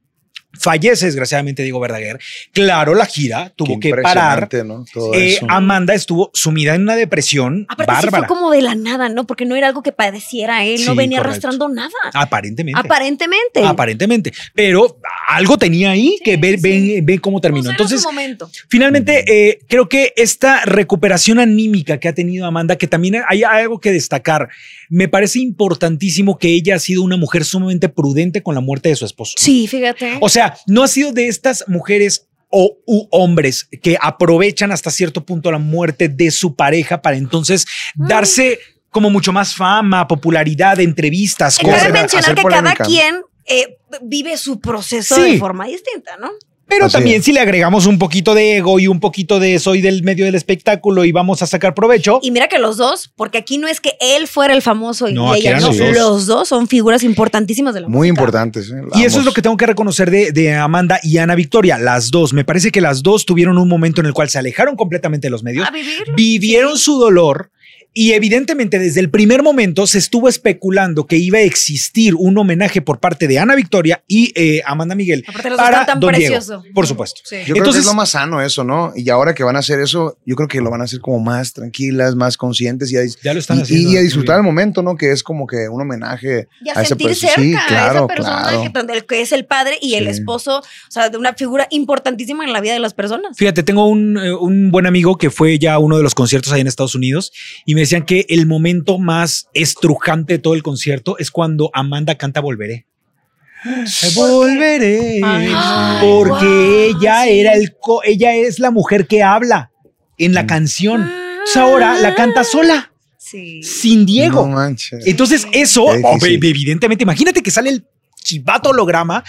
[SPEAKER 2] Fallece desgraciadamente Diego Verdaguer. Claro, la gira tuvo
[SPEAKER 3] Qué
[SPEAKER 2] que parar.
[SPEAKER 3] impresionante, ¿no? Todo
[SPEAKER 2] Eh,
[SPEAKER 3] eso.
[SPEAKER 2] Amanda estuvo sumida en una depresión
[SPEAKER 1] Aparte sí
[SPEAKER 2] bárbara.
[SPEAKER 1] fue como de la nada, ¿no? Porque no era algo que padeciera él, no
[SPEAKER 2] Sí,
[SPEAKER 1] venía
[SPEAKER 2] correcto.
[SPEAKER 1] arrastrando nada.
[SPEAKER 2] Aparentemente.
[SPEAKER 1] Aparentemente.
[SPEAKER 2] Aparentemente. Pero algo tenía ahí que ver, ven, ven cómo terminó.
[SPEAKER 1] O sea, Pues era
[SPEAKER 2] Entonces,
[SPEAKER 1] su momento.
[SPEAKER 2] Finalmente, eh, creo que esta recuperación anímica que ha tenido Amanda, que también hay algo que destacar, me parece importantísimo que ella ha sido una mujer sumamente prudente con la muerte de su esposo.
[SPEAKER 1] Sí, fíjate.
[SPEAKER 2] O sea, no ha sido de estas mujeres o u hombres que aprovechan hasta cierto punto la muerte de su pareja para entonces darse como mucho más fama, popularidad, entrevistas,
[SPEAKER 1] Cabe
[SPEAKER 3] Correcto.
[SPEAKER 2] cosas.
[SPEAKER 1] mencionar
[SPEAKER 3] Hacer
[SPEAKER 1] que cada
[SPEAKER 3] polémica.
[SPEAKER 1] quien eh, vive su proceso
[SPEAKER 2] Sí.
[SPEAKER 1] de forma distinta, ¿no?
[SPEAKER 2] Pero
[SPEAKER 3] Así
[SPEAKER 2] también
[SPEAKER 3] es.
[SPEAKER 2] si le agregamos un poquito de ego y un poquito de soy del medio del espectáculo y vamos a sacar provecho.
[SPEAKER 1] Y mira que los dos, porque aquí no es que él fuera el famoso y
[SPEAKER 2] No, aquí
[SPEAKER 1] ella
[SPEAKER 2] eran
[SPEAKER 1] no.
[SPEAKER 2] los
[SPEAKER 1] Los
[SPEAKER 2] dos.
[SPEAKER 1] dos. son figuras importantísimas de la
[SPEAKER 3] Muy
[SPEAKER 1] música.
[SPEAKER 3] importantes. ¿eh?
[SPEAKER 2] Y eso es
[SPEAKER 3] Ambos.
[SPEAKER 2] lo que tengo que reconocer de, de Amanda y Ana Victoria, las dos. Me parece que las dos tuvieron un momento en el cual se alejaron completamente de los medios,
[SPEAKER 1] A vivirlo.
[SPEAKER 2] vivieron su dolor y evidentemente desde el primer momento se estuvo especulando que iba a existir un homenaje por parte de Ana Victoria y eh, Amanda Miguel.
[SPEAKER 1] Aparte los dos
[SPEAKER 2] Para
[SPEAKER 1] están tan
[SPEAKER 2] Don Diego,
[SPEAKER 1] precioso.
[SPEAKER 2] por supuesto.
[SPEAKER 1] Sí.
[SPEAKER 3] Yo creo que
[SPEAKER 2] Entonces-
[SPEAKER 3] es lo más sano eso, ¿no? Y ahora que van a hacer eso, yo creo que lo van a hacer como más tranquilas, más conscientes y a, dis-
[SPEAKER 2] Ya lo están
[SPEAKER 3] y-
[SPEAKER 2] haciendo.
[SPEAKER 3] y a
[SPEAKER 2] Muy
[SPEAKER 3] disfrutar el
[SPEAKER 2] bien.
[SPEAKER 3] momento, ¿no? Que es como que un homenaje
[SPEAKER 1] Y a,
[SPEAKER 3] a esa
[SPEAKER 1] sentir
[SPEAKER 3] persona.
[SPEAKER 1] cerca
[SPEAKER 3] Sí,
[SPEAKER 1] a esa
[SPEAKER 3] claro,
[SPEAKER 1] persona
[SPEAKER 3] claro.
[SPEAKER 1] que, tanto el que es el padre y el
[SPEAKER 3] Sí.
[SPEAKER 1] esposo, o sea, de una figura importantísima en la vida de las personas.
[SPEAKER 2] Fíjate, tengo un, eh, un buen amigo que fue ya a uno de los conciertos ahí en Estados Unidos y me decían que el momento más estrujante de todo el concierto es cuando Amanda canta Volveré. Volveré.
[SPEAKER 4] Ay,
[SPEAKER 2] porque
[SPEAKER 1] wow,
[SPEAKER 2] ella
[SPEAKER 1] sí.
[SPEAKER 2] era el co- ella es la mujer que habla en
[SPEAKER 3] Mm.
[SPEAKER 2] la canción. Entonces ahora la canta sola,
[SPEAKER 1] Ah, Sí.
[SPEAKER 2] sin Diego.
[SPEAKER 3] No manches.
[SPEAKER 2] Entonces eso,
[SPEAKER 3] Qué difícil.
[SPEAKER 2] ob- evidentemente, imagínate que sale el chivato holograma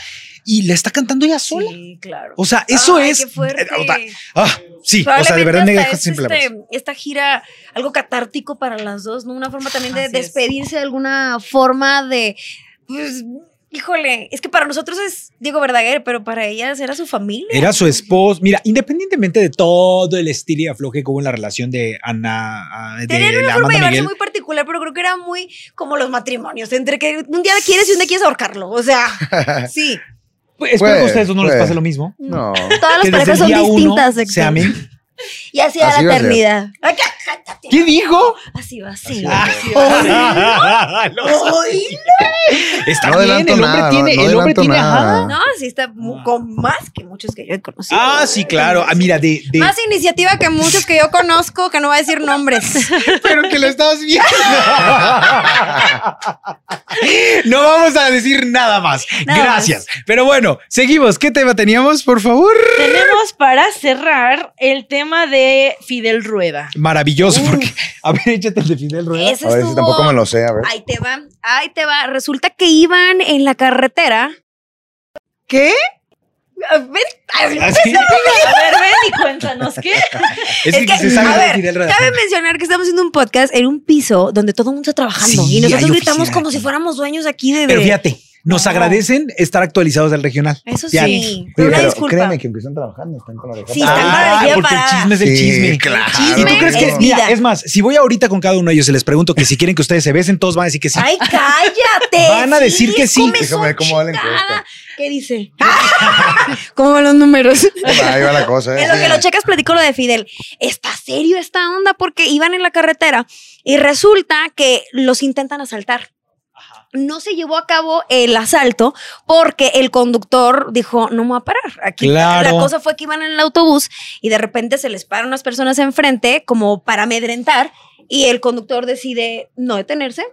[SPEAKER 2] y la está cantando ella sola.
[SPEAKER 1] Sí, claro.
[SPEAKER 2] O sea, eso
[SPEAKER 1] Ay,
[SPEAKER 2] es.
[SPEAKER 1] qué fuerte.
[SPEAKER 2] o sea, ah, sí, *laughs* o sea, de
[SPEAKER 1] Probablemente
[SPEAKER 2] verdad pues. me
[SPEAKER 1] hasta
[SPEAKER 2] dejas
[SPEAKER 1] es,
[SPEAKER 2] sin palabras.
[SPEAKER 1] este, Esta gira, algo catártico para las dos, ¿no? Una forma también de
[SPEAKER 4] Así es.
[SPEAKER 1] despedirse de alguna forma de. pues, híjole, es que para nosotros es Diego Verdaguer, pero para ellas era su familia.
[SPEAKER 2] Era su esposo. Mira, independientemente de todo el estilo y afloje que hubo en la relación de Ana, ah, de,
[SPEAKER 1] Tenían una forma de
[SPEAKER 2] la Amanda
[SPEAKER 1] llevarse
[SPEAKER 2] Miguel.
[SPEAKER 1] muy particular, pero creo que era muy como los matrimonios, entre que un día quieres y un día quieres ahorcarlo. O
[SPEAKER 2] *laughs*
[SPEAKER 1] sea, sí.
[SPEAKER 2] Pues, espero que a
[SPEAKER 3] Puede,
[SPEAKER 2] ustedes no les
[SPEAKER 3] puede.
[SPEAKER 2] pase lo mismo. *laughs*
[SPEAKER 3] No.
[SPEAKER 1] Todas las
[SPEAKER 2] Que desde el
[SPEAKER 1] parejas son
[SPEAKER 2] día uno
[SPEAKER 1] distintas.
[SPEAKER 2] se
[SPEAKER 1] Héctor. *laughs*
[SPEAKER 2] amen.
[SPEAKER 1] y así a la
[SPEAKER 3] Así va a ser.
[SPEAKER 1] eternidad. Ay, cá- cállate.
[SPEAKER 2] ¿Qué dijo?
[SPEAKER 1] Así va, sí.
[SPEAKER 3] Así va
[SPEAKER 1] *laughs*
[SPEAKER 3] a
[SPEAKER 2] Lo sé. Está
[SPEAKER 3] No
[SPEAKER 2] bien,
[SPEAKER 3] adelanto
[SPEAKER 2] el hombre
[SPEAKER 3] nada,
[SPEAKER 2] tiene,
[SPEAKER 3] no- no
[SPEAKER 2] el hombre
[SPEAKER 3] adelanto
[SPEAKER 2] tiene,
[SPEAKER 3] nada.
[SPEAKER 2] ajá.
[SPEAKER 1] No, sí está mu- con más que muchos que yo he conocido.
[SPEAKER 2] Ah, sí, claro. Ah, mira, de, de-
[SPEAKER 1] Más iniciativa que muchos que yo conozco, que no va a decir nombres.
[SPEAKER 2] pero que lo estás viendo. *laughs* No vamos a decir nada más.
[SPEAKER 1] Nada
[SPEAKER 2] Gracias. Pero bueno, seguimos. ¿Qué tema teníamos, por favor?
[SPEAKER 4] Tenemos para cerrar el tema de Fidel Rueda.
[SPEAKER 2] Maravilloso, porque. *laughs* *laughs* A ver, échate el de Fidel Rueda.
[SPEAKER 1] Ese
[SPEAKER 3] A ver si
[SPEAKER 1] estuvo-
[SPEAKER 3] tampoco me lo sé, a ver.
[SPEAKER 1] Ahí te va, ahí te va. Resulta que iban en la carretera.
[SPEAKER 4] ¿Qué?
[SPEAKER 1] Ah, ven, ay,
[SPEAKER 2] Así.
[SPEAKER 4] A ver, ven y cuéntanos
[SPEAKER 1] *laughs*
[SPEAKER 4] qué.
[SPEAKER 2] Es,
[SPEAKER 1] Es
[SPEAKER 2] que,
[SPEAKER 1] que,
[SPEAKER 2] se sabe
[SPEAKER 1] a
[SPEAKER 2] el de
[SPEAKER 1] ver,
[SPEAKER 2] Fidel Rueda.
[SPEAKER 1] Cabe mencionar que estamos haciendo un podcast en un piso donde todo el mundo está trabajando
[SPEAKER 2] Sí,
[SPEAKER 1] y
[SPEAKER 2] hay
[SPEAKER 1] nosotros gritamos
[SPEAKER 2] oficina
[SPEAKER 1] como
[SPEAKER 2] aquí.
[SPEAKER 1] si fuéramos dueños aquí de.
[SPEAKER 2] Pero fíjate, nos agradecen estar actualizados del regional.
[SPEAKER 1] Eso sí.
[SPEAKER 2] Ya.
[SPEAKER 1] Pero una
[SPEAKER 3] pero
[SPEAKER 1] disculpa.
[SPEAKER 3] créeme que empiezan trabajando, están con la oreja
[SPEAKER 1] Sí,
[SPEAKER 3] parada.
[SPEAKER 1] están
[SPEAKER 2] Ah,
[SPEAKER 1] para allá
[SPEAKER 2] porque el
[SPEAKER 1] para-
[SPEAKER 2] chisme es el
[SPEAKER 3] Sí,
[SPEAKER 2] chisme.
[SPEAKER 3] claro.
[SPEAKER 1] chisme
[SPEAKER 2] ¿Y tú crees que
[SPEAKER 1] es
[SPEAKER 2] es, mira,
[SPEAKER 1] vida.
[SPEAKER 2] es más, si voy ahorita con cada uno de ellos y les pregunto que si quieren que ustedes se besen, todos van a decir que sí. *laughs*
[SPEAKER 1] Ay, cállate.
[SPEAKER 2] Van a decir que sí.
[SPEAKER 1] come
[SPEAKER 3] Déjame ver
[SPEAKER 1] su
[SPEAKER 3] cómo va la
[SPEAKER 1] chingada.
[SPEAKER 3] encuesta.
[SPEAKER 1] *laughs* ¿Qué dice? ¿Cómo van los números?
[SPEAKER 3] Ahí va
[SPEAKER 1] *laughs*
[SPEAKER 3] la cosa. ¿eh?
[SPEAKER 1] En lo que
[SPEAKER 3] Sí.
[SPEAKER 1] lo checas, platico lo de Fidel. Está serio esta onda porque iban en la carretera y resulta que los intentan asaltar. No se llevó a cabo el asalto porque el conductor dijo, no me voy a parar. Aquí
[SPEAKER 2] Claro.
[SPEAKER 1] la cosa fue que iban en el autobús y de repente se les paran unas personas enfrente como para amedrentar y el conductor decide no detenerse.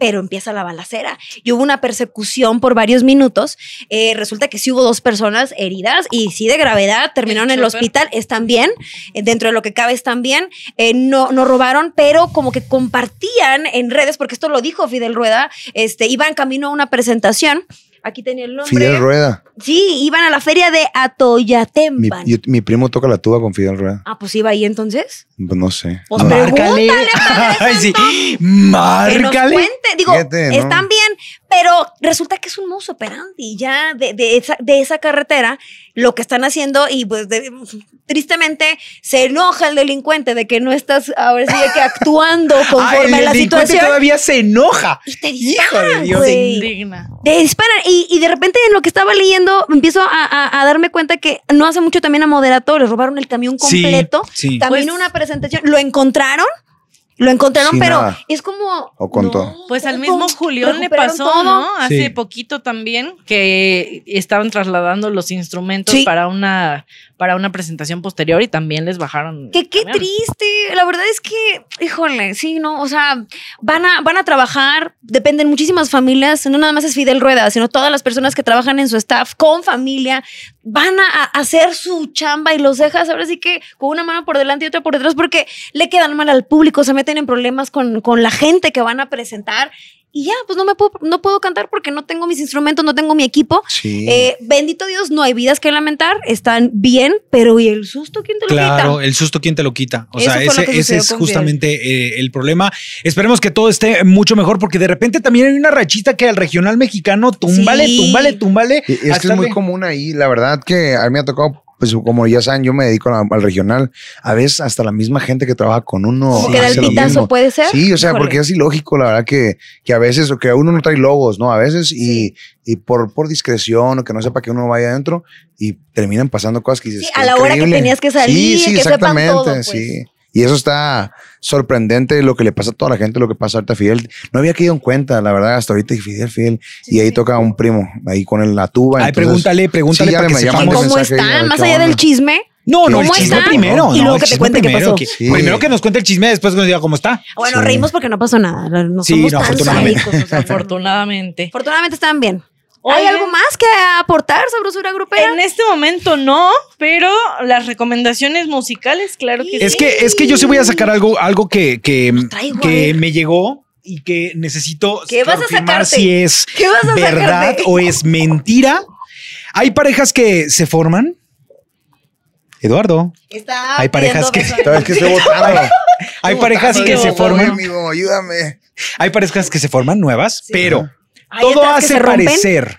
[SPEAKER 1] Pero empieza la balacera y hubo una persecución por varios minutos. Eh, resulta que sí hubo dos personas heridas y sí de gravedad, terminaron en el
[SPEAKER 4] chofer.
[SPEAKER 1] hospital, están bien, eh, dentro de lo que cabe están bien, eh, no, no robaron, pero como que compartían en redes, porque esto lo dijo Fidel Rueda, este, iban camino a una presentación, aquí tenía el nombre.
[SPEAKER 3] Fidel Rueda.
[SPEAKER 1] Sí, iban a la feria de
[SPEAKER 3] Mi,
[SPEAKER 1] Atoyatempan.
[SPEAKER 3] yo- mi primo toca la tuba con Fidel Rueda.
[SPEAKER 1] Ah, pues iba ahí entonces.
[SPEAKER 3] Pues no sé.
[SPEAKER 1] Pues
[SPEAKER 3] No.
[SPEAKER 1] pregúntale,
[SPEAKER 2] *laughs* Ay, sí.
[SPEAKER 1] que nos
[SPEAKER 2] Márcale.
[SPEAKER 1] cuente. Digo,
[SPEAKER 3] Fíjate, ¿no?
[SPEAKER 1] están bien, pero resulta que es un mozo operandi ya de, de esa, de esa carretera lo que están haciendo y pues de- tristemente se enoja el delincuente de que no estás ahora sí de que actuando
[SPEAKER 2] *laughs* Ay,
[SPEAKER 1] conforme a
[SPEAKER 2] el
[SPEAKER 1] la
[SPEAKER 2] delincuente
[SPEAKER 1] situación
[SPEAKER 2] todavía se enoja.
[SPEAKER 1] y te
[SPEAKER 2] Hijo
[SPEAKER 1] disparan,
[SPEAKER 2] de Dios.
[SPEAKER 4] Se
[SPEAKER 1] güey.
[SPEAKER 4] indigna.
[SPEAKER 1] Te disparan y, y de repente en lo que estaba leyendo empiezo a, a- a darme cuenta que no hace mucho también a Moderato le robaron el camión completo
[SPEAKER 2] Sí.
[SPEAKER 1] también
[SPEAKER 4] Pues-
[SPEAKER 1] una presentación. Lo encontraron, lo encontraron,
[SPEAKER 3] Sin
[SPEAKER 1] pero
[SPEAKER 3] nada.
[SPEAKER 1] es como.
[SPEAKER 3] O con
[SPEAKER 1] no,
[SPEAKER 3] todo.
[SPEAKER 4] Pues al
[SPEAKER 1] ¿cómo?
[SPEAKER 4] mismo Julián le
[SPEAKER 1] Recuperaron
[SPEAKER 4] pasó,
[SPEAKER 1] todo.
[SPEAKER 4] ¿no? Hace
[SPEAKER 2] Sí.
[SPEAKER 4] poquito también que estaban trasladando los instrumentos
[SPEAKER 1] Sí.
[SPEAKER 4] para una para una presentación posterior y también les bajaron.
[SPEAKER 1] Que
[SPEAKER 4] el
[SPEAKER 1] qué
[SPEAKER 4] camión.
[SPEAKER 1] triste. La verdad es que, híjole, sí, no, o sea, van a, van a trabajar, dependen muchísimas familias, no nada más es Fidel Rueda, sino todas las personas que trabajan en su staff con familia, van a, a hacer su chamba y los dejas ahora sí que con una mano por delante y otra por detrás porque le quedan mal al público, se meten en problemas con, con la gente que van a presentar. Y ya, pues no me puedo, no puedo cantar porque no tengo mis instrumentos, no tengo mi equipo.
[SPEAKER 3] Sí.
[SPEAKER 1] Eh, bendito Dios, no hay vidas que lamentar, están bien, pero ¿y el susto quién te lo
[SPEAKER 2] Claro,
[SPEAKER 1] quita?
[SPEAKER 2] el susto, ¿quién te lo quita? O
[SPEAKER 1] Eso
[SPEAKER 2] sea,
[SPEAKER 1] fue lo
[SPEAKER 2] ese,
[SPEAKER 1] que
[SPEAKER 2] ese
[SPEAKER 1] sucedió
[SPEAKER 2] es
[SPEAKER 1] con
[SPEAKER 2] justamente eh, el problema. Esperemos que todo esté mucho mejor, porque de repente también hay una rachita que al regional mexicano, túmbale,
[SPEAKER 1] Sí.
[SPEAKER 2] túmbale, túmbale.
[SPEAKER 3] Y es que
[SPEAKER 2] hasta
[SPEAKER 3] es muy
[SPEAKER 2] de-
[SPEAKER 3] común ahí, la verdad que a mí me ha tocado, pues como ya saben, yo me dedico a la- al regional, a veces hasta la misma gente que trabaja con uno.
[SPEAKER 1] Como que da el
[SPEAKER 3] hace lo
[SPEAKER 1] pitazo,
[SPEAKER 3] mismo.
[SPEAKER 1] ¿puede ser?
[SPEAKER 3] Sí, o sea,
[SPEAKER 1] Híjole.
[SPEAKER 3] porque es ilógico, la verdad, que, que a veces, o que uno no trae logos, ¿no? A veces, y, y por, por discreción, o que no sepa que uno vaya adentro, y terminan pasando cosas que dices,
[SPEAKER 1] Sí,
[SPEAKER 3] "Qué
[SPEAKER 1] a la hora que
[SPEAKER 3] increíble".
[SPEAKER 1] tenías que salir,
[SPEAKER 3] Sí, sí,
[SPEAKER 1] que sepan
[SPEAKER 3] exactamente,
[SPEAKER 1] todo, pues.
[SPEAKER 3] sí. Y eso está sorprendente lo que le pasa a toda la gente, lo que pasa ahorita a Fidel. No había caído en cuenta, la verdad, hasta ahorita Fidel, Fidel. y ahí toca un primo, ahí con el- la tuba.
[SPEAKER 2] Ay,
[SPEAKER 3] entonces-
[SPEAKER 2] pregúntale, pregúntale
[SPEAKER 3] Sí, ya
[SPEAKER 2] para
[SPEAKER 3] le
[SPEAKER 2] que
[SPEAKER 3] me
[SPEAKER 1] ¿Y
[SPEAKER 3] llaman Mande
[SPEAKER 2] sepamos.
[SPEAKER 1] cómo
[SPEAKER 3] mensaje ahí, a
[SPEAKER 1] están?
[SPEAKER 3] ver
[SPEAKER 1] Más
[SPEAKER 3] qué
[SPEAKER 1] allá
[SPEAKER 3] onda.
[SPEAKER 1] del chisme.
[SPEAKER 2] No, no, el
[SPEAKER 1] ¿Cómo
[SPEAKER 2] chisme
[SPEAKER 1] está?
[SPEAKER 2] primero.
[SPEAKER 1] Y
[SPEAKER 2] no,
[SPEAKER 1] luego
[SPEAKER 2] el
[SPEAKER 1] que te
[SPEAKER 2] chisme
[SPEAKER 1] cuente qué
[SPEAKER 2] primero,
[SPEAKER 1] pasó.
[SPEAKER 2] que-
[SPEAKER 3] Sí.
[SPEAKER 2] Primero que nos cuente el chisme, después que nos diga cómo está.
[SPEAKER 1] Bueno,
[SPEAKER 3] Sí.
[SPEAKER 1] reímos porque no pasó nada. No
[SPEAKER 2] Sí,
[SPEAKER 1] somos
[SPEAKER 2] no,
[SPEAKER 1] tan
[SPEAKER 2] afortunadamente. *laughs*
[SPEAKER 1] sádicos, o sea, afortun-
[SPEAKER 4] Afortunadamente.
[SPEAKER 1] afortunadamente están bien. ¿Hay
[SPEAKER 4] Oigan,
[SPEAKER 1] algo más que aportar sobre usura grupera?
[SPEAKER 4] En este momento no, pero las recomendaciones musicales, claro que
[SPEAKER 2] Es
[SPEAKER 4] sí.
[SPEAKER 2] que, es que yo sí voy a sacar algo, algo que, que,
[SPEAKER 1] traigo,
[SPEAKER 2] que
[SPEAKER 1] a ver.
[SPEAKER 2] me llegó y que necesito
[SPEAKER 1] ¿Qué vas a
[SPEAKER 2] confirmar
[SPEAKER 1] sacarte?
[SPEAKER 2] si es
[SPEAKER 1] ¿Qué vas a
[SPEAKER 2] verdad
[SPEAKER 1] sacarte?
[SPEAKER 2] o es mentira. Hay parejas que se forman. Eduardo,
[SPEAKER 1] Está
[SPEAKER 2] Hay parejas
[SPEAKER 1] pidiendo
[SPEAKER 2] que-
[SPEAKER 1] beso.
[SPEAKER 3] Sabes que estoy votando.
[SPEAKER 2] hay parejas que
[SPEAKER 4] yo,
[SPEAKER 2] se
[SPEAKER 4] voy,
[SPEAKER 2] forman,
[SPEAKER 3] Amigo, ayúdame.
[SPEAKER 2] hay parejas que se forman nuevas, pero
[SPEAKER 1] Hay
[SPEAKER 2] todo
[SPEAKER 1] otras que se
[SPEAKER 2] hace
[SPEAKER 1] rompen.
[SPEAKER 2] parecer.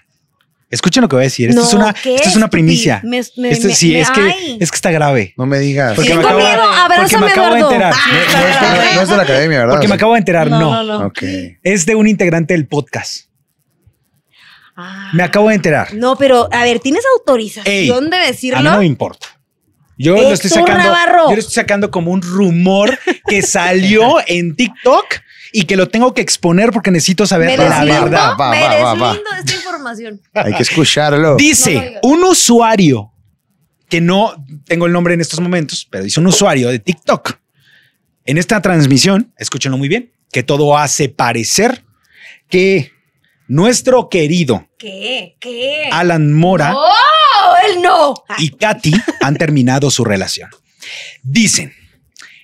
[SPEAKER 2] Escuchen lo que voy a decir. Esto
[SPEAKER 1] No,
[SPEAKER 2] es una,
[SPEAKER 1] qué
[SPEAKER 2] esto es una primicia.
[SPEAKER 1] estúpido. Me- me-
[SPEAKER 2] Esto-
[SPEAKER 1] me-
[SPEAKER 2] sí,
[SPEAKER 1] me-
[SPEAKER 2] es que,
[SPEAKER 1] ay.
[SPEAKER 2] es que está grave.
[SPEAKER 3] No me digas.
[SPEAKER 2] Porque
[SPEAKER 1] Tengo
[SPEAKER 2] me acabo-
[SPEAKER 1] miedo,
[SPEAKER 2] porque me
[SPEAKER 1] abrázame,
[SPEAKER 2] acabo de
[SPEAKER 1] Eduardo.
[SPEAKER 2] enterar.
[SPEAKER 1] Ah,
[SPEAKER 3] No, no es,
[SPEAKER 4] Ah.
[SPEAKER 3] no es de la academia, ¿verdad?
[SPEAKER 2] Porque me acabo de enterar, no.
[SPEAKER 4] No, no, no.
[SPEAKER 3] Ok.
[SPEAKER 2] Es de un integrante del podcast.
[SPEAKER 1] Ah.
[SPEAKER 2] Me acabo de enterar.
[SPEAKER 1] No, pero a ver, ¿tienes
[SPEAKER 2] Ey,
[SPEAKER 1] autorización de
[SPEAKER 2] A mí no
[SPEAKER 1] decirlo?
[SPEAKER 2] me importa. Yo lo estoy
[SPEAKER 1] Héctor
[SPEAKER 2] sacando.
[SPEAKER 1] Navarro.
[SPEAKER 2] Yo lo estoy sacando como un rumor que salió en TikTok y que lo tengo que exponer porque necesito
[SPEAKER 1] Me
[SPEAKER 2] saber la
[SPEAKER 3] deslindo.
[SPEAKER 2] verdad.
[SPEAKER 1] deslindo,
[SPEAKER 3] va,
[SPEAKER 1] me
[SPEAKER 3] va, va, va.
[SPEAKER 1] deslindo de esta información.
[SPEAKER 3] Hay que escucharlo.
[SPEAKER 1] No lo
[SPEAKER 2] Dice
[SPEAKER 1] digas.
[SPEAKER 2] un usuario que no tengo el nombre en estos momentos, pero dice un usuario de TikTok en esta transmisión, escúchenlo muy bien, que todo hace parecer que nuestro querido
[SPEAKER 1] ¿Qué? ¿Qué?
[SPEAKER 2] Alan Mora
[SPEAKER 1] ¡Oh! Él no.
[SPEAKER 3] Ah,
[SPEAKER 2] y Katy han terminado su relación. Dicen,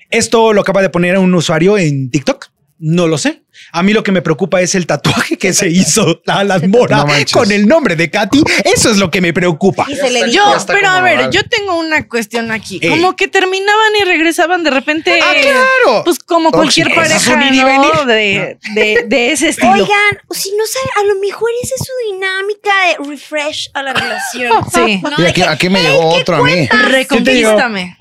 [SPEAKER 2] esto lo acaba de poner un usuario en TikTok. No lo sé. A mí lo que me preocupa es el tatuaje que se
[SPEAKER 3] *laughs*
[SPEAKER 2] hizo Alan Mora
[SPEAKER 3] No manches.
[SPEAKER 2] con el nombre de Katy. Eso es lo que me preocupa.
[SPEAKER 1] Y se le
[SPEAKER 4] Yo,
[SPEAKER 1] dio.
[SPEAKER 3] Ya está
[SPEAKER 4] pero
[SPEAKER 3] como
[SPEAKER 4] a ver,
[SPEAKER 3] mal.
[SPEAKER 4] yo tengo una cuestión aquí.
[SPEAKER 2] Ey.
[SPEAKER 4] Como que terminaban y regresaban de repente.
[SPEAKER 2] Eh. Ah, claro.
[SPEAKER 4] Pues como cualquier
[SPEAKER 2] Tóxicos.
[SPEAKER 4] pareja
[SPEAKER 2] Es un ir y
[SPEAKER 4] ¿no?
[SPEAKER 2] venir. Ah.
[SPEAKER 4] De, de- de ese estilo.
[SPEAKER 1] Oigan, si no saben, a lo mejor esa es su dinámica de refresh a la
[SPEAKER 2] *laughs*
[SPEAKER 1] relación.
[SPEAKER 4] Sí.
[SPEAKER 1] ¿no?
[SPEAKER 3] Y
[SPEAKER 1] De
[SPEAKER 3] aquí, ah,
[SPEAKER 1] que,
[SPEAKER 3] aquí me
[SPEAKER 1] "Ey,
[SPEAKER 3] llegó
[SPEAKER 1] ¿qué
[SPEAKER 3] otro a mí.
[SPEAKER 4] Reconquístame.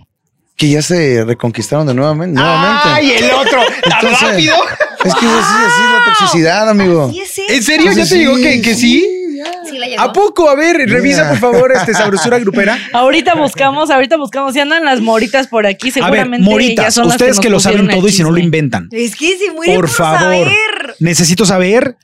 [SPEAKER 3] Que ya se reconquistaron de nuevamente.
[SPEAKER 2] Ay,
[SPEAKER 3] nuevamente.
[SPEAKER 2] el otro. Tan
[SPEAKER 3] Entonces,
[SPEAKER 2] rápido.
[SPEAKER 3] Es que eso sí, así es la toxicidad, amigo.
[SPEAKER 1] ¿Y ese?
[SPEAKER 2] ¿En serio? ¿Ya te digo que, que sí?
[SPEAKER 1] Sí la llegó.
[SPEAKER 2] ¿A poco? A ver, revisa
[SPEAKER 3] Mira.
[SPEAKER 2] por favor este sabrosura grupera.
[SPEAKER 4] Ahorita buscamos, ahorita buscamos. Si andan las moritas por aquí,
[SPEAKER 2] A ver,
[SPEAKER 4] seguramente. ellas
[SPEAKER 2] moritas,
[SPEAKER 4] son las
[SPEAKER 2] ustedes
[SPEAKER 4] nos
[SPEAKER 2] que lo
[SPEAKER 4] pusieron
[SPEAKER 2] saben
[SPEAKER 4] el
[SPEAKER 2] todo y si no lo
[SPEAKER 4] chisme.
[SPEAKER 2] inventan.
[SPEAKER 1] Es que si muere
[SPEAKER 2] Por favor,
[SPEAKER 1] saber.
[SPEAKER 2] necesito saber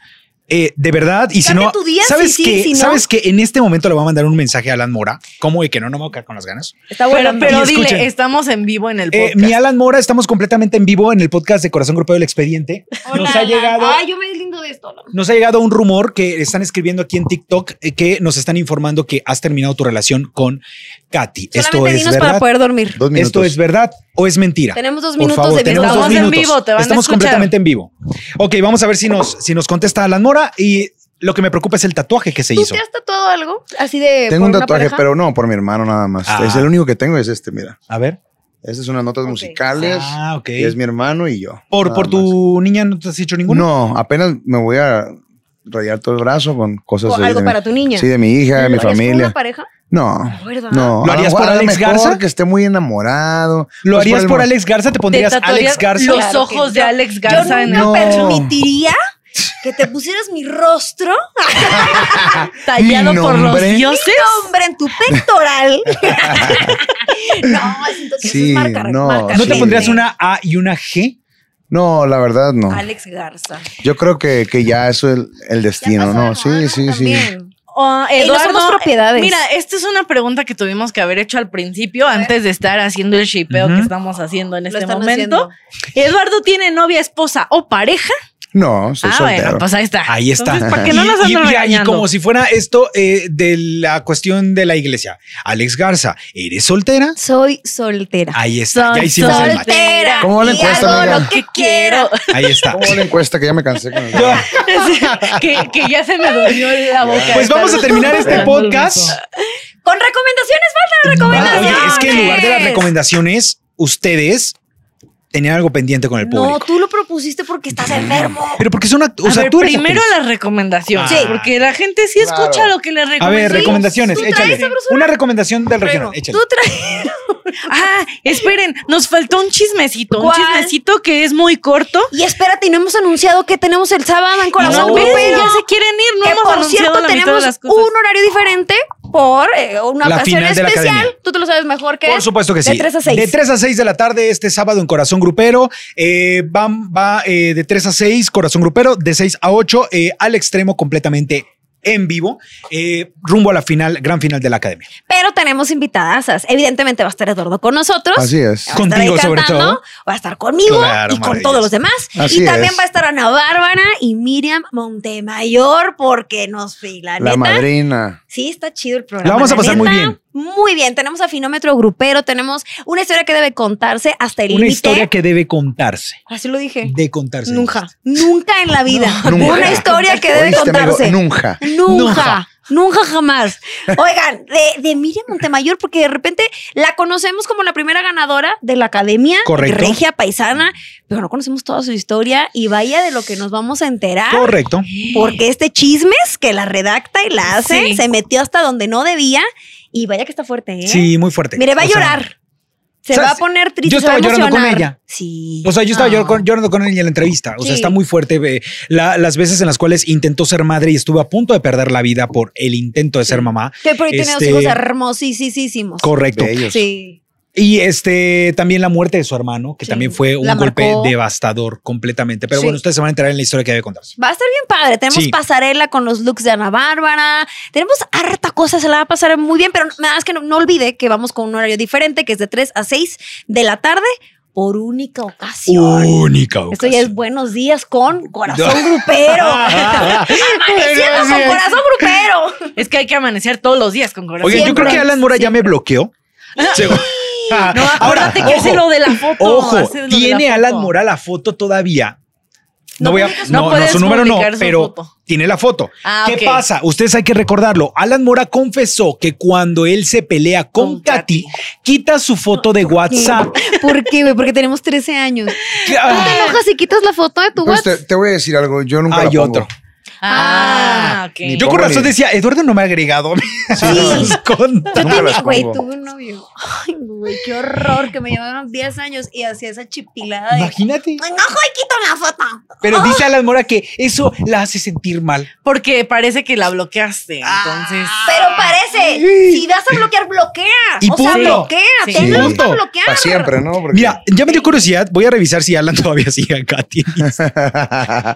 [SPEAKER 2] eh, de verdad. Y si
[SPEAKER 1] Cambia
[SPEAKER 2] no,
[SPEAKER 1] tu día,
[SPEAKER 2] ¿sabes
[SPEAKER 1] sí, sí,
[SPEAKER 2] que
[SPEAKER 1] si no.
[SPEAKER 2] ¿Sabes que En este momento le voy a mandar un mensaje a Alan Mora. ¿Cómo de que no? No me voy a quedar con las ganas.
[SPEAKER 1] Está
[SPEAKER 4] Pero,
[SPEAKER 1] bueno.
[SPEAKER 4] pero
[SPEAKER 2] Y escuchen.
[SPEAKER 4] dile, estamos en vivo en el
[SPEAKER 2] Eh,
[SPEAKER 4] podcast.
[SPEAKER 2] mi Alan Mora, estamos completamente en vivo en el podcast de Corazón Grupero del Expediente. nos ha llegado.
[SPEAKER 1] Ay, yo me deslindo de esto.
[SPEAKER 2] Nos ha llegado un rumor que están escribiendo aquí en TikTok eh, que nos están informando que has terminado tu relación con Katy. Esto
[SPEAKER 1] Solamente
[SPEAKER 2] es
[SPEAKER 1] dinos para
[SPEAKER 2] verdad.
[SPEAKER 1] poder dormir.
[SPEAKER 3] Dos minutos.
[SPEAKER 2] Esto es verdad o es mentira.
[SPEAKER 1] Tenemos dos
[SPEAKER 2] Por
[SPEAKER 1] minutos
[SPEAKER 2] favor,
[SPEAKER 1] de
[SPEAKER 2] tenemos
[SPEAKER 1] vida.
[SPEAKER 2] dos
[SPEAKER 4] Estamos en
[SPEAKER 2] minutos.
[SPEAKER 4] vivo, te van a
[SPEAKER 2] Estamos
[SPEAKER 4] escuchar.
[SPEAKER 2] completamente en vivo. Ok, vamos a ver si nos, si nos contesta Alan Mora y lo que me preocupa es el tatuaje que se
[SPEAKER 1] ¿Tú
[SPEAKER 2] hizo.
[SPEAKER 1] te has tatuado algo así de
[SPEAKER 3] Tengo un
[SPEAKER 1] por una
[SPEAKER 3] tatuaje,
[SPEAKER 1] pareja?
[SPEAKER 3] pero no, por mi hermano nada más.
[SPEAKER 2] Ah.
[SPEAKER 3] Es el único que tengo, es este, mira.
[SPEAKER 2] A ver.
[SPEAKER 3] Estas son las notas
[SPEAKER 4] Ok.
[SPEAKER 3] musicales.
[SPEAKER 2] Ah, ok.
[SPEAKER 3] y es mi hermano y yo.
[SPEAKER 2] Por,
[SPEAKER 3] nada
[SPEAKER 2] por
[SPEAKER 3] más.
[SPEAKER 2] tu niña no te has hecho ninguno.
[SPEAKER 3] No, apenas me voy a rayar todo el brazo con cosas
[SPEAKER 1] O
[SPEAKER 3] de,
[SPEAKER 1] algo
[SPEAKER 3] de mi-
[SPEAKER 1] para tu niña.
[SPEAKER 3] Sí, de mi hija, de mi
[SPEAKER 1] ¿Lo harías por
[SPEAKER 3] familia.
[SPEAKER 1] una pareja?
[SPEAKER 3] No.
[SPEAKER 1] ¿Verdad?
[SPEAKER 3] No,
[SPEAKER 2] ¿Lo
[SPEAKER 3] a
[SPEAKER 2] harías
[SPEAKER 3] mejor-
[SPEAKER 2] por
[SPEAKER 3] a lo
[SPEAKER 2] Alex
[SPEAKER 3] mejor
[SPEAKER 2] Garza?
[SPEAKER 3] que esté muy enamorado.
[SPEAKER 2] ¿Lo
[SPEAKER 3] Pues,
[SPEAKER 2] harías por
[SPEAKER 3] el-
[SPEAKER 2] Alex Garza? ¿Te
[SPEAKER 4] Te
[SPEAKER 2] pondrías
[SPEAKER 4] tatuarías
[SPEAKER 2] Alex Garza?
[SPEAKER 4] los
[SPEAKER 1] Claro que
[SPEAKER 4] ojos de
[SPEAKER 1] no.
[SPEAKER 4] Alex
[SPEAKER 1] Yo
[SPEAKER 4] Garza en
[SPEAKER 1] nunca
[SPEAKER 4] la
[SPEAKER 3] No.
[SPEAKER 1] permitiría que te pusieras mi rostro,
[SPEAKER 4] tallado por los
[SPEAKER 3] nombre.
[SPEAKER 4] dioses.
[SPEAKER 1] hombre, en tu
[SPEAKER 3] *laughs*
[SPEAKER 1] pectoral. no, entonces
[SPEAKER 3] Sí,
[SPEAKER 1] es marca,
[SPEAKER 3] no,
[SPEAKER 1] marca.
[SPEAKER 2] ¿No te
[SPEAKER 3] Sí.
[SPEAKER 2] pondrías una A y una G?
[SPEAKER 3] No, la verdad no.
[SPEAKER 1] Alex Garza.
[SPEAKER 3] Yo creo que, que ya eso es el, el destino, ¿no? Sí, sí, sí.
[SPEAKER 4] Oh,
[SPEAKER 1] Ey, no somos propiedades.
[SPEAKER 4] Mira, esta es una pregunta que tuvimos que haber hecho al principio antes de estar haciendo el shipeo
[SPEAKER 2] Ujú.
[SPEAKER 4] que estamos haciendo en
[SPEAKER 1] Lo
[SPEAKER 4] este
[SPEAKER 1] están haciendo.
[SPEAKER 4] momento. Eduardo tiene novia, esposa o pareja.
[SPEAKER 3] No, soy
[SPEAKER 4] ah,
[SPEAKER 3] soltero.
[SPEAKER 4] bueno, pues ahí está.
[SPEAKER 2] Ahí está.
[SPEAKER 4] Entonces, ¿para qué no
[SPEAKER 2] Y-
[SPEAKER 4] nos
[SPEAKER 2] y,
[SPEAKER 4] andan
[SPEAKER 2] mira, y
[SPEAKER 4] regañando?
[SPEAKER 2] como si fuera esto eh, de la cuestión de la iglesia. Alex Garza, ¿eres soltera?
[SPEAKER 1] Soy soltera.
[SPEAKER 2] Ahí está. Ya
[SPEAKER 4] Soy
[SPEAKER 2] hicimos el match.
[SPEAKER 1] soltera.
[SPEAKER 3] ¿Cómo va la
[SPEAKER 1] y
[SPEAKER 3] encuesta,
[SPEAKER 1] hago
[SPEAKER 3] amiga?
[SPEAKER 1] lo que quiero.
[SPEAKER 4] *laughs*
[SPEAKER 2] Ahí está.
[SPEAKER 3] ¿Cómo va la encuesta que ya me cansé con el-
[SPEAKER 4] que, que ya se me durmió la boca.
[SPEAKER 2] Pues vamos a terminar este
[SPEAKER 4] Esperando el
[SPEAKER 2] podcast.
[SPEAKER 4] beso.
[SPEAKER 1] Con recomendaciones, faltan recomendaciones.
[SPEAKER 2] Ah, Oye, es que en lugar de las recomendaciones, ustedes tenían algo pendiente con el
[SPEAKER 1] No,
[SPEAKER 2] público.
[SPEAKER 1] tú lo propusiste porque estás enfermo.
[SPEAKER 2] Pero porque son act- o
[SPEAKER 4] A
[SPEAKER 2] sea,
[SPEAKER 4] ver,
[SPEAKER 2] tú eres
[SPEAKER 4] primero
[SPEAKER 2] actriz.
[SPEAKER 4] las recomendaciones.
[SPEAKER 1] Ah.
[SPEAKER 2] Sí.
[SPEAKER 4] Porque la gente sí
[SPEAKER 3] Claro.
[SPEAKER 4] escucha lo que le
[SPEAKER 2] A
[SPEAKER 4] recomiendan.
[SPEAKER 2] ver,
[SPEAKER 1] Sí,
[SPEAKER 2] recomendaciones,
[SPEAKER 1] tú traes
[SPEAKER 2] échale.
[SPEAKER 1] sabrosura.
[SPEAKER 2] Una recomendación del regional, échale.
[SPEAKER 1] Tú traes.
[SPEAKER 4] Ah, esperen, nos faltó un chismecito. Un
[SPEAKER 1] ¿Cuál?
[SPEAKER 4] chismecito que es muy corto.
[SPEAKER 1] Y espérate, y no hemos anunciado que tenemos el sábado en Corazón
[SPEAKER 4] No,
[SPEAKER 1] Grupero.
[SPEAKER 4] ves, ya se quieren ir, no
[SPEAKER 1] Que,
[SPEAKER 4] hemos
[SPEAKER 1] por
[SPEAKER 4] anunciado
[SPEAKER 1] cierto,
[SPEAKER 4] la mitad de
[SPEAKER 1] tenemos
[SPEAKER 4] las cosas.
[SPEAKER 1] un horario diferente por eh, una
[SPEAKER 2] La
[SPEAKER 1] ocasión
[SPEAKER 2] final de la
[SPEAKER 1] especial.
[SPEAKER 2] academia.
[SPEAKER 1] Tú te lo sabes mejor que
[SPEAKER 2] Por supuesto que sí.
[SPEAKER 1] De 3 a 6.
[SPEAKER 2] De 3 a 6 de la tarde, este sábado en Corazón Grupero. Eh, va va, eh, de 3 a 6, Corazón Grupero. De 6 a 8, eh, al extremo completamente en vivo, eh, rumbo a la final, gran final de la academia.
[SPEAKER 1] Pero tenemos invitadas. Evidentemente va a estar Eduardo con nosotros.
[SPEAKER 3] Así es.
[SPEAKER 1] Va a estar ahí
[SPEAKER 2] Contigo, sobre
[SPEAKER 1] cantando,
[SPEAKER 2] todo.
[SPEAKER 1] Va a estar conmigo
[SPEAKER 2] Claro,
[SPEAKER 1] y con
[SPEAKER 2] maravilloso.
[SPEAKER 1] todos los demás.
[SPEAKER 3] Así
[SPEAKER 1] y también
[SPEAKER 3] es.
[SPEAKER 1] va a estar Ana Bárbara y Miriam Montemayor porque nos la,
[SPEAKER 3] La
[SPEAKER 1] neta,
[SPEAKER 3] madrina.
[SPEAKER 1] Sí, está chido el programa.
[SPEAKER 2] La vamos a
[SPEAKER 1] la
[SPEAKER 2] pasar muy
[SPEAKER 1] neta.
[SPEAKER 2] bien.
[SPEAKER 1] Muy bien, tenemos a Finómetro Grupero, tenemos una historia que debe contarse hasta el
[SPEAKER 2] Una historia
[SPEAKER 1] límite.
[SPEAKER 2] que debe contarse.
[SPEAKER 1] Así lo dije.
[SPEAKER 2] De contarse.
[SPEAKER 1] Nunca, nunca en la vida.
[SPEAKER 3] Nunca.
[SPEAKER 1] Una historia que debe
[SPEAKER 3] ¿Oíste, amigo?
[SPEAKER 1] contarse.
[SPEAKER 3] Nunca.
[SPEAKER 1] Nunca, nunca jamás. Oigan, de, de Miriam Montemayor, porque de repente la conocemos como la primera ganadora de la academia
[SPEAKER 2] Correcto.
[SPEAKER 1] regia paisana, pero no conocemos toda su historia y vaya de lo que nos vamos a enterar.
[SPEAKER 2] Correcto.
[SPEAKER 1] Porque este chismes que la redacta y la hace
[SPEAKER 4] Sí.
[SPEAKER 1] se metió hasta donde no debía y vaya que está fuerte, ¿eh?
[SPEAKER 2] Sí, muy fuerte.
[SPEAKER 1] Mire, va a
[SPEAKER 2] O sea,
[SPEAKER 1] llorar. Se
[SPEAKER 2] o sea,
[SPEAKER 1] va a poner triste.
[SPEAKER 2] yo
[SPEAKER 1] se va a
[SPEAKER 2] estaba llorando con
[SPEAKER 1] emocionar.
[SPEAKER 2] ella.
[SPEAKER 1] Sí.
[SPEAKER 2] O sea, yo estaba
[SPEAKER 1] Ah.
[SPEAKER 2] llor- con- llorando con él en la entrevista. O sea,
[SPEAKER 1] Sí.
[SPEAKER 2] está muy fuerte. eh, la- las veces en las cuales intentó ser madre y estuvo a punto de perder la vida por el intento de ser mamá.
[SPEAKER 1] Que porque tiene dos
[SPEAKER 2] Este-
[SPEAKER 1] hijos hermosísimos.
[SPEAKER 2] Correcto.
[SPEAKER 3] Bellos.
[SPEAKER 1] Sí.
[SPEAKER 2] Y este también la muerte de su hermano, que
[SPEAKER 1] Sí.
[SPEAKER 2] también fue un
[SPEAKER 1] La
[SPEAKER 2] golpe
[SPEAKER 1] marcó.
[SPEAKER 2] devastador completamente. Pero
[SPEAKER 1] Sí.
[SPEAKER 2] bueno, ustedes se van a enterar en la historia que debe contarse.
[SPEAKER 1] Va a estar bien padre. Tenemos
[SPEAKER 2] Sí.
[SPEAKER 1] pasarela con los looks de Ana Bárbara. Tenemos harta cosa, se la va a pasar muy bien, pero nada más que no, no olvide que vamos con un horario diferente, que es de 3 a 6 de la tarde por única ocasión.
[SPEAKER 2] Única.
[SPEAKER 1] Esto ya es buenos días con corazón
[SPEAKER 2] No.
[SPEAKER 1] grupero.
[SPEAKER 2] *laughs*
[SPEAKER 3] Buenos
[SPEAKER 1] Amaneciendo con
[SPEAKER 3] días.
[SPEAKER 1] corazón grupero.
[SPEAKER 4] Es que hay que amanecer todos los días con corazón.
[SPEAKER 2] Oigan, yo creo
[SPEAKER 1] Siempre,
[SPEAKER 2] que Alan Mora ya me
[SPEAKER 4] *laughs*
[SPEAKER 2] bloqueó. Según-
[SPEAKER 4] No, acuérdate que hace lo de la foto.
[SPEAKER 2] Ojo,
[SPEAKER 4] hace lo de la
[SPEAKER 2] tiene
[SPEAKER 4] foto.
[SPEAKER 2] Alan Mora la foto todavía. No,
[SPEAKER 1] No
[SPEAKER 2] voy a,
[SPEAKER 1] publicas-
[SPEAKER 4] no
[SPEAKER 2] no, no,
[SPEAKER 4] puedes
[SPEAKER 2] su número no,
[SPEAKER 4] publicar su
[SPEAKER 2] pero
[SPEAKER 4] foto.
[SPEAKER 2] tiene la foto.
[SPEAKER 4] Ah,
[SPEAKER 2] ¿Qué
[SPEAKER 4] ok.
[SPEAKER 2] pasa? Ustedes hay que recordarlo. Alan Mora confesó que cuando él se pelea con,
[SPEAKER 4] Con
[SPEAKER 2] Katy, quita su foto de WhatsApp.
[SPEAKER 1] ¿Por qué, güey? Porque tenemos 13 años.
[SPEAKER 2] ¿Qué? Ah,
[SPEAKER 1] ¿Tú te enojas y quitas la foto de tu
[SPEAKER 3] Pues te,
[SPEAKER 1] WhatsApp?
[SPEAKER 3] te voy a decir algo. Yo nunca
[SPEAKER 2] Hay
[SPEAKER 3] la pongo.
[SPEAKER 2] otro.
[SPEAKER 4] Ah, ok.
[SPEAKER 3] Ni
[SPEAKER 2] Yo con
[SPEAKER 3] pongo
[SPEAKER 2] razón
[SPEAKER 3] ni-
[SPEAKER 2] decía, Eduardo no me ha agregado.
[SPEAKER 4] *laughs*
[SPEAKER 2] Sus
[SPEAKER 1] Yo
[SPEAKER 2] contas.
[SPEAKER 3] Nunca
[SPEAKER 1] tenía,
[SPEAKER 3] las
[SPEAKER 1] güey,
[SPEAKER 3] pongo.
[SPEAKER 1] tuve un novio. Ay, güey, qué horror que me llevaron 10 años y hacía esa chipilada de.
[SPEAKER 2] Imagínate.
[SPEAKER 1] Me enojo y quito la foto.
[SPEAKER 2] Pero dice Alan Mora que eso la hace sentir mal.
[SPEAKER 4] Porque parece que la bloqueaste.
[SPEAKER 2] Ah.
[SPEAKER 4] Entonces.
[SPEAKER 1] Pero parece, si vas a bloquear, bloquea.
[SPEAKER 2] Y
[SPEAKER 1] o sea,
[SPEAKER 2] punto.
[SPEAKER 1] bloquea.
[SPEAKER 4] Sí.
[SPEAKER 1] Tenlos
[SPEAKER 2] Punto.
[SPEAKER 1] para bloquear.
[SPEAKER 3] Para siempre, ¿no? Porque-
[SPEAKER 2] Mira, ya me dio curiosidad. Voy a revisar si Alan todavía sigue a Katy.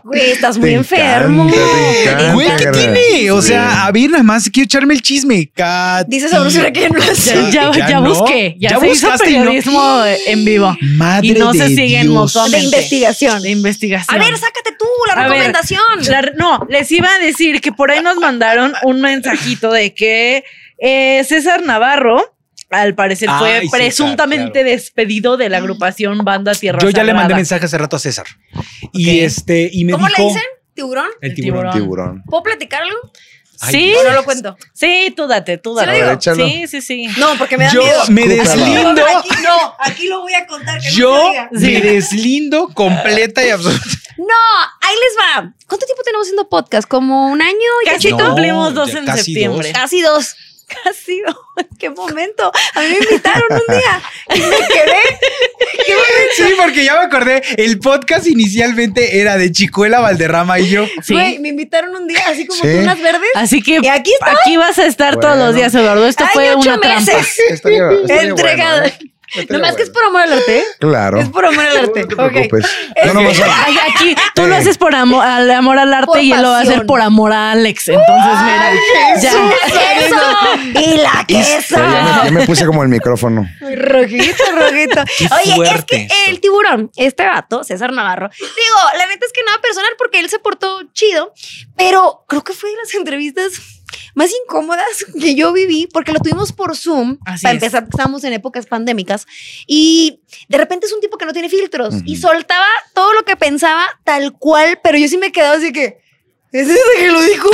[SPEAKER 1] Güey, estás muy
[SPEAKER 3] Te
[SPEAKER 1] enfermo.
[SPEAKER 3] encanta, te encanta.
[SPEAKER 2] Güey, ¿qué
[SPEAKER 3] Ándale.
[SPEAKER 2] tiene? O
[SPEAKER 3] Ah, Sí.
[SPEAKER 2] sea, a ver, nada más quiero echarme el chisme. Katy.
[SPEAKER 1] Dices a Lucía que no es.
[SPEAKER 4] Ya, ya,
[SPEAKER 2] Ya
[SPEAKER 4] ya
[SPEAKER 2] no.
[SPEAKER 4] busqué. Ya,
[SPEAKER 2] Ya
[SPEAKER 4] se hizo
[SPEAKER 2] buscaste y no-
[SPEAKER 4] periodismo en vivo.
[SPEAKER 2] Madre
[SPEAKER 4] y no
[SPEAKER 2] de
[SPEAKER 4] se siguen
[SPEAKER 2] Dios.
[SPEAKER 4] mutuamente.
[SPEAKER 1] De investigación.
[SPEAKER 4] De investigación.
[SPEAKER 1] A ver, sácate tú la
[SPEAKER 4] A ver,
[SPEAKER 1] recomendación.
[SPEAKER 4] La re- no, les iba a decir que por ahí nos mandaron un mensajito de que eh, César Navarro, al parecer, fue
[SPEAKER 2] Ay, César,
[SPEAKER 4] presuntamente
[SPEAKER 2] claro.
[SPEAKER 4] despedido de la agrupación Banda Tierra
[SPEAKER 2] Yo ya le mandé
[SPEAKER 4] Sagrada.
[SPEAKER 2] mensaje hace rato a César. Y
[SPEAKER 4] Ok.
[SPEAKER 2] este, y me
[SPEAKER 1] ¿Cómo
[SPEAKER 2] dijo.
[SPEAKER 1] le dicen? ¿Tiburón?
[SPEAKER 2] El
[SPEAKER 4] El
[SPEAKER 2] tiburón.
[SPEAKER 4] tiburón.
[SPEAKER 3] Tiburón.
[SPEAKER 1] ¿Puedo platicar algo?
[SPEAKER 2] Ay,
[SPEAKER 4] Sí,
[SPEAKER 1] ¿O no lo cuento?
[SPEAKER 4] sí, tú date, tú
[SPEAKER 1] ¿Se lo
[SPEAKER 4] date.
[SPEAKER 1] digo? A ver,
[SPEAKER 3] échalo.
[SPEAKER 4] sí, sí, sí.
[SPEAKER 1] No, porque me da
[SPEAKER 2] Yo
[SPEAKER 1] miedo.
[SPEAKER 2] me
[SPEAKER 3] Escúchala.
[SPEAKER 2] deslindo.
[SPEAKER 1] Aquí no, aquí lo voy a contar. que no se
[SPEAKER 2] Yo
[SPEAKER 1] diga.
[SPEAKER 2] me deslindo completa y absoluta.
[SPEAKER 1] No, ahí les va. ¿Cuánto tiempo tenemos haciendo podcast? ¿Como un año y
[SPEAKER 4] Casi
[SPEAKER 1] cachito?
[SPEAKER 2] No,
[SPEAKER 4] cumplimos dos
[SPEAKER 2] ya
[SPEAKER 4] en
[SPEAKER 2] casi
[SPEAKER 4] septiembre.
[SPEAKER 1] Casi dos. ¿eh? *laughs* Casi dos. ¿Qué momento? A mí me invitaron un día y *laughs* me quedé. ¿Qué momento?
[SPEAKER 2] Sí, porque ya me acordé. El podcast inicialmente era de Chicuela Valderrama y yo.
[SPEAKER 4] Sí.
[SPEAKER 1] Güey, me invitaron un día así como
[SPEAKER 3] Sí.
[SPEAKER 1] tú unas verdes.
[SPEAKER 4] Así que
[SPEAKER 1] Y aquí está.
[SPEAKER 4] aquí vas a estar todos
[SPEAKER 3] Bueno.
[SPEAKER 4] los días, Eduardo. Esto fue
[SPEAKER 1] Hay ocho
[SPEAKER 4] una trampa.
[SPEAKER 1] meses.
[SPEAKER 3] Estaría, estaría
[SPEAKER 1] Entregada.
[SPEAKER 3] bueno, ¿eh? Estaría
[SPEAKER 1] No más que es
[SPEAKER 3] bueno.
[SPEAKER 1] por amor al arte. ¿eh?
[SPEAKER 3] Claro.
[SPEAKER 1] Es por amor al arte.
[SPEAKER 3] No te
[SPEAKER 1] Ok.
[SPEAKER 3] preocupes.
[SPEAKER 1] Es-
[SPEAKER 3] Yo nomás-
[SPEAKER 4] Ay, aquí tú lo
[SPEAKER 3] Eh.
[SPEAKER 4] haces por amor al, amor al arte
[SPEAKER 1] Por
[SPEAKER 4] y él lo va a hacer
[SPEAKER 1] pasión.
[SPEAKER 4] por amor a Alex. Entonces, mira, ya.
[SPEAKER 1] ¡Queso! *laughs* ¡Y la queso!
[SPEAKER 3] Ya, ya me, ya me puse como el
[SPEAKER 1] *laughs*
[SPEAKER 3] micrófono.
[SPEAKER 1] Muy Rojito, rojito. Oye, es
[SPEAKER 2] fuerte
[SPEAKER 1] que
[SPEAKER 2] esto.
[SPEAKER 1] el tiburón, este vato, César Navarro, digo, la neta es que nada personal porque él se portó chido, pero creo que fue de las *laughs* entrevistas más incómodas que yo viví porque lo tuvimos por Zoom.
[SPEAKER 4] Así
[SPEAKER 1] para
[SPEAKER 4] es.
[SPEAKER 1] empezar, porque estábamos en épocas pandémicas y de repente es un tipo que no tiene filtros y soltaba todo lo que pensaba tal cual, pero yo sí me quedaba así que, ¿es neta que lo dijo?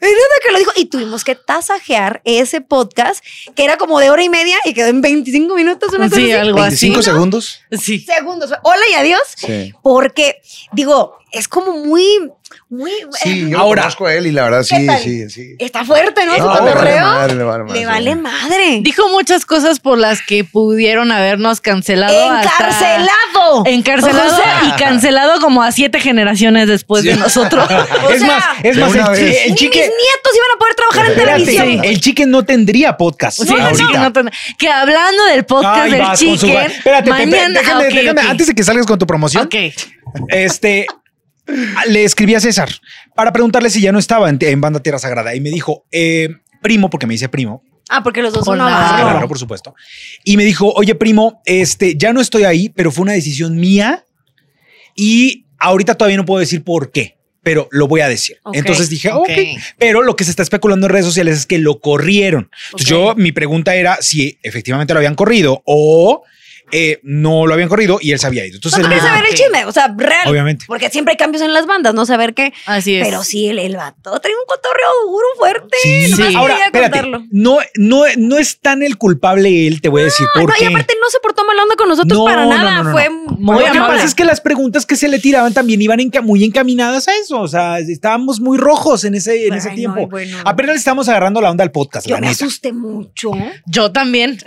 [SPEAKER 1] ¿Es neta que lo dijo? Y tuvimos que tasajear ese podcast que era como de hora y media y quedó en 25 minutos, una cosa así.
[SPEAKER 4] Sí, algo así.
[SPEAKER 3] ¿25 segundos?
[SPEAKER 4] Sí.
[SPEAKER 1] segundos. Hola y adiós.
[SPEAKER 3] Sí.
[SPEAKER 1] Porque, digo, es como muy, muy.
[SPEAKER 3] Sí, yo
[SPEAKER 2] Ahora.
[SPEAKER 3] Ahora. conozco a él y la verdad
[SPEAKER 1] ¿Qué
[SPEAKER 3] sí,
[SPEAKER 1] tal?
[SPEAKER 3] sí, sí.
[SPEAKER 1] Está fuerte, ¿no?
[SPEAKER 2] No,
[SPEAKER 1] Su
[SPEAKER 2] le vale
[SPEAKER 1] cotorreo.
[SPEAKER 3] madre, le vale madre.
[SPEAKER 1] Le vale madre.
[SPEAKER 4] Dijo muchas cosas por las que pudieron habernos cancelado. hasta-
[SPEAKER 1] Encarcelado.
[SPEAKER 4] Encarcelado
[SPEAKER 1] O sea,
[SPEAKER 4] y cancelado como a siete generaciones después de
[SPEAKER 2] Sí. *laughs*
[SPEAKER 4] nosotros.
[SPEAKER 1] O
[SPEAKER 2] es
[SPEAKER 1] sea,
[SPEAKER 2] más, es
[SPEAKER 3] de
[SPEAKER 2] más, el,
[SPEAKER 3] una
[SPEAKER 2] chi-
[SPEAKER 3] vez.
[SPEAKER 2] el
[SPEAKER 1] ni
[SPEAKER 2] chique.
[SPEAKER 1] mis nietos iban a poder trabajar en
[SPEAKER 2] Espérate,
[SPEAKER 1] televisión.
[SPEAKER 4] Sí.
[SPEAKER 2] El chique no tendría podcast.
[SPEAKER 4] Sí, así que,
[SPEAKER 2] ahorita.
[SPEAKER 4] no tendrá- que hablando del podcast
[SPEAKER 2] Ay,
[SPEAKER 4] del
[SPEAKER 2] vas con su-
[SPEAKER 4] chique,
[SPEAKER 2] Espérate, te- te-
[SPEAKER 4] mañana,
[SPEAKER 2] déjame,
[SPEAKER 4] ah, ok,
[SPEAKER 2] déjame,
[SPEAKER 4] ok.
[SPEAKER 2] antes de que salgas con tu promoción,
[SPEAKER 4] Ok.
[SPEAKER 2] este, le escribí a César para preguntarle si ya no estaba en, en Banda Tierra Sagrada y me dijo, eh, primo, porque me dice primo,
[SPEAKER 1] Ah, porque los dos son
[SPEAKER 4] Hola.
[SPEAKER 1] navarros.
[SPEAKER 2] claro, por supuesto, y me dijo, oye, primo, este, ya no estoy ahí, pero fue una decisión mía y ahorita todavía no puedo decir por qué, pero lo voy a decir.
[SPEAKER 1] Ok.
[SPEAKER 2] Entonces dije,
[SPEAKER 4] Ok.
[SPEAKER 2] ok, pero lo que se está especulando en redes sociales es que lo corrieron. Entonces,
[SPEAKER 1] Ok.
[SPEAKER 2] Yo, mi pregunta era si efectivamente lo habían corrido o eh, no lo habían corrido y él se había ido. Entonces,
[SPEAKER 1] No
[SPEAKER 2] él me
[SPEAKER 1] quería
[SPEAKER 2] dijo,
[SPEAKER 1] saber el
[SPEAKER 4] ok.
[SPEAKER 1] chisme, o sea, real.
[SPEAKER 2] obviamente.
[SPEAKER 1] Porque siempre hay cambios en las bandas, no saber qué.
[SPEAKER 4] Así es.
[SPEAKER 1] Pero sí, el, el vato trae un cotorreo duro, fuerte.
[SPEAKER 2] Sí,
[SPEAKER 1] nomás
[SPEAKER 4] Sí.
[SPEAKER 2] ahora,
[SPEAKER 1] quería
[SPEAKER 2] espérate,
[SPEAKER 1] contarlo.
[SPEAKER 2] no, no, no es tan el culpable él, te voy a decir
[SPEAKER 1] No,
[SPEAKER 2] por
[SPEAKER 1] no,
[SPEAKER 2] qué.
[SPEAKER 1] y aparte no se portó mala onda con nosotros
[SPEAKER 2] No,
[SPEAKER 1] para
[SPEAKER 2] no,
[SPEAKER 1] nada.
[SPEAKER 2] no, no,
[SPEAKER 1] Fue
[SPEAKER 2] no.
[SPEAKER 1] muy
[SPEAKER 2] lo que
[SPEAKER 1] amable.
[SPEAKER 2] pasa es que las preguntas que se le tiraban también iban enca- muy encaminadas a eso. O sea, estábamos muy rojos en ese, en ese
[SPEAKER 1] Ay, no,
[SPEAKER 2] tiempo. pues,
[SPEAKER 1] bueno.
[SPEAKER 2] Apenas le estamos agarrando la onda al podcast,
[SPEAKER 1] Yo
[SPEAKER 2] la
[SPEAKER 1] me
[SPEAKER 2] neta.
[SPEAKER 1] asusté
[SPEAKER 2] *laughs*
[SPEAKER 1] mucho. *laughs*
[SPEAKER 4] Yo también.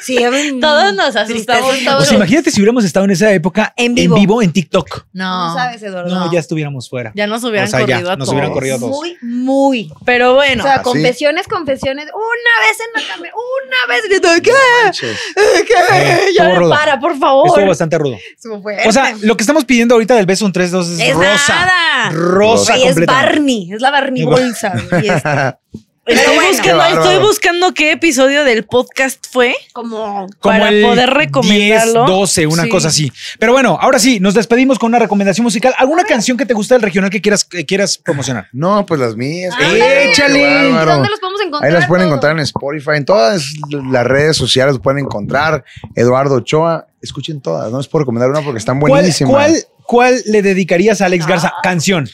[SPEAKER 1] Sí, em,
[SPEAKER 4] Todos nos
[SPEAKER 1] tristeza.
[SPEAKER 4] asustamos, todos.
[SPEAKER 2] O sea, Pues imagínate si hubiéramos estado en esa época
[SPEAKER 1] En vivo.
[SPEAKER 2] en, vivo, en TikTok.
[SPEAKER 1] No
[SPEAKER 4] No.
[SPEAKER 1] sabes, Eduardo.
[SPEAKER 2] No, ya estuviéramos fuera.
[SPEAKER 4] Ya nos hubieran
[SPEAKER 2] O sea, ya,
[SPEAKER 4] corrido a
[SPEAKER 2] nos
[SPEAKER 4] todos.
[SPEAKER 2] hubieran corrido. a todos.
[SPEAKER 1] Muy, muy.
[SPEAKER 4] Pero
[SPEAKER 1] O
[SPEAKER 4] bueno.
[SPEAKER 1] sea,
[SPEAKER 2] Ah,
[SPEAKER 3] así.
[SPEAKER 1] confesiones, confesiones. Una vez en la cama, una vez. gritando, ¿Qué?
[SPEAKER 3] Manches.
[SPEAKER 1] ¿Qué?
[SPEAKER 2] Sí,
[SPEAKER 1] Ya
[SPEAKER 2] estuvo
[SPEAKER 1] me
[SPEAKER 2] rudo.
[SPEAKER 1] para, por
[SPEAKER 2] Estuvo
[SPEAKER 1] favor.
[SPEAKER 2] bastante rudo.
[SPEAKER 1] Estuvo fuerte.
[SPEAKER 2] O sea, lo que estamos pidiendo ahorita del beso en 3, 2 es,
[SPEAKER 1] es
[SPEAKER 2] rosa.
[SPEAKER 1] nada.
[SPEAKER 2] Rosa
[SPEAKER 1] Güey, es
[SPEAKER 2] completamente.
[SPEAKER 1] Barney, es la Barney bolsa. güey, y
[SPEAKER 2] *laughs*
[SPEAKER 1] es
[SPEAKER 4] Estoy,
[SPEAKER 1] bueno.
[SPEAKER 4] buscando,
[SPEAKER 3] Qué
[SPEAKER 4] estoy
[SPEAKER 3] bárbaro.
[SPEAKER 4] buscando qué episodio del podcast fue.
[SPEAKER 1] como
[SPEAKER 2] Como
[SPEAKER 4] para
[SPEAKER 2] el
[SPEAKER 4] poder recomendarlo.
[SPEAKER 2] 10, 12, una
[SPEAKER 4] Sí.
[SPEAKER 2] cosa así. Pero bueno, ahora sí, nos despedimos con una recomendación musical. ¿Alguna canción que te gusta del regional que quieras, que quieras promocionar?
[SPEAKER 3] No, pues las mías. pues,
[SPEAKER 2] Ándale. Échale.
[SPEAKER 3] Qué bárbaro.
[SPEAKER 1] Ah, ¿Dónde los podemos encontrar?
[SPEAKER 3] Ahí las pueden
[SPEAKER 1] todo?
[SPEAKER 3] encontrar en Spotify, en todas las redes sociales los pueden encontrar. Eduardo Ochoa, escuchen todas, no es por recomendar una porque están
[SPEAKER 2] ¿Cuál,
[SPEAKER 3] buenísimas.
[SPEAKER 2] cuál, cuál le dedicarías a Alex Garza? Canción.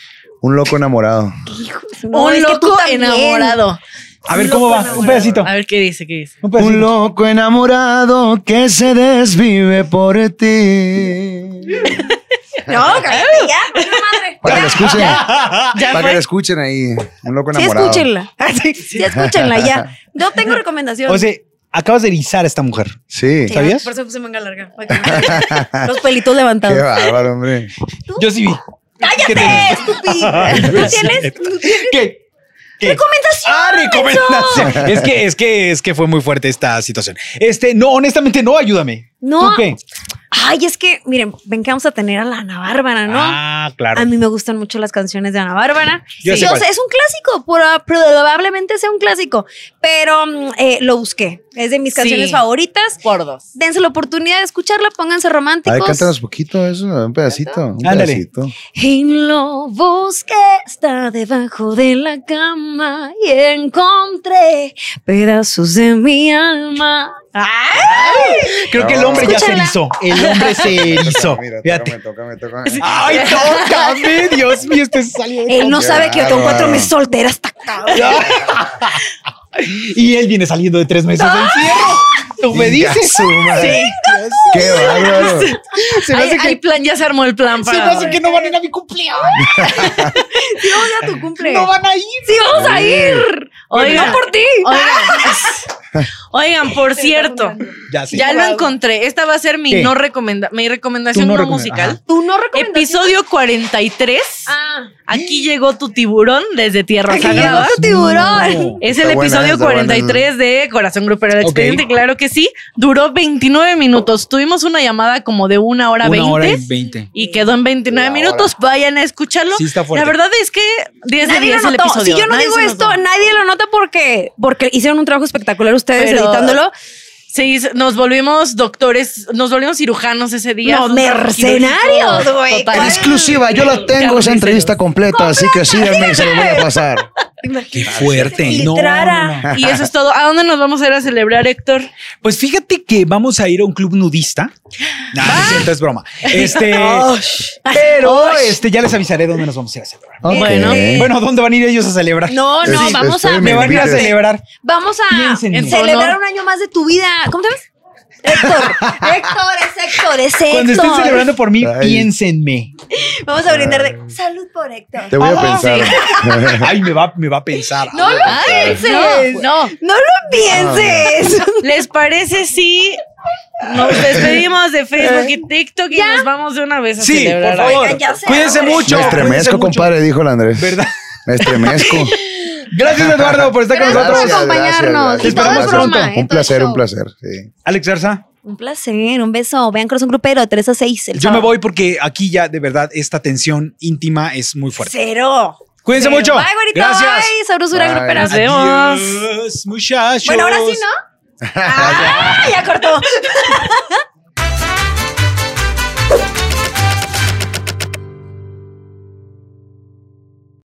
[SPEAKER 3] Un loco enamorado.
[SPEAKER 1] Híjoles, no,
[SPEAKER 4] Un
[SPEAKER 1] es que tú
[SPEAKER 4] loco
[SPEAKER 1] también.
[SPEAKER 4] enamorado.
[SPEAKER 2] A ver cómo va. Un pedacito.
[SPEAKER 4] A ver qué dice, qué dice.
[SPEAKER 2] Un pedacito. *laughs*
[SPEAKER 3] Un loco enamorado que se desvive por ti.
[SPEAKER 1] *laughs* No, cállate ya, *laughs* vale madre.
[SPEAKER 3] Para que la escuchen, para
[SPEAKER 4] Ya
[SPEAKER 3] que
[SPEAKER 4] fue.
[SPEAKER 3] la escuchen ahí. Un loco
[SPEAKER 1] Sí,
[SPEAKER 3] enamorado.
[SPEAKER 1] escúchenla.
[SPEAKER 2] *laughs*
[SPEAKER 1] Sí, escúchenla ya. Yo tengo recomendación.
[SPEAKER 2] Ah, O sea, acabas de erizar a esta mujer.
[SPEAKER 3] Sí.
[SPEAKER 1] Sí,
[SPEAKER 2] ¿sabías?
[SPEAKER 1] Por eso puse manga larga. para
[SPEAKER 2] *laughs*
[SPEAKER 1] que no- Los pelitos levantados.
[SPEAKER 3] Qué bárbaro, hombre.
[SPEAKER 2] Yo sí vi.
[SPEAKER 1] ¡Cállate,
[SPEAKER 2] ¿Qué tienes? *laughs*
[SPEAKER 1] estúpido! ¿Tú tienes? ¿Tú tienes?
[SPEAKER 2] ¿Qué? ¿Qué?
[SPEAKER 1] ¡Recomendación!
[SPEAKER 2] Ah, recomendación. Es que, es que, es que fue muy fuerte esta situación. Este, no, honestamente, no, ayúdame.
[SPEAKER 1] No.
[SPEAKER 2] ¿Tú qué?
[SPEAKER 1] Ay, es que, miren, ven que vamos a tener a la Ana Bárbara, ¿no?
[SPEAKER 2] Ah, claro.
[SPEAKER 1] A mí me gustan mucho las canciones de Ana Bárbara.
[SPEAKER 2] Yo
[SPEAKER 1] Sí,
[SPEAKER 2] sé
[SPEAKER 1] o
[SPEAKER 2] cuál.
[SPEAKER 1] sea, es un clásico, proba- probablemente sea un clásico, pero mm, eh, lo busqué. Es de mis
[SPEAKER 4] Sí.
[SPEAKER 1] canciones favoritas.
[SPEAKER 4] Por dos.
[SPEAKER 1] Dense la oportunidad de escucharla, pónganse
[SPEAKER 3] A ver,
[SPEAKER 1] románticos.
[SPEAKER 3] cántanos poquito eso, un pedacito. Un
[SPEAKER 2] Ándale.
[SPEAKER 3] pedacito.
[SPEAKER 1] En lo busqué, está debajo de la cama y encontré pedazos de mi alma. ¡Ay!
[SPEAKER 2] Creo que el
[SPEAKER 3] No.
[SPEAKER 2] hombre ya se
[SPEAKER 1] Escúchala.
[SPEAKER 2] erizó. El hombre se erizó.
[SPEAKER 3] *laughs* Mira,
[SPEAKER 2] Fíjate. Ah,
[SPEAKER 3] tócame, tócame, tócame.
[SPEAKER 1] *laughs*
[SPEAKER 2] Ay, tócame, Dios mío, este salió.
[SPEAKER 1] Él no
[SPEAKER 3] Qué
[SPEAKER 1] sabe que yo tengo cuatro
[SPEAKER 3] bárbaro.
[SPEAKER 1] meses soltera hasta acá.
[SPEAKER 2] Y él viene saliendo de tres meses de
[SPEAKER 1] ¡Ah!
[SPEAKER 2] encierro. Tú me
[SPEAKER 3] Inga
[SPEAKER 2] dices.
[SPEAKER 3] su madre. Qué bárbaro.
[SPEAKER 2] Se me
[SPEAKER 4] Ay,
[SPEAKER 2] hace que,
[SPEAKER 4] ay, plan, ya se armó el plan
[SPEAKER 2] se me
[SPEAKER 4] para.
[SPEAKER 2] hace que no van a ir a mi cumpleaños.
[SPEAKER 1] Sí, vamos a tu cumple.
[SPEAKER 2] No van a ir.
[SPEAKER 1] Sí, vamos a ir.
[SPEAKER 4] Oigan.
[SPEAKER 1] No por ti.
[SPEAKER 4] Oigan, Oigan, por cierto,
[SPEAKER 2] Ya sé.
[SPEAKER 4] ya lo encontré. Esta va a ser mi
[SPEAKER 2] ¿Qué?
[SPEAKER 4] no recomenda mi recomendación
[SPEAKER 2] Tu
[SPEAKER 4] no,
[SPEAKER 2] no recomenda-
[SPEAKER 4] musical.
[SPEAKER 1] Tú no recomiendas.
[SPEAKER 4] Episodio 43.
[SPEAKER 1] Ah,
[SPEAKER 4] Aquí llegó tu tiburón desde Tierra
[SPEAKER 1] aquí llegó
[SPEAKER 4] Sagrada.
[SPEAKER 1] tu tiburón.
[SPEAKER 4] Es
[SPEAKER 3] Está
[SPEAKER 4] el
[SPEAKER 3] buena,
[SPEAKER 4] episodio
[SPEAKER 3] está buena.
[SPEAKER 4] 43 de Corazón Grupero del
[SPEAKER 2] Ok.
[SPEAKER 4] Expediente, claro que sí. Duró 29 minutos. Tuvimos una llamada como de una hora
[SPEAKER 2] Una hora y
[SPEAKER 4] 20
[SPEAKER 2] veinte.
[SPEAKER 4] y quedó en 29
[SPEAKER 3] Una
[SPEAKER 4] minutos. Vayan a escucharlo.
[SPEAKER 2] Sí, está fuerte.
[SPEAKER 4] La verdad es que 10 de
[SPEAKER 1] Nadie
[SPEAKER 4] 10
[SPEAKER 1] lo
[SPEAKER 4] el
[SPEAKER 1] notó.
[SPEAKER 4] episodio.
[SPEAKER 1] Si yo no
[SPEAKER 4] Nadie
[SPEAKER 1] digo
[SPEAKER 4] se
[SPEAKER 1] esto,
[SPEAKER 4] notó.
[SPEAKER 1] nadie lo nota porque, porque hicieron un trabajo espectacular ustedes
[SPEAKER 4] Pero-
[SPEAKER 1] editándolo.
[SPEAKER 4] Sí, nos volvimos doctores, nos volvimos cirujanos ese día.
[SPEAKER 1] No,
[SPEAKER 4] Fue un trabajo
[SPEAKER 1] mercenarios,
[SPEAKER 4] quirúrgico
[SPEAKER 1] güey.
[SPEAKER 4] total.
[SPEAKER 1] En
[SPEAKER 3] exclusiva, yo la tengo esa entrevista completa, así que síganme, se los voy a pasar.
[SPEAKER 2] Qué fuerte. No,
[SPEAKER 1] filtrara.
[SPEAKER 2] no, no.
[SPEAKER 4] Y eso es todo. ¿A dónde nos vamos a ir a celebrar, Héctor?
[SPEAKER 2] Pues fíjate que vamos a ir a un club nudista. No,
[SPEAKER 1] Ah.
[SPEAKER 2] no es cierto,
[SPEAKER 1] *laughs*
[SPEAKER 2] es broma. Este, pero este, ya les avisaré dónde nos vamos a ir a celebrar.
[SPEAKER 3] Ok.
[SPEAKER 2] *laughs*
[SPEAKER 4] Bueno,
[SPEAKER 1] Eh.
[SPEAKER 2] Bueno, ¿dónde van a ir ellos a celebrar?
[SPEAKER 4] *laughs*
[SPEAKER 1] No, no,
[SPEAKER 3] Es-
[SPEAKER 1] vamos a.
[SPEAKER 3] espérenme,
[SPEAKER 2] Me van a ir a
[SPEAKER 3] Miren.
[SPEAKER 2] celebrar.
[SPEAKER 1] Vamos a
[SPEAKER 2] Piensen en-
[SPEAKER 1] celebrar un año más de tu vida. ¿Cómo te llamas? Héctor. Héctor, es Héctor, es Héctor.
[SPEAKER 2] Cuando estén celebrando por mí,
[SPEAKER 3] Ay.
[SPEAKER 2] piénsenme.
[SPEAKER 1] Vamos a brindar de salud por Héctor.
[SPEAKER 3] Ah. Te voy a
[SPEAKER 2] Ah,
[SPEAKER 3] pensar.
[SPEAKER 2] Ay, me va, me va a pensar.
[SPEAKER 1] No lo pienses.
[SPEAKER 4] no.
[SPEAKER 1] No lo pienses.
[SPEAKER 2] Ah,
[SPEAKER 4] ¿Les parece si nos despedimos de
[SPEAKER 1] *laughs*
[SPEAKER 4] Facebook y TikTok y nos vamos de una vez a
[SPEAKER 2] Sí, por
[SPEAKER 4] celebrar?
[SPEAKER 2] favor.
[SPEAKER 1] Oigan, ya sé,
[SPEAKER 2] Cuídense
[SPEAKER 1] hombre.
[SPEAKER 2] mucho.
[SPEAKER 3] *laughs* Me
[SPEAKER 2] cuídense
[SPEAKER 3] estremezco,
[SPEAKER 2] mucho.
[SPEAKER 3] compadre, dijo el
[SPEAKER 2] *laughs*
[SPEAKER 3] Andrés.
[SPEAKER 2] ¿Verdad?
[SPEAKER 3] Me estremezco.
[SPEAKER 2] *laughs* Gracias, Eduardo, por estar con
[SPEAKER 1] Gracias por
[SPEAKER 2] nosotros.
[SPEAKER 1] acompañarnos.
[SPEAKER 2] Y todo es
[SPEAKER 3] Esperamos
[SPEAKER 2] broma,
[SPEAKER 3] pronto.
[SPEAKER 1] ¿eh?
[SPEAKER 3] Un
[SPEAKER 1] Todo es
[SPEAKER 3] placer,
[SPEAKER 1] show.
[SPEAKER 3] un placer. sí.
[SPEAKER 2] Alex Garza,
[SPEAKER 1] Un placer, un beso. Vean Corazón Grupero, 3 a 6. El
[SPEAKER 2] yo me
[SPEAKER 1] sábado.
[SPEAKER 2] voy porque aquí ya de verdad esta tensión íntima es muy fuerte.
[SPEAKER 1] Cero.
[SPEAKER 2] Cuídense
[SPEAKER 1] Cero.
[SPEAKER 2] mucho.
[SPEAKER 1] Bye, güerito.
[SPEAKER 2] Gracias.
[SPEAKER 1] Bye, sabrosura
[SPEAKER 3] Bye.
[SPEAKER 1] grupera.
[SPEAKER 4] Nos vemos.
[SPEAKER 2] Adiós, muchachos.
[SPEAKER 1] Bueno, ahora sí, ¿no? Ah, ya cortó.